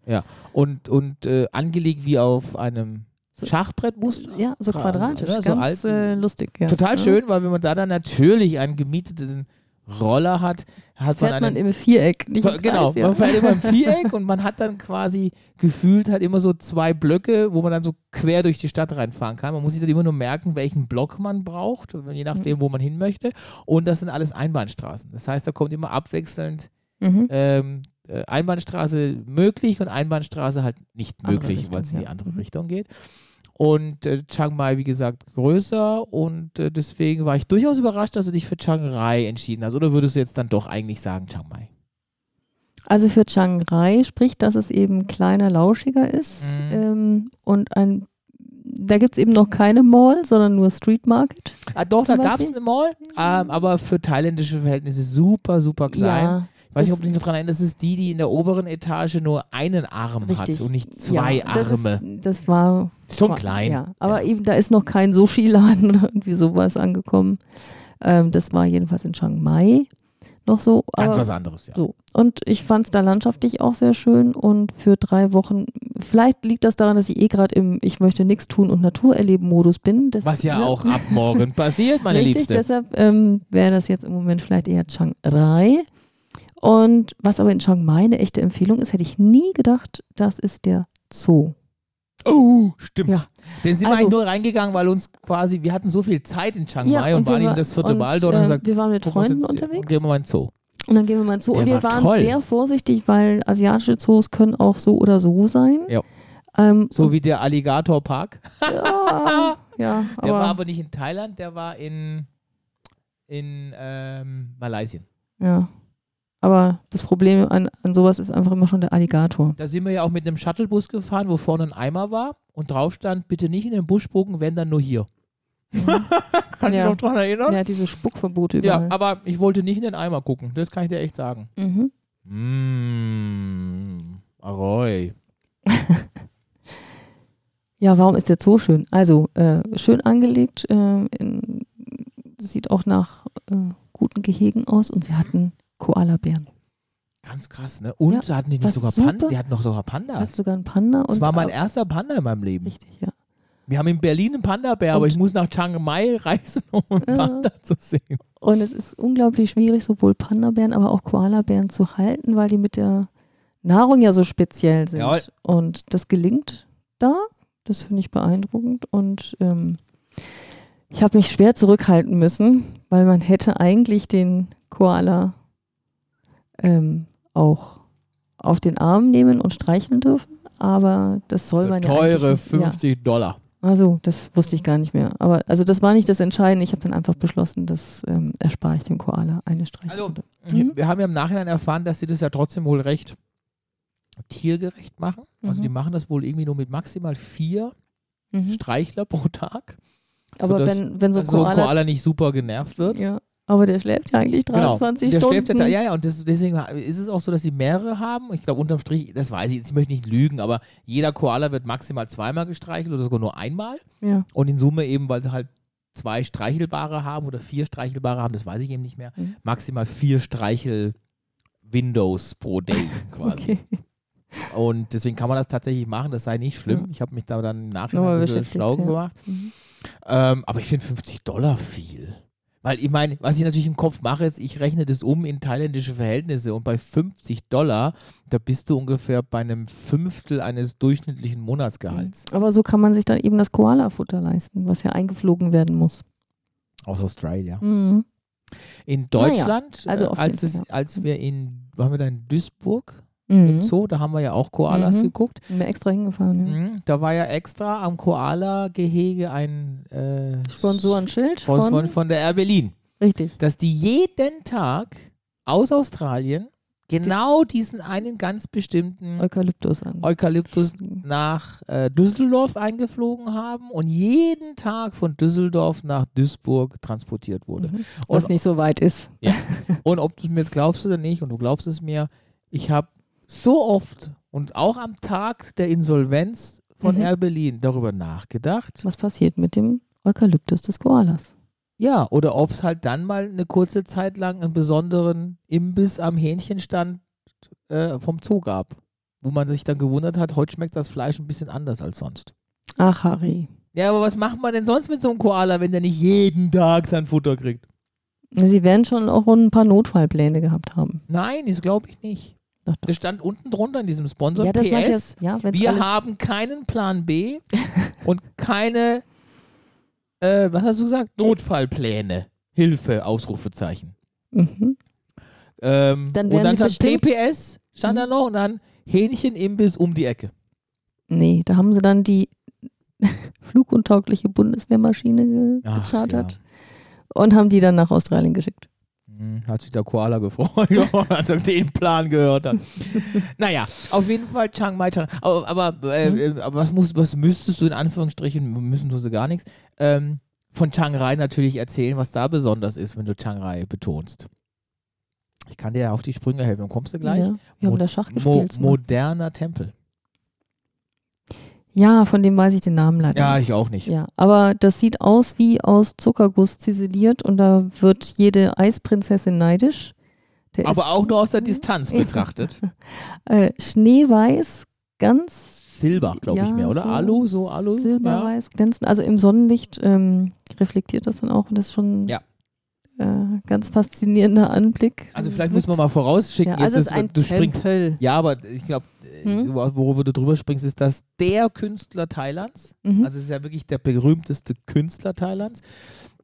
[SPEAKER 1] und und äh, angelegt wie auf einem
[SPEAKER 2] So-
[SPEAKER 1] Schachbrettmuster.
[SPEAKER 2] Ja, so
[SPEAKER 1] Quasi,
[SPEAKER 2] quadratisch.
[SPEAKER 1] oder? ne? So
[SPEAKER 2] Ganz
[SPEAKER 1] alten-
[SPEAKER 2] äh, lustig. Ja.
[SPEAKER 1] Total
[SPEAKER 2] Ja.
[SPEAKER 1] schön, weil wenn man da dann natürlich einen gemieteten Roller hat, hat
[SPEAKER 2] Fährt
[SPEAKER 1] man
[SPEAKER 2] man
[SPEAKER 1] einen
[SPEAKER 2] im Viereck, nicht im
[SPEAKER 1] genau,
[SPEAKER 2] Kreis, ja.
[SPEAKER 1] man fährt immer im Viereck und man hat dann quasi gefühlt halt immer so zwei Blöcke, wo man dann so quer durch die Stadt reinfahren kann. Man muss sich dann immer nur merken, welchen Block man braucht, je
[SPEAKER 2] Mhm.
[SPEAKER 1] nachdem, wo man hin möchte. Und das sind alles Einbahnstraßen. Das heißt, da kommt immer abwechselnd
[SPEAKER 2] Mhm.
[SPEAKER 1] ähm, äh, Einbahnstraße möglich und Einbahnstraße halt nicht
[SPEAKER 2] Andere
[SPEAKER 1] möglich,
[SPEAKER 2] Richtung,
[SPEAKER 1] weil es in die
[SPEAKER 2] ja.
[SPEAKER 1] andere
[SPEAKER 2] Mhm.
[SPEAKER 1] Richtung geht. Und äh, Chiang Mai, wie gesagt, größer und äh, deswegen war ich durchaus überrascht, dass du dich für Chiang Rai entschieden hast. Oder würdest du jetzt dann doch eigentlich sagen Chiang Mai?
[SPEAKER 2] Also für Chiang Rai spricht, dass es eben kleiner, lauschiger ist
[SPEAKER 1] Mhm.
[SPEAKER 2] ähm, und ein da gibt es eben noch keine Mall, sondern nur Street Market.
[SPEAKER 1] Ah, doch, da
[SPEAKER 2] Zum
[SPEAKER 1] gab es
[SPEAKER 2] Beispiel? Mhm.
[SPEAKER 1] eine Mall, ähm, aber für thailändische Verhältnisse super, super klein.
[SPEAKER 2] Ja,
[SPEAKER 1] ich weiß nicht,
[SPEAKER 2] das-
[SPEAKER 1] ob du dich noch daran erinnerst, das ist die, die in der oberen Etage nur einen Arm
[SPEAKER 2] richtig.
[SPEAKER 1] hat und nicht zwei
[SPEAKER 2] ja, das
[SPEAKER 1] Arme.
[SPEAKER 2] Ist, das war
[SPEAKER 1] Schon
[SPEAKER 2] war-
[SPEAKER 1] klein.
[SPEAKER 2] Ja, aber eben da ist noch kein Sushi-Laden oder irgendwie sowas angekommen. Ähm, das war jedenfalls in Chiang Mai noch so.
[SPEAKER 1] Ganz
[SPEAKER 2] aber-
[SPEAKER 1] was anderes, ja.
[SPEAKER 2] So. Und ich fand es da landschaftlich auch sehr schön und für drei Wochen, vielleicht liegt das daran, dass ich eh gerade im Ich möchte nichts tun und Natur erleben Modus bin. Das,
[SPEAKER 1] Was ja
[SPEAKER 2] ne?
[SPEAKER 1] auch ab morgen passiert, meine
[SPEAKER 2] Richtig,
[SPEAKER 1] Liebste.
[SPEAKER 2] deshalb ähm, wäre das jetzt im Moment vielleicht eher Chiang Rai. Und was aber in Chiang Mai eine echte Empfehlung ist, hätte ich nie gedacht, das ist der Zoo.
[SPEAKER 1] oh, stimmt.
[SPEAKER 2] Ja.
[SPEAKER 1] Denn sind wir
[SPEAKER 2] Also-
[SPEAKER 1] eigentlich nur reingegangen, weil uns quasi, wir hatten so viel Zeit in Chiang Mai und
[SPEAKER 2] wir
[SPEAKER 1] waren
[SPEAKER 2] wa-
[SPEAKER 1] eben das vierte
[SPEAKER 2] und,
[SPEAKER 1] Mal dort und
[SPEAKER 2] äh,
[SPEAKER 1] haben gesagt,
[SPEAKER 2] Wir waren mit
[SPEAKER 1] gucken wir uns
[SPEAKER 2] Freunden
[SPEAKER 1] jetzt-
[SPEAKER 2] unterwegs.
[SPEAKER 1] Gehen wir mal in den Zoo.
[SPEAKER 2] Und dann gehen wir mal zu.
[SPEAKER 1] Der
[SPEAKER 2] und wir
[SPEAKER 1] war
[SPEAKER 2] waren
[SPEAKER 1] toll.
[SPEAKER 2] sehr vorsichtig, weil asiatische Zoos können auch so oder so sein.
[SPEAKER 1] Ja.
[SPEAKER 2] Ähm,
[SPEAKER 1] So wie der Alligatorpark.
[SPEAKER 2] ja, ja,
[SPEAKER 1] Der war
[SPEAKER 2] aber,
[SPEAKER 1] aber nicht in Thailand, der war in, in ähm, Malaysia.
[SPEAKER 2] ja. aber das Problem an, an sowas ist einfach immer schon der Alligator.
[SPEAKER 1] Da sind wir ja auch mit einem Shuttlebus gefahren, wo vorne ein Eimer war und drauf stand, bitte nicht in den Busch gucken, wenn dann nur hier. kann ich
[SPEAKER 2] Ja.
[SPEAKER 1] noch dran erinnern?
[SPEAKER 2] Ja, diese Spuckverbote
[SPEAKER 1] Ja,
[SPEAKER 2] überall.
[SPEAKER 1] aber ich wollte nicht in den Eimer gucken, das kann ich dir echt sagen.
[SPEAKER 2] mhm.
[SPEAKER 1] Mmh, Aroy.
[SPEAKER 2] ja warum ist der Zoo schön? Also, äh, schön angelegt, äh, in, sieht auch nach äh, guten Gehegen aus und sie hatten Koalabären.
[SPEAKER 1] Ganz krass, ne? Und hatten die nicht
[SPEAKER 2] was
[SPEAKER 1] sogar
[SPEAKER 2] super.
[SPEAKER 1] Panda? Die hatten noch sogar
[SPEAKER 2] Hat
[SPEAKER 1] Pandas.
[SPEAKER 2] sogar einen Panda.
[SPEAKER 1] Das
[SPEAKER 2] und
[SPEAKER 1] war mein
[SPEAKER 2] äh,
[SPEAKER 1] erster Panda in meinem Leben.
[SPEAKER 2] Richtig, ja.
[SPEAKER 1] Wir haben in Berlin einen Panda-Bär, aber
[SPEAKER 2] Und-
[SPEAKER 1] ich muss nach Chiang Mai reisen, um einen
[SPEAKER 2] Ja.
[SPEAKER 1] Panda zu sehen.
[SPEAKER 2] Und es ist unglaublich schwierig, sowohl Panda-Bären, aber auch Koalabären zu halten, weil die mit der Nahrung ja so speziell sind.
[SPEAKER 1] Jawohl.
[SPEAKER 2] Und das gelingt da. Das finde ich beeindruckend. Und ähm, ich habe mich schwer zurückhalten müssen, weil man hätte eigentlich den Koala ähm, auch auf den Arm nehmen und streicheln dürfen. Aber das soll
[SPEAKER 1] Für
[SPEAKER 2] man ja eigentlich
[SPEAKER 1] teure
[SPEAKER 2] nicht. ja.
[SPEAKER 1] 50 Dollar.
[SPEAKER 2] Also, das wusste ich gar nicht mehr. Aber also das war nicht das Entscheidende. Ich habe dann einfach beschlossen, das ähm, erspare ich dem Koala eine Streiche.
[SPEAKER 1] Also,
[SPEAKER 2] Mhm.
[SPEAKER 1] wir haben ja im Nachhinein erfahren, dass sie das ja trotzdem wohl recht tiergerecht machen. Also
[SPEAKER 2] Mhm.
[SPEAKER 1] die machen das wohl irgendwie nur mit maximal vier
[SPEAKER 2] mhm.
[SPEAKER 1] Streichler pro Tag,
[SPEAKER 2] aber
[SPEAKER 1] das-
[SPEAKER 2] wenn, wenn so ein
[SPEAKER 1] dass so ein
[SPEAKER 2] Koala,
[SPEAKER 1] Koala nicht super genervt wird.
[SPEAKER 2] ja, aber der schläft ja eigentlich
[SPEAKER 1] Genau.
[SPEAKER 2] 23
[SPEAKER 1] der
[SPEAKER 2] Stunden.
[SPEAKER 1] schläft ja da, ja, ja, und das, deswegen ist es auch so, dass sie mehrere haben. Ich glaube, unterm Strich, das weiß ich, jetzt, ich möchte nicht lügen, aber jeder Koala wird maximal zweimal gestreichelt oder sogar nur einmal.
[SPEAKER 2] Ja.
[SPEAKER 1] Und in Summe eben, weil sie halt zwei streichelbare haben oder vier streichelbare haben, das weiß ich eben nicht mehr,
[SPEAKER 2] Mhm.
[SPEAKER 1] maximal vier Streichel-Windows pro Day quasi.
[SPEAKER 2] Okay.
[SPEAKER 1] Und deswegen kann man das tatsächlich machen, das sei nicht schlimm.
[SPEAKER 2] Ja.
[SPEAKER 1] Ich habe mich da dann im
[SPEAKER 2] Nochmal
[SPEAKER 1] Nachhinein ein bisschen
[SPEAKER 2] beschäftigt,
[SPEAKER 1] schlau
[SPEAKER 2] ja.
[SPEAKER 1] gemacht.
[SPEAKER 2] Mhm.
[SPEAKER 1] Ähm, aber ich finde 50 Dollar viel. Weil ich meine, was ich natürlich im Kopf mache, ist, ich rechne das um in thailändische Verhältnisse und bei 50 Dollar, da bist du ungefähr bei einem Fünftel eines durchschnittlichen Monatsgehalts.
[SPEAKER 2] Aber so kann man sich dann eben das Koala-Futter leisten, was ja eingeflogen werden muss.
[SPEAKER 1] Aus Australien.
[SPEAKER 2] Mhm.
[SPEAKER 1] In
[SPEAKER 2] Naja,
[SPEAKER 1] Deutschland,
[SPEAKER 2] also
[SPEAKER 1] äh,
[SPEAKER 2] auf
[SPEAKER 1] als,
[SPEAKER 2] jeden
[SPEAKER 1] es, als wir in, waren wir da in Duisburg im
[SPEAKER 2] Mhm.
[SPEAKER 1] Zoo, da haben wir ja auch Koalas
[SPEAKER 2] Mhm.
[SPEAKER 1] geguckt.
[SPEAKER 2] Bin mir extra hingefahren. Ja.
[SPEAKER 1] Mhm, Da war ja extra am Koala-Gehege ein äh,
[SPEAKER 2] Sponsorenschild
[SPEAKER 1] Sponsor von,
[SPEAKER 2] von,
[SPEAKER 1] von der Air Berlin.
[SPEAKER 2] richtig.
[SPEAKER 1] dass die jeden Tag aus Australien genau diesen einen ganz bestimmten
[SPEAKER 2] Eukalyptus an.
[SPEAKER 1] Eukalyptus nach äh, Düsseldorf eingeflogen haben und jeden Tag von Düsseldorf nach Duisburg transportiert wurde.
[SPEAKER 2] Mhm.
[SPEAKER 1] Und-
[SPEAKER 2] Was nicht so weit ist.
[SPEAKER 1] Und ob du es mir jetzt glaubst oder nicht, und du glaubst es mir, ich habe so oft und auch am Tag der Insolvenz von
[SPEAKER 2] Mhm.
[SPEAKER 1] Air Berlin darüber nachgedacht.
[SPEAKER 2] Was passiert mit dem Eukalyptus des Koalas?
[SPEAKER 1] Ja, oder ob es halt dann mal eine kurze Zeit lang einen besonderen Imbiss am Hähnchenstand äh, vom Zoo gab, wo man sich dann gewundert hat, heute schmeckt das Fleisch ein bisschen anders als sonst.
[SPEAKER 2] Ach, Harry.
[SPEAKER 1] Ja, aber was macht man denn sonst mit so einem Koala, wenn der nicht jeden Tag sein Futter kriegt?
[SPEAKER 2] Sie werden schon auch ein paar Notfallpläne gehabt haben.
[SPEAKER 1] Nein, das glaube ich nicht.
[SPEAKER 2] Doch, doch.
[SPEAKER 1] Das stand unten drunter in diesem Sponsor.
[SPEAKER 2] ja, das mag
[SPEAKER 1] PS,
[SPEAKER 2] jetzt, ja, wenn's
[SPEAKER 1] Wir
[SPEAKER 2] alles,
[SPEAKER 1] haben keinen Plan B und keine, äh, was hast du gesagt? Notfallpläne. Hilfe, Ausrufezeichen.
[SPEAKER 2] Mhm.
[SPEAKER 1] Ähm,
[SPEAKER 2] Dann
[SPEAKER 1] und
[SPEAKER 2] wären
[SPEAKER 1] dann
[SPEAKER 2] sie
[SPEAKER 1] stand
[SPEAKER 2] bestimmt- Mhm.
[SPEAKER 1] TPS, stand da noch, und dann Hähnchenimbiss um die Ecke.
[SPEAKER 2] Nee, da haben sie dann die fluguntaugliche Bundeswehrmaschine ge
[SPEAKER 1] Ach,
[SPEAKER 2] gechartert und haben die dann nach Australien geschickt.
[SPEAKER 1] Hm, Hat sich der Koala gefreut, als er den Plan gehört hat. naja, auf jeden Fall Chiang Mai. Chiang- Aber, aber, äh,
[SPEAKER 2] Mhm.
[SPEAKER 1] äh, aber was, musst, was müsstest du in Anführungsstrichen, müssen tust du gar nichts, ähm, von Chiang Rai natürlich erzählen, was da besonders ist, wenn du Chiang Rai betonst. Ich kann dir ja auf die Sprünge helfen. Kommst du gleich?
[SPEAKER 2] Ja, wir
[SPEAKER 1] Mo-
[SPEAKER 2] haben da Schach
[SPEAKER 1] Mo
[SPEAKER 2] gespielt. so.
[SPEAKER 1] moderner Tempel.
[SPEAKER 2] ja, von dem weiß ich den Namen leider
[SPEAKER 1] Ja,
[SPEAKER 2] nicht.
[SPEAKER 1] ich auch nicht.
[SPEAKER 2] Ja, aber das sieht aus wie aus Zuckerguss ziseliert und da wird jede Eisprinzessin neidisch. Der ist, mhm.
[SPEAKER 1] Aber auch nur aus der Distanz
[SPEAKER 2] Ja.
[SPEAKER 1] betrachtet.
[SPEAKER 2] Äh, schneeweiß, ganz.
[SPEAKER 1] Silber, glaube ich
[SPEAKER 2] ja,
[SPEAKER 1] mehr, oder?
[SPEAKER 2] so
[SPEAKER 1] Alu, so Alu. ja.
[SPEAKER 2] Silberweiß, glänzend. Also im Sonnenlicht ähm, reflektiert das dann auch und das ist schon
[SPEAKER 1] Ja.
[SPEAKER 2] äh, ganz faszinierender Anblick.
[SPEAKER 1] Also vielleicht müssen wir mal vorausschicken,
[SPEAKER 2] Ja, also
[SPEAKER 1] jetzt
[SPEAKER 2] es ist ein
[SPEAKER 1] du springst
[SPEAKER 2] Tempel.
[SPEAKER 1] Ja, aber ich glaube,
[SPEAKER 2] Hm?
[SPEAKER 1] worüber du drüber springst, ist das der Künstler Thailands.
[SPEAKER 2] Mhm.
[SPEAKER 1] Also es ist ja wirklich der berühmteste Künstler Thailands.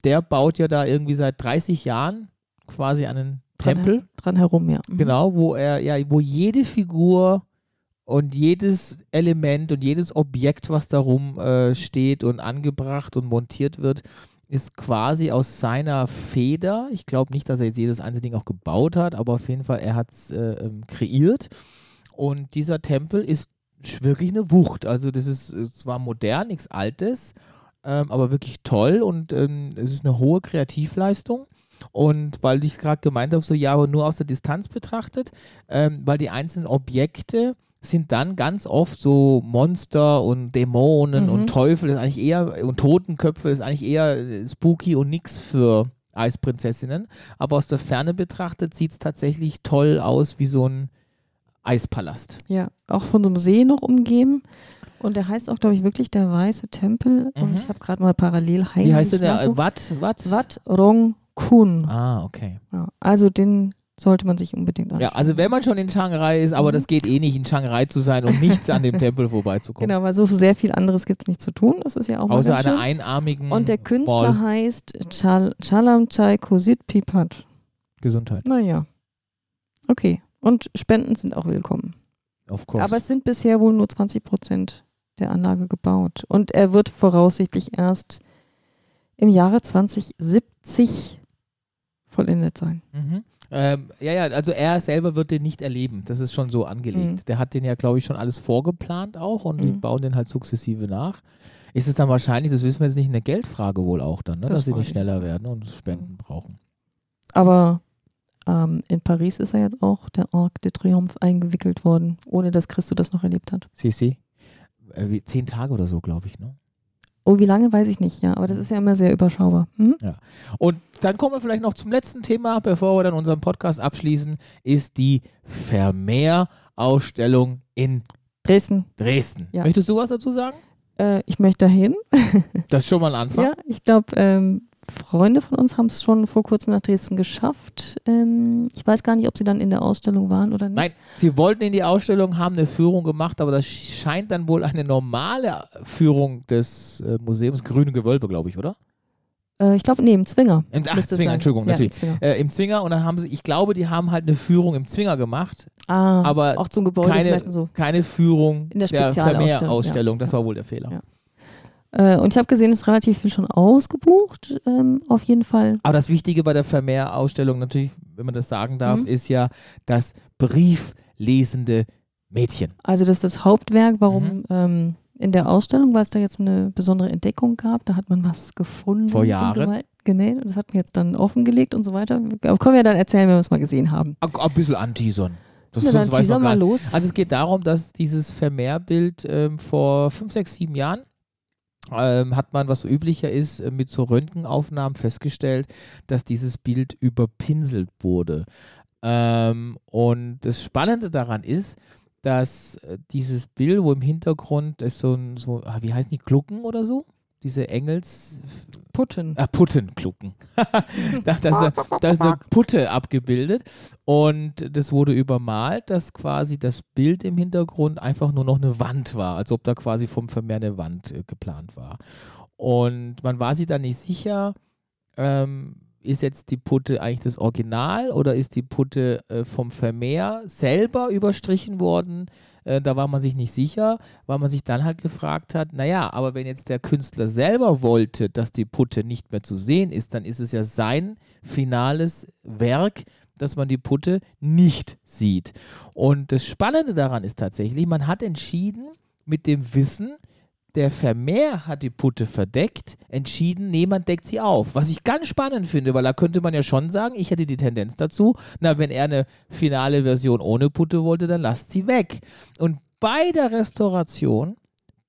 [SPEAKER 1] Der baut ja da irgendwie seit 30 Jahren quasi einen
[SPEAKER 2] Dran her-
[SPEAKER 1] Tempel,
[SPEAKER 2] Dran herum, ja. Mhm.
[SPEAKER 1] genau, wo er ja, wo jede Figur und jedes Element und jedes Objekt, was darum äh, steht und angebracht und montiert wird, ist quasi aus seiner Feder. Ich glaube nicht, dass er jetzt jedes einzelne Ding auch gebaut hat, aber auf jeden Fall, er hat es äh, ähm, kreiert. Und dieser Tempel ist sch- wirklich eine Wucht. Also das ist äh, zwar modern, nichts Altes, ähm, aber wirklich toll und ähm, es ist eine hohe Kreativleistung. Und weil ich gerade gemeint habe, so ja, aber nur aus der Distanz betrachtet, ähm, weil die einzelnen Objekte sind dann ganz oft so Monster und Dämonen
[SPEAKER 2] Mhm.
[SPEAKER 1] und Teufel ist eigentlich eher und Totenköpfe ist eigentlich eher äh, spooky und nix für Eisprinzessinnen. Aber aus der Ferne betrachtet sieht es tatsächlich toll aus wie so ein Eispalast.
[SPEAKER 2] Ja, auch von so einem See noch umgeben. Und der heißt auch, glaube ich, wirklich der Weiße Tempel.
[SPEAKER 1] Mhm.
[SPEAKER 2] Und ich habe gerade mal parallel heimlich
[SPEAKER 1] Wie heißt denn der?
[SPEAKER 2] nachgeguckt.
[SPEAKER 1] Wat? Wat?
[SPEAKER 2] Wat Rong Kun.
[SPEAKER 1] Ah, okay.
[SPEAKER 2] Ja, also den sollte man sich unbedingt anschauen.
[SPEAKER 1] Ja, also wenn man schon in Chiang Rai ist, aber
[SPEAKER 2] Mhm.
[SPEAKER 1] das geht eh nicht, in Chiang Rai zu sein und nichts an dem Tempel vorbeizukommen.
[SPEAKER 2] Genau, weil so sehr viel anderes gibt es nicht zu tun. Das ist ja auch mal
[SPEAKER 1] Außer
[SPEAKER 2] ganz
[SPEAKER 1] einer
[SPEAKER 2] schön.
[SPEAKER 1] einarmigen
[SPEAKER 2] Und der Künstler
[SPEAKER 1] Ball.
[SPEAKER 2] heißt Chal Chalam Chai Kosit Pipat.
[SPEAKER 1] Gesundheit.
[SPEAKER 2] Naja. Okay. Und Spenden sind auch willkommen.
[SPEAKER 1] Of course.
[SPEAKER 2] Aber es sind bisher wohl nur 20 Prozent der Anlage gebaut. Und er wird voraussichtlich erst im Jahre 2070 vollendet sein.
[SPEAKER 1] mhm. ähm, ja, ja, also er selber wird den nicht erleben. Das ist schon so angelegt. Der hat den ja, glaube ich, schon alles vorgeplant auch und die
[SPEAKER 2] Mhm.
[SPEAKER 1] bauen den halt sukzessive nach. Ist es dann wahrscheinlich, das wissen wir jetzt nicht, eine Geldfrage wohl auch dann, ne?
[SPEAKER 2] Das
[SPEAKER 1] dass sie
[SPEAKER 2] frage
[SPEAKER 1] nicht
[SPEAKER 2] ich Mhm.
[SPEAKER 1] schneller
[SPEAKER 2] mich.
[SPEAKER 1] werden und Spenden brauchen.
[SPEAKER 2] Aber ähm, in Paris ist er jetzt auch der Arc de Triomphe eingewickelt worden, ohne dass Christo das noch erlebt hat.
[SPEAKER 1] Sisi? Äh, wie, zehn Tage oder so, glaube ich, ne?
[SPEAKER 2] Oh, wie lange weiß ich nicht, ja, aber das ist ja immer sehr überschaubar. Hm?
[SPEAKER 1] Und dann kommen wir vielleicht noch zum letzten Thema, bevor wir dann unseren Podcast abschließen, ist die Vermeer-Ausstellung in
[SPEAKER 2] Dresden,
[SPEAKER 1] Dresden.
[SPEAKER 2] Ja.
[SPEAKER 1] Möchtest du was dazu sagen?
[SPEAKER 2] äh, ich möchte dahin.
[SPEAKER 1] Das ist schon mal ein Anfang.
[SPEAKER 2] Ja, ich glaube, ähm, Freunde von uns haben es schon vor kurzem nach Dresden geschafft. Ähm, ich weiß gar nicht, ob sie dann in der Ausstellung waren oder nicht.
[SPEAKER 1] Nein, sie wollten in die Ausstellung, haben eine Führung gemacht, aber das scheint dann wohl eine normale Führung des äh, Museums Grüne Gewölbe, glaube ich, oder?
[SPEAKER 2] Äh, ich glaube, nee, im Zwinger.
[SPEAKER 1] Im, ach,
[SPEAKER 2] müsste es
[SPEAKER 1] Zwinger,
[SPEAKER 2] sein.
[SPEAKER 1] Entschuldigung,
[SPEAKER 2] ja,
[SPEAKER 1] natürlich.
[SPEAKER 2] Im Zwinger.
[SPEAKER 1] Äh, Im Zwinger und dann haben sie, ich glaube, die haben halt eine Führung im Zwinger gemacht,
[SPEAKER 2] Ah,
[SPEAKER 1] aber
[SPEAKER 2] auch zum Gebäude
[SPEAKER 1] keine-
[SPEAKER 2] vielleicht und so.
[SPEAKER 1] keine Führung
[SPEAKER 2] In der Spezialausstellung, ja.
[SPEAKER 1] Vermeer-Ausstellung. Das war wohl der Fehler.
[SPEAKER 2] Ja. Äh, und ich habe gesehen, es ist relativ viel schon ausgebucht. Ähm, auf jeden Fall.
[SPEAKER 1] Aber das Wichtige bei der Vermeer-Ausstellung natürlich wenn man das sagen darf,
[SPEAKER 2] Mhm.
[SPEAKER 1] ist ja das brieflesende Mädchen.
[SPEAKER 2] Also das ist das Hauptwerk, warum
[SPEAKER 1] Mhm.
[SPEAKER 2] ähm, in der Ausstellung, weil es da jetzt eine besondere Entdeckung gab, da hat man was gefunden.
[SPEAKER 1] Vor
[SPEAKER 2] und
[SPEAKER 1] Jahren.
[SPEAKER 2] So weit- genäht, und das hat man jetzt dann offengelegt und so weiter. Aber können wir dann erzählen, wenn wir es mal gesehen haben.
[SPEAKER 1] Ein, ein bisschen anteasern. Das,
[SPEAKER 2] Na,
[SPEAKER 1] sonst
[SPEAKER 2] dann
[SPEAKER 1] weiß
[SPEAKER 2] teaser
[SPEAKER 1] man gar
[SPEAKER 2] mal
[SPEAKER 1] nicht.
[SPEAKER 2] los.
[SPEAKER 1] Also es geht darum, dass dieses Vermehrbild ähm, vor fünf, sechs, sieben Jahren ähm, hat man, was so üblicher ist, äh, mit so Röntgenaufnahmen festgestellt, dass dieses Bild überpinselt wurde. Ähm, und das Spannende daran ist, dass äh, dieses Bild, wo im Hintergrund ist so ein, so, ah, wie heißen die, Glucken oder so? Diese Engels,
[SPEAKER 2] Putten.
[SPEAKER 1] Ah, Puttenglucken. da, da, ist eine, da ist eine Putte abgebildet und das wurde übermalt, dass quasi das Bild im Hintergrund einfach nur noch eine Wand war, als ob da quasi vom Vermeer eine Wand äh, geplant war. Und man war sich da nicht sicher, ähm, ist jetzt die Putte eigentlich das Original oder ist die Putte äh, vom Vermeer selber überstrichen worden? Äh, da war man sich nicht sicher, weil man sich dann halt gefragt hat, naja, aber wenn jetzt der Künstler selber wollte, dass die Putte nicht mehr zu sehen ist, dann ist es ja sein finales Werk, dass man die Putte nicht sieht. Und das Spannende daran ist tatsächlich, man hat entschieden mit dem Wissen, der Vermeer hat die Putte verdeckt, entschieden, niemand deckt sie auf. Was ich ganz spannend finde, weil da könnte man ja schon sagen, ich hätte die Tendenz dazu, na, wenn er eine finale Version ohne Putte wollte, dann lasst sie weg. Und bei der Restauration,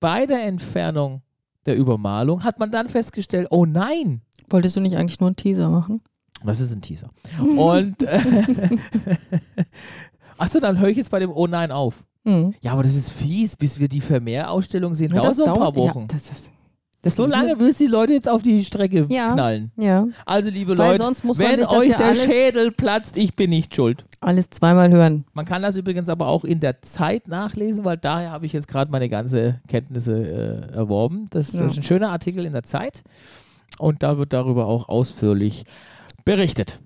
[SPEAKER 1] bei der Entfernung der Übermalung, hat man dann festgestellt, oh nein,
[SPEAKER 2] Wolltest du nicht eigentlich nur einen Teaser machen?
[SPEAKER 1] das ist ein Teaser. Und äh, achso, dann höre ich jetzt bei dem Oh nein auf.
[SPEAKER 2] Mhm.
[SPEAKER 1] Ja, aber das ist fies, bis wir die Vermehr-Ausstellung sehen.
[SPEAKER 2] Ja,
[SPEAKER 1] dauert so ein paar
[SPEAKER 2] dauert-
[SPEAKER 1] Wochen.
[SPEAKER 2] Ja, das ist,
[SPEAKER 1] so lange willst du die Leute jetzt auf die Strecke
[SPEAKER 2] Ja.
[SPEAKER 1] knallen.
[SPEAKER 2] ja.
[SPEAKER 1] Also, liebe
[SPEAKER 2] Weil
[SPEAKER 1] Leute,
[SPEAKER 2] sonst muss man
[SPEAKER 1] wenn
[SPEAKER 2] sich das
[SPEAKER 1] euch
[SPEAKER 2] ja
[SPEAKER 1] der
[SPEAKER 2] alles-
[SPEAKER 1] Schädel platzt, ich bin nicht schuld.
[SPEAKER 2] alles zweimal hören.
[SPEAKER 1] Man kann das übrigens aber auch in der Zeit nachlesen, weil daher habe ich jetzt gerade meine ganze Kenntnisse äh, erworben. Das,
[SPEAKER 2] Ja.
[SPEAKER 1] das ist ein schöner Artikel in der Zeit und da wird darüber auch ausführlich berichtet.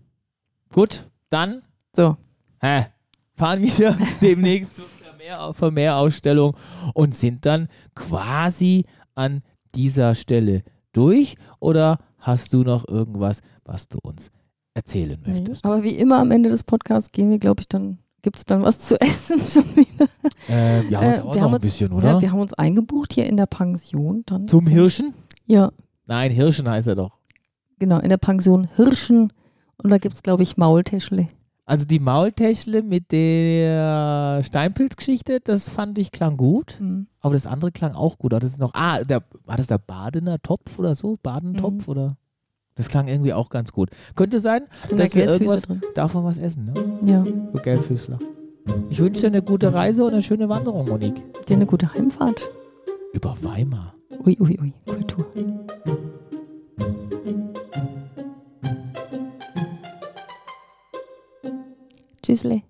[SPEAKER 1] Gut, dann
[SPEAKER 2] So.
[SPEAKER 1] hä, fahren wir demnächst zur Vermehr- Vermehrausstellung und sind dann quasi an dieser Stelle durch. Oder hast du noch irgendwas, was du uns erzählen möchtest?
[SPEAKER 2] Aber wie immer am Ende des Podcasts gehen wir, glaube ich, dann gibt es dann was zu essen schon wieder.
[SPEAKER 1] Ähm, ja,
[SPEAKER 2] Äh,
[SPEAKER 1] dauert
[SPEAKER 2] wir
[SPEAKER 1] noch
[SPEAKER 2] haben
[SPEAKER 1] ein
[SPEAKER 2] uns-
[SPEAKER 1] bisschen,
[SPEAKER 2] Ja,
[SPEAKER 1] oder?
[SPEAKER 2] wir haben uns eingebucht hier in der Pension. Dann
[SPEAKER 1] Zum Hirschen?
[SPEAKER 2] Ja,
[SPEAKER 1] Nein, Hirschen heißt er doch.
[SPEAKER 2] genau, in der Pension Hirschen. Und da gibt es, glaube ich, Maultäschle.
[SPEAKER 1] Also die Maultäschle mit der Steinpilzgeschichte, das fand ich klang gut,
[SPEAKER 2] Mhm.
[SPEAKER 1] aber das andere klang auch gut. Aber Das ist noch, ah, der, war das der Badener Topf oder so? Badentopf oder? Das klang irgendwie auch ganz gut. Könnte sein,
[SPEAKER 2] Sind
[SPEAKER 1] dass
[SPEAKER 2] da
[SPEAKER 1] wir
[SPEAKER 2] Gelbfüße
[SPEAKER 1] irgendwas
[SPEAKER 2] drin?
[SPEAKER 1] davon was essen, ne?
[SPEAKER 2] Ja,
[SPEAKER 1] Du Gelbfüßler. Ich wünsche dir eine gute Reise und eine schöne Wanderung, Monique.
[SPEAKER 2] dir eine gute Heimfahrt.
[SPEAKER 1] Über Weimar.
[SPEAKER 2] Ui, ui, ui, Kultur. Tschüssle.